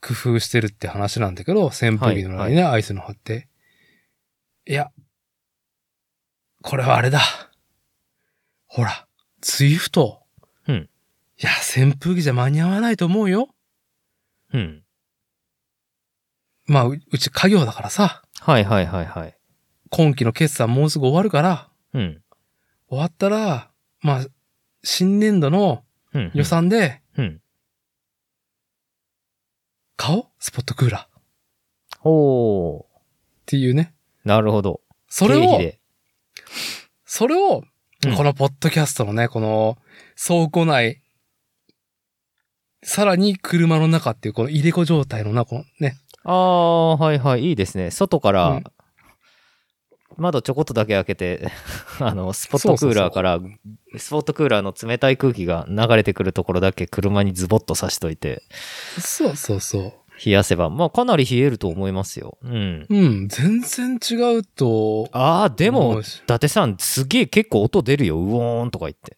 [SPEAKER 1] 工夫してるって話なんだけど、扇風機の中にね、アイスの貼って。いや、これはあれだ。ほら、ツイフト。
[SPEAKER 2] うん
[SPEAKER 1] いや、扇風機じゃ間に合わないと思うよ。
[SPEAKER 2] うん。
[SPEAKER 1] まあ、ううち家業だからさ、
[SPEAKER 2] はい、はい、はい、はい。
[SPEAKER 1] 今期の決算もうすぐ終わるから、
[SPEAKER 2] うん。
[SPEAKER 1] 終わったら、まあ、新年度の
[SPEAKER 2] うん。
[SPEAKER 1] 予。算で
[SPEAKER 2] うん。
[SPEAKER 1] 買おう、スポットクーラーっ
[SPEAKER 2] おー。
[SPEAKER 1] ていうね。
[SPEAKER 2] なるほど。
[SPEAKER 1] それを
[SPEAKER 2] 経費、で
[SPEAKER 1] それを、
[SPEAKER 2] うん
[SPEAKER 1] このポッドキャストのね、この倉庫内、さらに車の中っていう、この入れ子状態のな、このね、
[SPEAKER 2] ああ、はいはい、いいですね。外から、
[SPEAKER 1] うん
[SPEAKER 2] 窓ちょこっとだけ開けて、 あの、スポットクーラーから、スポットクーラーの冷たい空気が流れてくるところだけ車にズボッと差しといて、
[SPEAKER 1] そうそうそ
[SPEAKER 2] 冷やせば、まあかなり冷えると思いますよ。う
[SPEAKER 1] う。
[SPEAKER 2] ん。
[SPEAKER 1] うん、全然違うと、
[SPEAKER 2] ああ、で
[SPEAKER 1] 思
[SPEAKER 2] も、
[SPEAKER 1] う
[SPEAKER 2] 伊
[SPEAKER 1] し
[SPEAKER 2] 達さん、すげえ結構音出るよ。うおーんとか言って。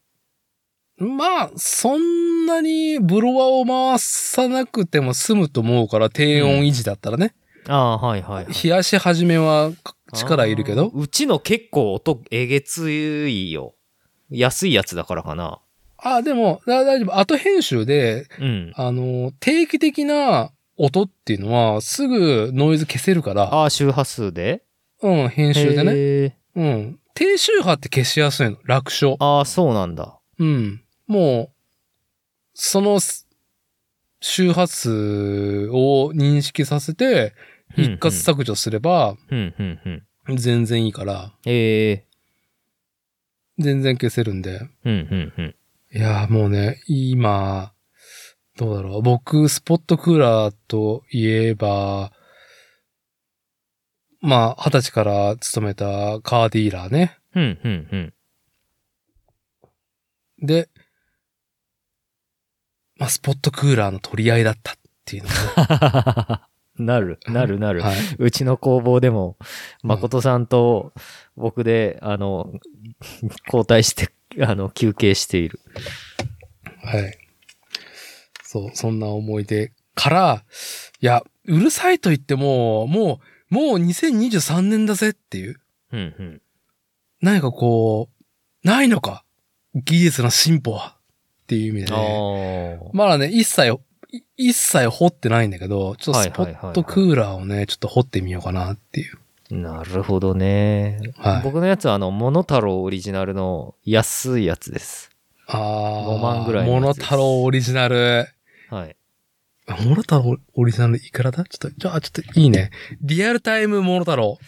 [SPEAKER 1] まあ、そんなにブロワーを回さなくても済むと思うから、低温維持だったらね、
[SPEAKER 2] ああー、はいはい、はい。
[SPEAKER 1] 冷やし始めは力いるけ
[SPEAKER 2] あ
[SPEAKER 1] ど
[SPEAKER 2] ー、うちの結構音えげついよ。安いやつだからかな。
[SPEAKER 1] ああ、でも、だ大丈夫。後編集で、
[SPEAKER 2] うん。
[SPEAKER 1] あの、定期的な音っていうのは、すぐノイズ消せるから、
[SPEAKER 2] ああ、周波数で
[SPEAKER 1] うん、編集でね。
[SPEAKER 2] ね。
[SPEAKER 1] うん。低周波って消しやすいの。楽勝。
[SPEAKER 2] ああ、そうなんだ。
[SPEAKER 1] うん。もう、そのす周波数を認識させて、一括削除すれば、
[SPEAKER 2] うん、うん、うん。
[SPEAKER 1] 全然いいから、
[SPEAKER 2] ええ
[SPEAKER 1] 全然消せるんで。
[SPEAKER 2] うん、うん、うん。
[SPEAKER 1] いやーもうね、今、どうだろう。僕、スポットクーラーといえば、まあ、二十歳から勤めたカーディーラーね。
[SPEAKER 2] うん、うん、うん。
[SPEAKER 1] で、まあ、スポットクーラーの取り合いだったっていうの
[SPEAKER 2] なる、なる、な る。
[SPEAKER 1] が、はい。
[SPEAKER 2] うちの工房でも、
[SPEAKER 1] うん
[SPEAKER 2] 誠さんと僕で、あの、交代して、 あの、休憩している。
[SPEAKER 1] はい。そう、そんな思い出から、いや、うるさいと言っても、もう、もう2023年だぜっていう、
[SPEAKER 2] うん、うん。
[SPEAKER 1] 何かこう、ないのか技術の進歩はっていう意味で
[SPEAKER 2] あ
[SPEAKER 1] ね。
[SPEAKER 2] ー
[SPEAKER 1] まだね、一切、い一切掘ってないんだけど、ちょっとスポ
[SPEAKER 2] はいはいはいは
[SPEAKER 1] ッ
[SPEAKER 2] い
[SPEAKER 1] トクーラーをね、ちょっと掘ってみようかなっていう。
[SPEAKER 2] なるほどね。
[SPEAKER 1] はい
[SPEAKER 2] 僕のやつは、あの、モノタロウオリジナルの安いやつです。
[SPEAKER 1] ああ、
[SPEAKER 2] 5万ぐらいの
[SPEAKER 1] モ
[SPEAKER 2] や
[SPEAKER 1] ノ
[SPEAKER 2] つです
[SPEAKER 1] タロウオリジナル。
[SPEAKER 2] はい。
[SPEAKER 1] あモノタロウオリジナルいくらだちょっと、じゃあちょっといいね。リアルタイムモノタロ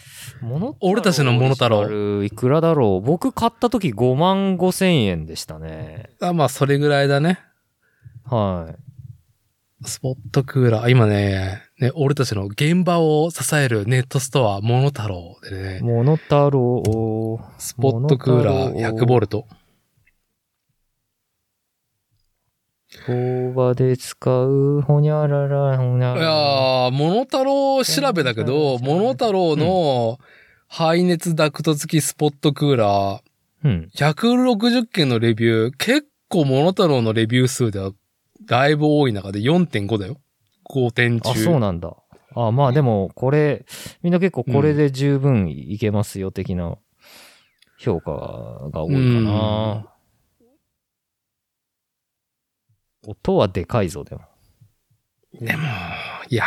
[SPEAKER 2] モノ
[SPEAKER 1] 俺たちのモノタロウ
[SPEAKER 2] オリジナルいくらだろう僕買った時5万5千円でしたね。
[SPEAKER 1] ウ。あ、まあ、それぐらいだね。
[SPEAKER 2] はい。
[SPEAKER 1] スポットクーラー。今ね、ね、俺たちの現場を支えるネットストア、モノタロウでね、
[SPEAKER 2] モノタロウ。
[SPEAKER 1] スポットクーラ
[SPEAKER 2] モノ
[SPEAKER 1] ー
[SPEAKER 2] タロウ
[SPEAKER 1] 100ボルト。
[SPEAKER 2] 工場で使う、ほにゃらら、ほにゃ
[SPEAKER 1] い
[SPEAKER 2] ら
[SPEAKER 1] や
[SPEAKER 2] ら。
[SPEAKER 1] ー、モノタロウ調べたけど、モノタロウの排熱ダクト付きスポットクーラー、
[SPEAKER 2] うん。
[SPEAKER 1] 160件のレビュー、結構モノタロウのレビュー数ではだいぶ多い中で4.5だよ。5点中。
[SPEAKER 2] あ、そうなんだ。あ、まあでも、これ、みんな結構これで十分いけますよ、的な評価が多いかな。音はでかいぞ、でも。
[SPEAKER 1] でも、いや、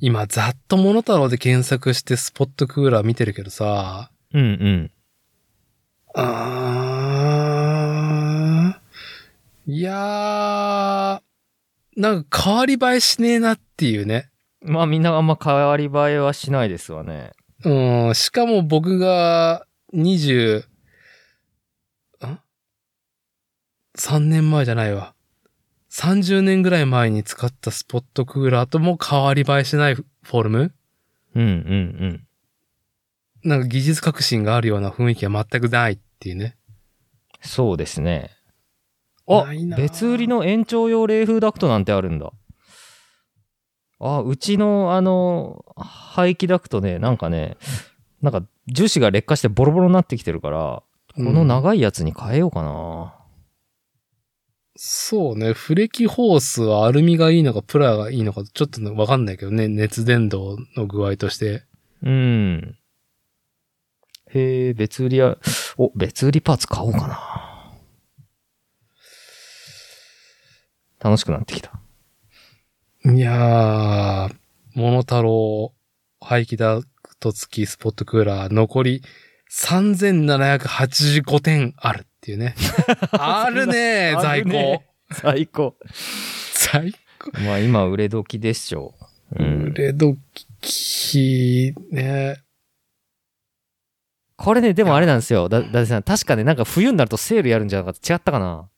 [SPEAKER 1] 今、ざっとモノタロウで検索してスポットクーラー見てるけどさ、
[SPEAKER 2] うんうん。
[SPEAKER 1] あー、いやー、なんか変わり映えしねえなっていうね。
[SPEAKER 2] まあみんなあんま変わり映えはしないですわね。
[SPEAKER 1] うん、しかも僕が20、ん ?3 年前じゃないわ。30年ぐらい前に使ったスポットクーラーとも変わり映えしないフォルム
[SPEAKER 2] うんうん
[SPEAKER 1] なんか技術革新があるような雰囲気は全くないっていうね。
[SPEAKER 2] うん。そうですね。あ
[SPEAKER 1] ないなあ
[SPEAKER 2] 別売りの延長用冷風ダクトなんてあるんだ。あ、うちのあの、排気ダクトね、なんかね、なんか樹脂が劣化してボロボロになってきてるから、こ
[SPEAKER 1] うん
[SPEAKER 2] の長いやつに変えようかな。
[SPEAKER 1] そうね。フレキホースはアルミがいいのかプラがいいのかちょっとねわかんないけどね。熱伝導の具合として。
[SPEAKER 2] うん。へえ、別売りや、お、別売りパーツ買おうかな。楽しくなってきた。
[SPEAKER 1] いやー、モノタロウ、排気ダクト付きスポットクーラー、残り3785点あるっていう ね。あるねー、
[SPEAKER 2] あ
[SPEAKER 1] 在
[SPEAKER 2] るね
[SPEAKER 1] 庫。
[SPEAKER 2] 最高。
[SPEAKER 1] 在庫。
[SPEAKER 2] まあ今売れ時でしょう。うん
[SPEAKER 1] 売れ時、ね。
[SPEAKER 2] これね、でもあれなんですよ。だ、だってさん、確かね、なんか冬になるとセールやるんじゃなかった違ったかな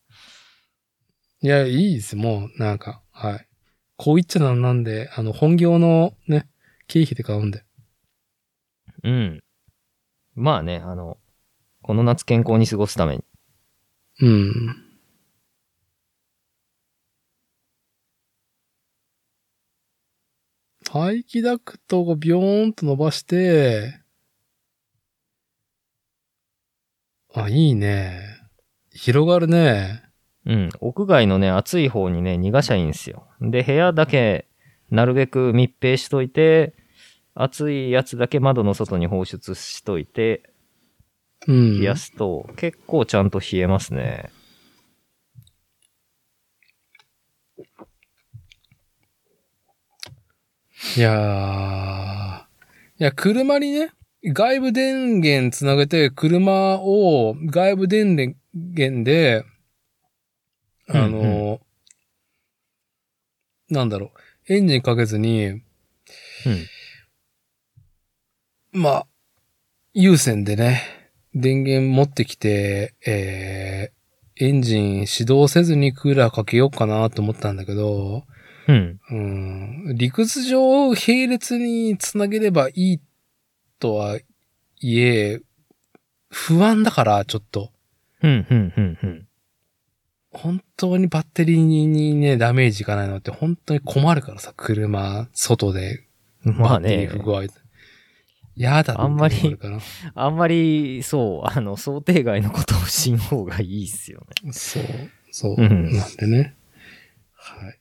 [SPEAKER 2] い
[SPEAKER 1] や、いいです、もう、なんか、はい。こう言っちゃなんなんで、あの、本業のね、経費で買うんで。
[SPEAKER 2] うん。まあね、あの、この夏健康に過ごすために。
[SPEAKER 1] うん。排気ダクトをビヨーンと伸ばして、あ、いいね。広がるね。
[SPEAKER 2] うん。屋外のね、暑い方にね、逃がしゃいいんですよ。で、部屋だけ、なるべく密閉しといて、暑いやつだけ窓の外に放出しといて、
[SPEAKER 1] うん。
[SPEAKER 2] 冷やすと、結構ちゃんと冷えますね。
[SPEAKER 1] いやー。いや、車にね、外部電源つなげて、車を外部電源で、あの、
[SPEAKER 2] うん
[SPEAKER 1] なんだろう、エンジンかけずに、まあ、有線でね、電源持ってきて、えー、エンジン始動せずにクーラーかけようかなと思ったんだけど、
[SPEAKER 2] うん。うん。
[SPEAKER 1] うん理屈上並列につなげればいいとはいえ、不安だから、ちょっと。
[SPEAKER 2] うん、うん、うん、うん。
[SPEAKER 1] 本当にバッテリーにね、ダメージがないのって本当に困るからさ、車、外で。
[SPEAKER 2] まあ
[SPEAKER 1] バッテリー、
[SPEAKER 2] ね
[SPEAKER 1] 不具合。やだって
[SPEAKER 2] あんまり
[SPEAKER 1] 思うから
[SPEAKER 2] あんまり、そう、あの、想定外のことをしん方がいいっすよね。
[SPEAKER 1] そう、そう、
[SPEAKER 2] うん
[SPEAKER 1] なんでね。はい。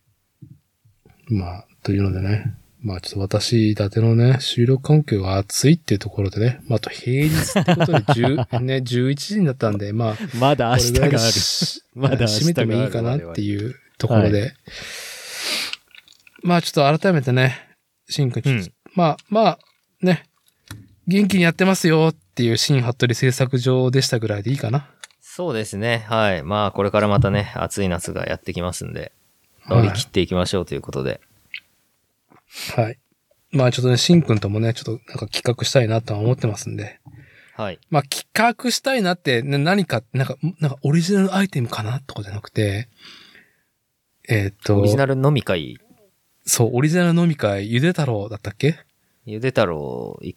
[SPEAKER 1] まあ、というのでね。まあちょっと私立てのね、収録環境が暑いっていうところでね、まああと平日ってことで10、ね、11時 になったんで、まあ、
[SPEAKER 2] まだ明日がある。ま
[SPEAKER 1] ま
[SPEAKER 2] だ明
[SPEAKER 1] だ
[SPEAKER 2] 日
[SPEAKER 1] 締めてもいいかなっていうところで。まあちょっと改めてね、シンくん、
[SPEAKER 2] うん
[SPEAKER 1] まあまあね、元気にやってますよっていう新服部製作所でしたぐらいでいいかな。
[SPEAKER 2] そうですね。はい。まあ、これからまたね、暑い夏がやってきますんで、乗り切っていきましょうということで。
[SPEAKER 1] はい。まあちょっとね、しんくんともね、ちょっとなんか企画したいなとは思ってますんで。
[SPEAKER 2] はい。
[SPEAKER 1] まあ企画したいなって、ね、何か、なんか、なんかオリジナルアイテムかなとかじゃなくて、えーっと、
[SPEAKER 2] オリジナル飲み会、
[SPEAKER 1] そう、オリジナル飲み会、ゆで太郎だったっけ
[SPEAKER 2] ゆで太郎い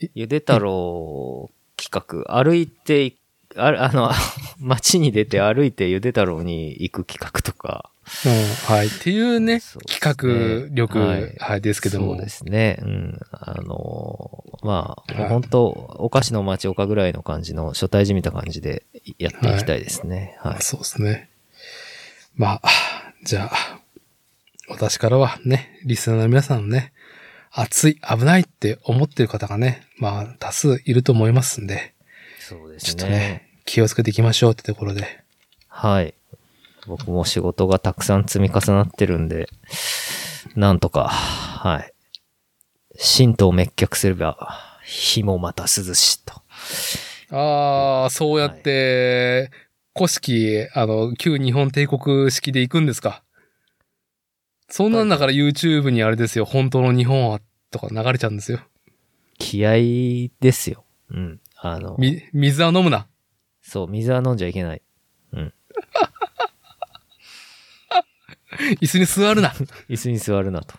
[SPEAKER 1] え、
[SPEAKER 2] ゆで太郎企画、歩いてい、あ あの、街に出て歩いてゆで太郎に行く企画とか。
[SPEAKER 1] うん、はい。っていうね、
[SPEAKER 2] そうですね
[SPEAKER 1] 企画力、
[SPEAKER 2] は
[SPEAKER 1] はいい、ですけども。
[SPEAKER 2] そうですね。うん。あのーまあ、
[SPEAKER 1] はい
[SPEAKER 2] 本当お菓子の町岡ぐらいの感じの、初対じみた感じでやっていきたいですね。はい。
[SPEAKER 1] そうですね。まあ、じゃあ、私からはね、リスナーの皆さんのね、暑い、危ないって思ってる方がね、まあ、多数いると思いますんで、
[SPEAKER 2] そうで
[SPEAKER 1] ちょ
[SPEAKER 2] す
[SPEAKER 1] っとね、気をつけていきましょうってところで。
[SPEAKER 2] はい。僕も仕事がたくさん積み重なってるんで、なんとか、はい。神道を滅却すれば、日もまた涼しいと。
[SPEAKER 1] ああ、そうやって、古式、あの、旧日本帝国式で行くんですか。そんなんだから YouTube にあれですよ、本当の日本はとか流れちゃうんですよ。
[SPEAKER 2] 気合ですよ。うん。あの、
[SPEAKER 1] み、水は飲むな。
[SPEAKER 2] そう、水は飲んじゃいけない。
[SPEAKER 1] 椅子に座るな。
[SPEAKER 2] 椅子に座るなと。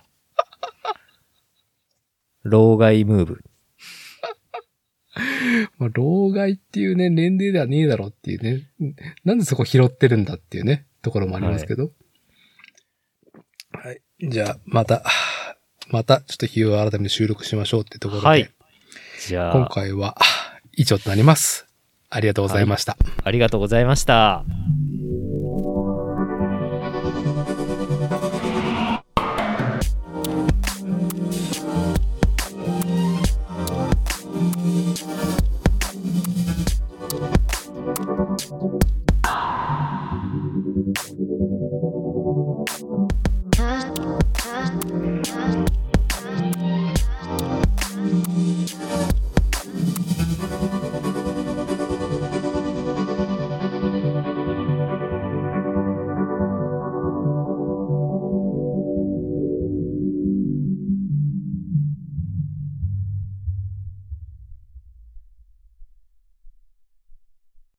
[SPEAKER 2] 老害ムーブ。
[SPEAKER 1] まあ、老害っていうね、年齢ではねえだろうっていうね。うんなんでそこ拾ってるんだっていうね、ところもありますけど。はい。じゃあ、また、また、ちょっと日を改めて収録しましょうってところで。
[SPEAKER 2] はい。じゃ
[SPEAKER 1] 今
[SPEAKER 2] あ、
[SPEAKER 1] 回は以上となります。ありがとうございました。
[SPEAKER 2] ありがとうございました。